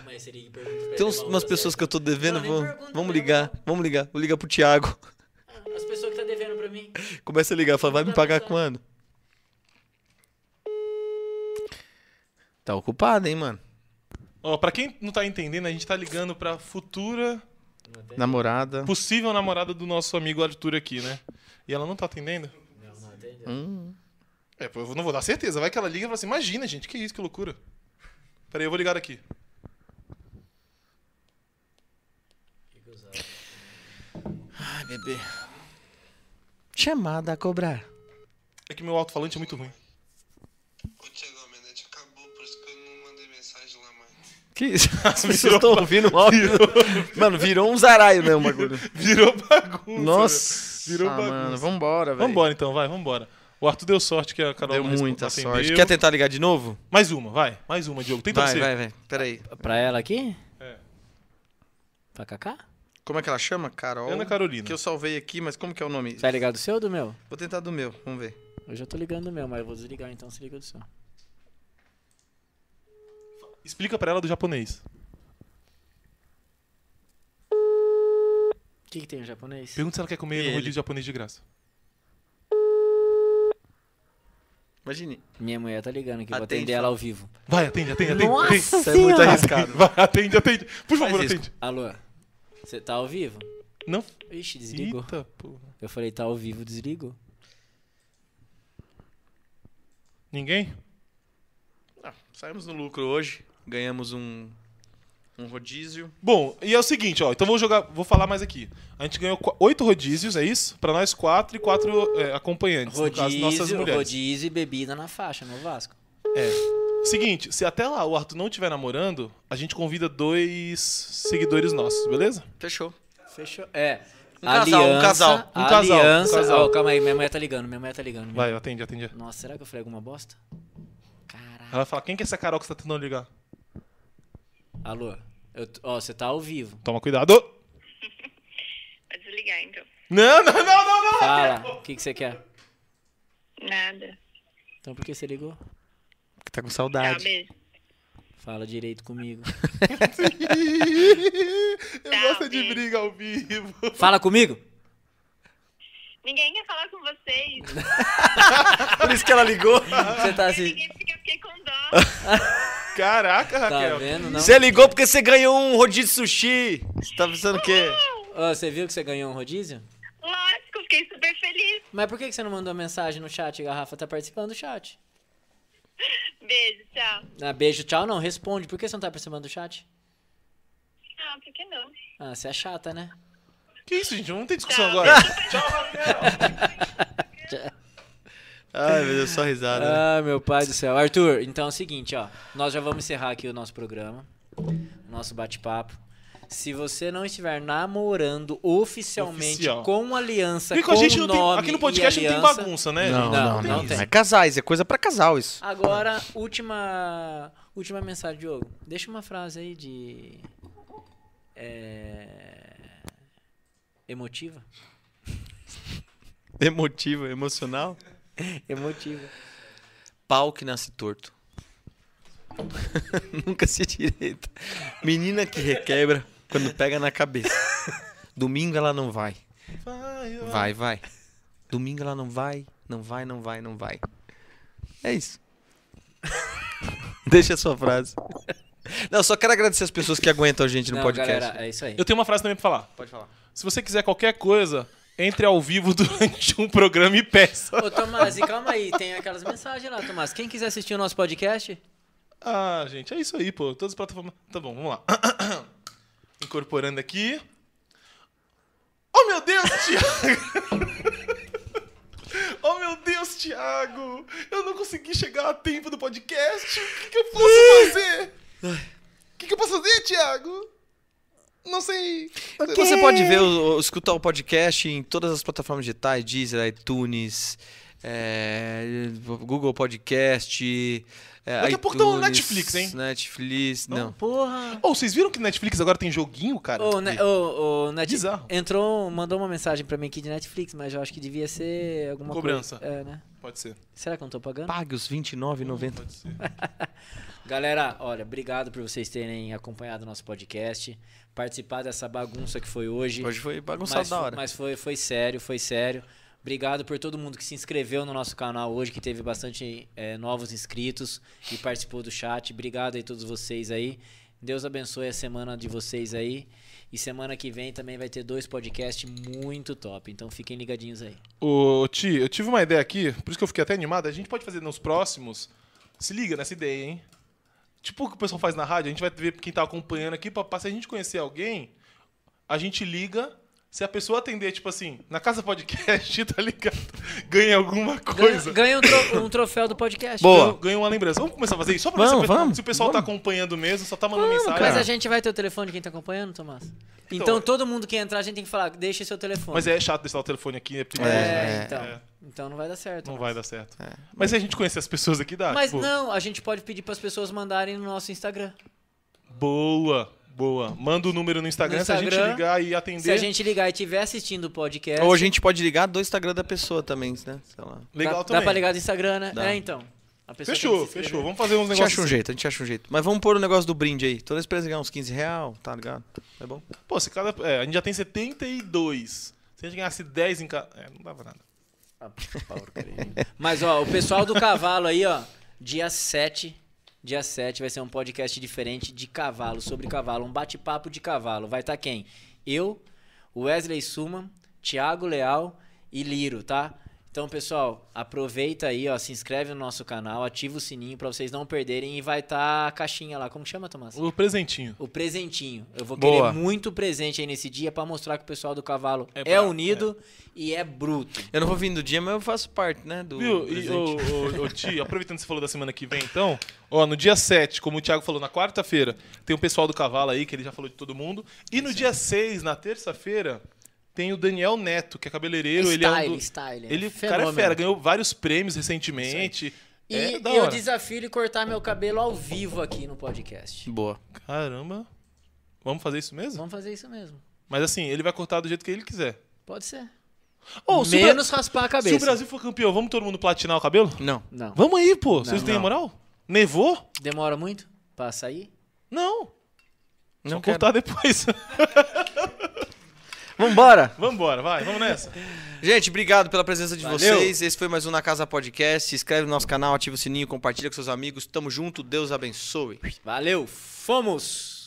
Speaker 4: Amanhã seria que pergunta pra
Speaker 1: Tem
Speaker 4: ele
Speaker 1: uns-
Speaker 4: uma
Speaker 1: umas
Speaker 4: outra
Speaker 1: pessoas que eu tô devendo,
Speaker 4: Não, nem
Speaker 1: vou-
Speaker 4: pergunta,
Speaker 1: vamos
Speaker 4: não.
Speaker 1: ligar, vamos ligar. Vou ligar pro Thiago. [LAUGHS]
Speaker 4: série. As pessoas que tá devendo pra mim.
Speaker 1: Começa a ligar, fala, vai me pagar quando? Tá ocupado, hein, mano?
Speaker 3: Ó, pra quem não tá entendendo, a gente tá ligando pra futura
Speaker 1: Namorada.
Speaker 3: possível namorada do nosso amigo Arthur aqui, né? E ela não tá atendendo?
Speaker 1: Hum.
Speaker 3: É, pô, eu não vou dar certeza. Vai que ela liga e fala assim: imagina, gente, que isso, que loucura. Peraí, eu vou ligar aqui.
Speaker 1: Ai, bebê. Chamada a cobrar.
Speaker 3: É que meu alto-falante é muito ruim. [LAUGHS]
Speaker 7: Ô Tiagão, minha net acabou, por isso que eu não mandei mensagem lá mais.
Speaker 1: Que isso? [LAUGHS] um As pessoas estão ouvindo o áudio. [LAUGHS] Mano, virou um zaraio, né, o [LAUGHS] bagulho.
Speaker 3: Virou bagunça.
Speaker 1: Nossa,
Speaker 3: Virou bagunça.
Speaker 1: um Ah, mano, vambora,
Speaker 3: velho.
Speaker 1: velho.
Speaker 3: Vambora então, vai, vambora. O Arthur deu sorte que a Carol
Speaker 1: Deu
Speaker 3: não responde-
Speaker 1: muita
Speaker 3: atendeu.
Speaker 1: sorte. Quer tentar ligar de novo?
Speaker 3: Mais uma, vai. Mais uma, Diogo. Tenta
Speaker 1: vai,
Speaker 3: você.
Speaker 1: vai, vai. Peraí.
Speaker 4: Pra ela aqui?
Speaker 3: É.
Speaker 4: Pra Kaká?
Speaker 1: Como é que ela chama? Carol.
Speaker 3: Ana Carolina.
Speaker 1: Que eu salvei aqui, mas como que é o nome?
Speaker 4: Você vai ligar do seu ou do meu?
Speaker 1: Vou tentar do meu, vamos ver.
Speaker 4: Hoje eu tô ligando do meu, mas eu vou desligar então se liga do seu.
Speaker 3: Explica pra ela do japonês.
Speaker 4: O que, que tem em japonês?
Speaker 3: Pergunta se ela quer comer
Speaker 1: Ele.
Speaker 3: no rodízio japonês de graça.
Speaker 1: Imagine.
Speaker 4: Minha mulher tá ligando aqui, vou
Speaker 1: Atende,
Speaker 4: atender ela ao vivo.
Speaker 3: Vai, atende, atende, atende.
Speaker 4: Nossa
Speaker 3: atende.
Speaker 1: Isso é muito
Speaker 4: Senhora!
Speaker 1: arriscado.
Speaker 3: Vai, atende, atende. Por favor,
Speaker 1: isso.
Speaker 3: atende.
Speaker 4: Alô? Você tá ao vivo?
Speaker 3: Não.
Speaker 4: Ixi, desligou.
Speaker 3: Eita, porra.
Speaker 4: Eu falei, tá ao vivo, desligou.
Speaker 3: Ninguém?
Speaker 1: Ah, saímos no lucro hoje. Ganhamos um, um rodízio.
Speaker 3: Bom, e é o seguinte, ó. Então vou jogar, vou falar mais aqui. A gente ganhou qu- oito rodízios, é isso? Pra nós quatro e quatro é, acompanhantes. no caso, nossas
Speaker 4: Rodízio,
Speaker 3: mulheres.
Speaker 4: rodízio e bebida na faixa, no Vasco.
Speaker 3: É. Seguinte, se até lá o Arthur não estiver namorando, a gente convida dois seguidores nossos, beleza?
Speaker 1: Fechou.
Speaker 4: Fechou. É.
Speaker 1: Um casal, um casal, um
Speaker 3: casal, um
Speaker 4: aliança.
Speaker 3: casal.
Speaker 4: Ó, calma aí, minha mulher tá ligando, minha mulher tá ligando.
Speaker 3: Vai, atende, atende. Ela
Speaker 4: Nossa, será que eu falei alguma bosta? Caraca.
Speaker 3: vai falar, quem que é essa Carol que você tá tentando ligar?
Speaker 4: Alô? Eu t- ó, você tá ao vivo.
Speaker 3: Toma
Speaker 8: [LAUGHS]
Speaker 3: cuidado!
Speaker 8: Vou desligar, então.
Speaker 3: Não, não, não, não, não!
Speaker 4: Fala, o que, que você quer?
Speaker 8: Nada.
Speaker 4: Então por que você ligou?
Speaker 1: Tá com
Speaker 8: Tchau,
Speaker 1: saudade.
Speaker 8: beijo.
Speaker 4: Fala direito comigo.
Speaker 3: Eu
Speaker 8: Tá,
Speaker 3: gosto de
Speaker 8: beijo.
Speaker 3: briga ao vivo.
Speaker 4: Fala comigo?
Speaker 8: Ninguém quer falar com vocês.
Speaker 1: [LAUGHS] Por isso que ela ligou.
Speaker 4: Você tá assim.
Speaker 8: Ninguém fica, eu fiquei com dó.
Speaker 3: Caraca,
Speaker 4: Tá
Speaker 3: Raquel.
Speaker 4: vendo? Não?
Speaker 1: Você ligou porque você ganhou um rodízio de sushi. Você tá pensando o quê?
Speaker 4: Ó, você viu que você ganhou um rodízio?
Speaker 8: Lógico, fiquei super feliz.
Speaker 4: Mas por que que você não mandou mensagem no chat? Garrafa tá participando do chat.
Speaker 8: Beijo, tchau.
Speaker 4: Ah, beijo, tchau. Não, responde. Por que você não tá participando do chat?
Speaker 8: Ah, por que não?
Speaker 4: Ah, você é chata, né?
Speaker 3: Que isso, gente? Não tem discussão
Speaker 8: Tá.
Speaker 3: agora.
Speaker 2: Ai, meu Deus, só risada. né?
Speaker 3: É.
Speaker 4: Ah, meu pai do céu. Arthur, então é o seguinte, ó. Nós já vamos encerrar aqui o nosso programa, o nosso bate-papo. Se você não estiver namorando oficialmente
Speaker 3: Oficial.
Speaker 4: com aliança
Speaker 3: Porque
Speaker 4: com
Speaker 3: com a gente
Speaker 4: o
Speaker 3: não tem.
Speaker 4: nome
Speaker 3: Aqui no
Speaker 4: e
Speaker 3: podcast não tem
Speaker 4: aliança-
Speaker 3: bagunça, né,
Speaker 2: Não,
Speaker 3: gente?
Speaker 4: Não,
Speaker 2: não,
Speaker 4: não
Speaker 2: não.
Speaker 4: tem.
Speaker 2: É casais, é coisa pra casal isso.
Speaker 4: Agora, última, última mensagem, Diogo. Deixa uma frase aí de. É, emotiva?
Speaker 2: Emotivo, emocional.
Speaker 4: Emotiva.
Speaker 2: Pau que nasce torto. [LAUGHS] Nunca se direita. Menina que requebra quando pega na cabeça. Domingo ela não vai.
Speaker 3: Vai, vai.
Speaker 2: Vai, vai. Domingo ela não vai, não vai, não vai, não vai. É isso. [LAUGHS] Deixa a sua frase. Não, só quero agradecer as pessoas que aguentam a gente no
Speaker 4: Não,
Speaker 2: podcast.
Speaker 4: galera, é isso aí.
Speaker 3: Eu tenho uma frase também pra falar. Pode falar. Se você quiser qualquer coisa, entre ao vivo [LAUGHS] durante um programa e peça.
Speaker 4: Ô, Tomás, e calma aí, tem aquelas mensagens lá, Tomás. Quem quiser assistir o nosso podcast,
Speaker 3: Ah, gente, é isso aí, pô. Todas as plataformas. Tá bom, vamos lá. [COUGHS] Incorporando aqui. Oh, meu Deus, Thiago! [LAUGHS] oh, meu Deus, Thiago! Eu não consegui chegar a tempo do podcast. O que, que eu posso fazer? O que, que eu posso fazer, Thiago? Não sei.
Speaker 2: Você pode ver, o- o- escutar o podcast em todas as plataformas digitais, Deezer, iTunes, é, Google Podcast. é,
Speaker 3: Daqui a pouco tá no
Speaker 2: iTunes,
Speaker 3: Netflix, hein?
Speaker 2: Netflix, não.
Speaker 4: porra.
Speaker 3: Oh, vocês viram que Netflix agora tem joguinho, cara?
Speaker 4: Ô, né, ne ô, ô, Net...
Speaker 3: Bizarro.
Speaker 4: entrou, mandou uma mensagem pra mim aqui de Netflix, mas eu acho que devia ser alguma
Speaker 3: Cobrança.
Speaker 4: coisa. É, né?
Speaker 3: Pode ser.
Speaker 4: Será que eu não tô pagando?
Speaker 2: Pague os R$29,90.
Speaker 3: Pode ser.
Speaker 4: Galera, olha, obrigado por vocês terem acompanhado o nosso podcast, participar dessa bagunça que foi hoje.
Speaker 2: Hoje foi bagunçado
Speaker 4: mas,
Speaker 2: da
Speaker 4: fo-
Speaker 2: hora.
Speaker 4: Mas foi, foi sério, foi sério. Obrigado por todo mundo que se inscreveu no nosso canal hoje, que teve bastante eh, novos inscritos e participou do chat. Obrigado aí a todos vocês aí. Deus abençoe a semana de vocês aí. E semana que vem também vai ter dois podcasts muito top. Então fiquem ligadinhos aí.
Speaker 3: Ô, Ti, eu tive uma ideia aqui, por isso que eu fiquei até animado. A gente pode fazer nos próximos. Se liga nessa ideia, hein? Tipo o que o pessoal faz na rádio, a gente vai ver quem tá acompanhando aqui. Pra, pra- se a gente conhecer alguém, a gente liga. Se a pessoa atender, tipo assim, na casa podcast, [LAUGHS] tá ligado? Ganha alguma [LAUGHS] coisa.
Speaker 4: Ganha um, tro- um troféu do podcast.
Speaker 2: Boa.
Speaker 3: Ganha uma lembrança. Vamos começar a fazer isso? Só pra ver se,
Speaker 2: Vamos,
Speaker 3: a pessoa-
Speaker 2: vamos,
Speaker 3: se o pessoal
Speaker 2: vamos.
Speaker 3: tá acompanhando mesmo, só tá mandando mensagem.
Speaker 4: Mas a gente vai ter o telefone de quem tá acompanhando, Tomás? Então,
Speaker 3: Então, é-
Speaker 4: todo mundo que entrar, a gente tem que falar, deixa seu telefone.
Speaker 3: Mas é chato deixar o telefone aqui, é perigoso,
Speaker 4: É,
Speaker 3: né?
Speaker 4: então.
Speaker 3: É,
Speaker 4: Então não vai dar certo.
Speaker 3: Não
Speaker 4: Tomás.
Speaker 3: vai dar certo. Mas se a gente conhecer as pessoas aqui, dá.
Speaker 4: Mas
Speaker 3: tipo-
Speaker 4: não, a gente pode pedir para as pessoas mandarem no nosso Instagram.
Speaker 3: Boa, boa. Manda o número no Instagram,
Speaker 4: No
Speaker 3: se a
Speaker 4: Instagram,
Speaker 3: gente ligar e atender.
Speaker 4: Se a gente ligar e estiver assistindo o podcast.
Speaker 2: Ou a gente pode ligar do Instagram da pessoa também, né? Sei lá.
Speaker 3: Legal
Speaker 4: dá,
Speaker 3: também.
Speaker 4: Dá pra ligar do Instagram, né?
Speaker 2: Dá.
Speaker 4: É, então. A pessoa tem
Speaker 3: Fechou,
Speaker 4: que se
Speaker 3: fechou.
Speaker 4: inscrever.
Speaker 3: Vamos fazer uns
Speaker 2: A gente
Speaker 3: negócios.
Speaker 2: acha um
Speaker 3: assim.
Speaker 2: jeito, a gente acha um jeito. Mas vamos pôr o negócio do brinde aí. Toda vez pra ganhar uns 15 real, tá ligado? É bom?
Speaker 3: Pô, se cada. É, a gente já tem 72. Se a gente ganhasse 10 em cada. É, não dava nada.
Speaker 4: Mas, ó, o pessoal do cavalo aí, ó, dia 7. Dia 7 vai ser um podcast diferente de cavalo, sobre cavalo, um bate-papo de cavalo. Vai estar quem? Eu, Wesley Suman, Thiago Leal e Liro, tá? Então, pessoal, aproveita aí, ó, se inscreve no nosso canal, ativa o sininho pra vocês não perderem e vai estar a caixinha lá. Como que chama, Tomás?
Speaker 3: O presentinho.
Speaker 4: O presentinho. Eu vou
Speaker 2: Boa.
Speaker 4: querer muito presente aí nesse dia pra mostrar que o pessoal do cavalo
Speaker 3: É
Speaker 4: é,
Speaker 3: brabo,
Speaker 4: unido e é bruto.
Speaker 2: Eu não vou vir do dia, mas eu faço parte, né? Do
Speaker 3: Viu? E,
Speaker 2: presente.
Speaker 3: ô, ô, ô, Ti, aproveitando que você falou da semana que vem, então, ó, no dia 7, como o Thiago falou, na quarta-feira, tem o pessoal do cavalo aí, que ele já falou de todo mundo. E no dia 6, na terça-feira, tem o Daniel Neto, que é cabeleireiro. ele é um
Speaker 4: style,
Speaker 3: do-
Speaker 4: style.
Speaker 3: Ele, o cara é
Speaker 4: Fenômeno.
Speaker 3: fera, ganhou vários prêmios recentemente.
Speaker 4: E
Speaker 3: é, da
Speaker 4: eu
Speaker 3: hora.
Speaker 4: desafio ele cortar meu cabelo ao vivo aqui no podcast.
Speaker 2: Boa.
Speaker 3: Caramba. Vamos fazer isso mesmo?
Speaker 4: Vamos fazer isso mesmo.
Speaker 3: Mas assim, ele vai cortar do jeito que ele quiser.
Speaker 4: Pode ser.
Speaker 3: Ou se, o Bra-
Speaker 4: Menos raspar a
Speaker 3: se
Speaker 4: cabeça.
Speaker 3: o Brasil for campeão, vamos todo mundo platinar o cabelo?
Speaker 2: Não.
Speaker 4: Não.
Speaker 3: Vamos aí, pô. Vocês têm
Speaker 4: não.
Speaker 3: moral? Nevou?
Speaker 4: Demora muito pra sair?
Speaker 3: Não.
Speaker 2: Não
Speaker 3: Vamos
Speaker 2: quero.
Speaker 3: cortar depois. [LAUGHS]
Speaker 2: Vambora!
Speaker 3: Vambora, vai, vamos nessa.
Speaker 2: Gente, obrigado pela presença de
Speaker 3: Valeu.
Speaker 2: vocês. Esse foi mais um Na Casa Podcast. Se inscreve no nosso canal, ativa o sininho, compartilha com seus amigos. Tamo junto, Deus abençoe.
Speaker 4: Valeu, fomos!